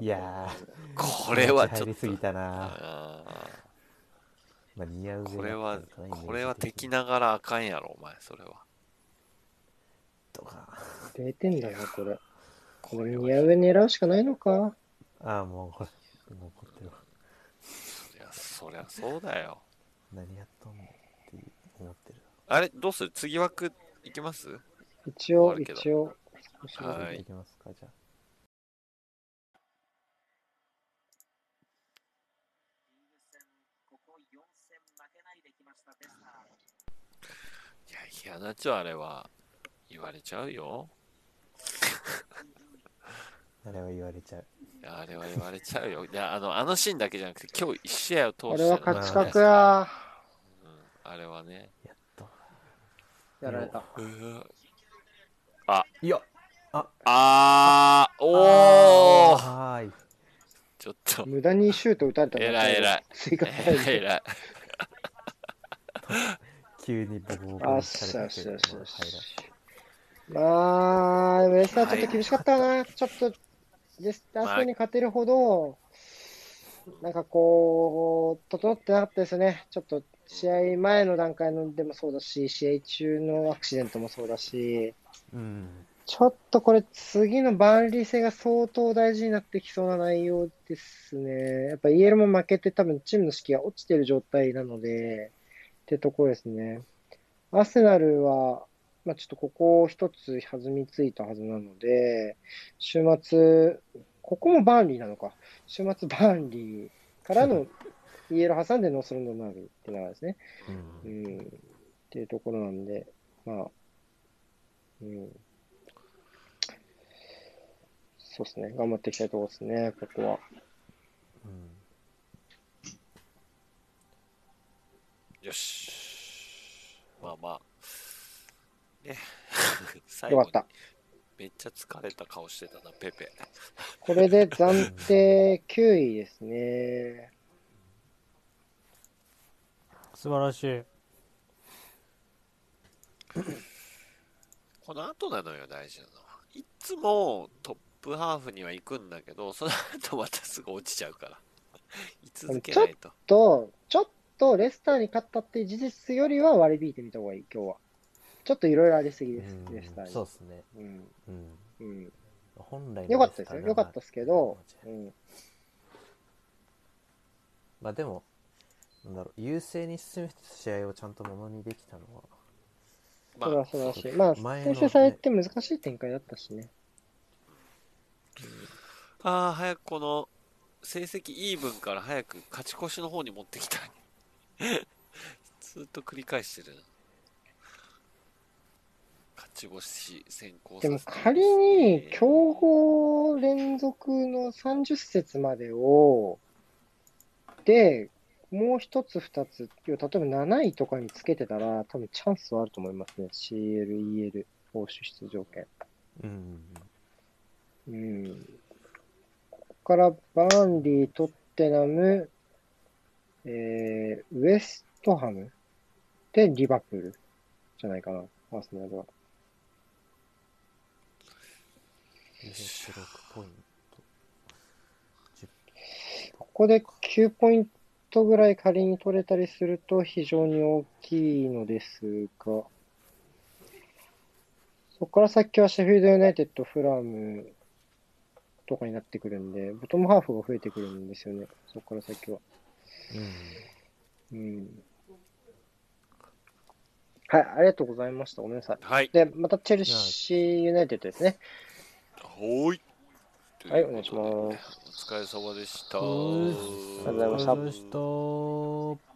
いやー
これはちょ
入り
っ
す
と。
ぎたな、
あ
まあ、似合う
ー
ぜ
これ
や
は
ったのかなイメージ的に
これは敵ながらあかんやろお前それは
とか
0点だな、これ。これ、ニア上狙うしかないのか。
ああもうこれもう怒ってるわ
いやそりゃそうだよ
何やっとんのって思ってる
あれどうする次枠いきます
一
終わ
応、
るけど
一応。少し
は
行
い
きますかじゃあ
いや嫌なっちゃあれは言われちゃうよ
あれは言われちゃう
いやあれは言われちゃうよいやあのあのシーンだけじゃなくて今日1試合を通
こ
して
れ
の
は
ね
勝ち確や。
うんあれはね
やっと
やられた。
いや
あー、おー、
はーい
ちょっと、
無駄にシュート打たれた
偉い偉い。
追加タイム
えらい。
急にボコ
[laughs]
ボコ
あっ
に
しゃ
さ
あっ
れたけ
し
ど
ゃあっしゃあっしゃまあ、
もう入らん
レスターちょっと厳しかったな、ちょっと、レスタースペインに勝てるほど、なんかこう、整ってなかったですよね、ちょっと試合前の段階のでもそうだし、試合中のアクシデントもそうだし、
うん
ちょっとこれ、次の万里戦が相当大事になってきそうな内容ですね。やっぱ EL も負けて、多分チームの士気が落ちてる状態なので、ってところですね。アーセナルは、まあ、ちょっとここを一つ弾みついたはずなので、週末、ここもバーンリーなのか。週末バーンリーからの EL 挟んでノースロンドンナービーって流れですね。
うん
うんっていうところなんで、まあ、うん。そうですね、頑張っていきたいところですね、ここは。
よし。まあまあ。ね、最
よ
後
かっ
に
た。
めっちゃ疲れた顔してたな、ペペ。
これで暫定9位ですね。
素晴らしい
この後なのよ、大事なのは。いつもトップハーフには行くんだけど、 [laughs] その後またすぐ落ちちゃうから。 [laughs] 居続けないと。
と、ちょっとレスターに勝ったっていう事実よりは割り引いてみた方がいい、今日は。ちょっといろいろありすぎです、
うん
レスターに。
そうですね。
うん
うん。
うん、
本来の
よかった
レ
で
ス
すよ。
ターなら
よかったですけど、うん、
まあでも、なんだろう、優勢に進めてた試合をちゃんとものにできたのは、
ま
それは
あ、
素晴らしい。まあ、
前の
転生されて難しい展開だったしね。
あー早くこの成績イーブンから早く勝ち越しの方に持ってきたい [laughs] ずっと繰り返してるな勝ち越し先行
で
さ
も
せて
仮に強豪連続の30節までを、で、もう一つ二つ、要は例えば7位とかにつけてたら、多分チャンスはあると思いますね。CL、EL、報酬出場権。
うん。
うん。ここからバーンリー、トッテナム、えー、ウエストハムでリバプールじゃないかな、アーセナルは。
26ポイン
ここで9ポイントぐらい仮に取れたりすると非常に大きいのですが、そこから先はシェフィールドユナイテッド、フラムとかになってくるんで、ボトムハーフが増えてくるんですよね、そこから先は。
ト。うん。
うん。はい、ありがとうございました。ごめんなさい。
はい
で、またチェルシーユナイテッドですね。
ほーい
はい、お願いします
お疲れ様でした
お疲れ
様でした
お疲れ様で
した。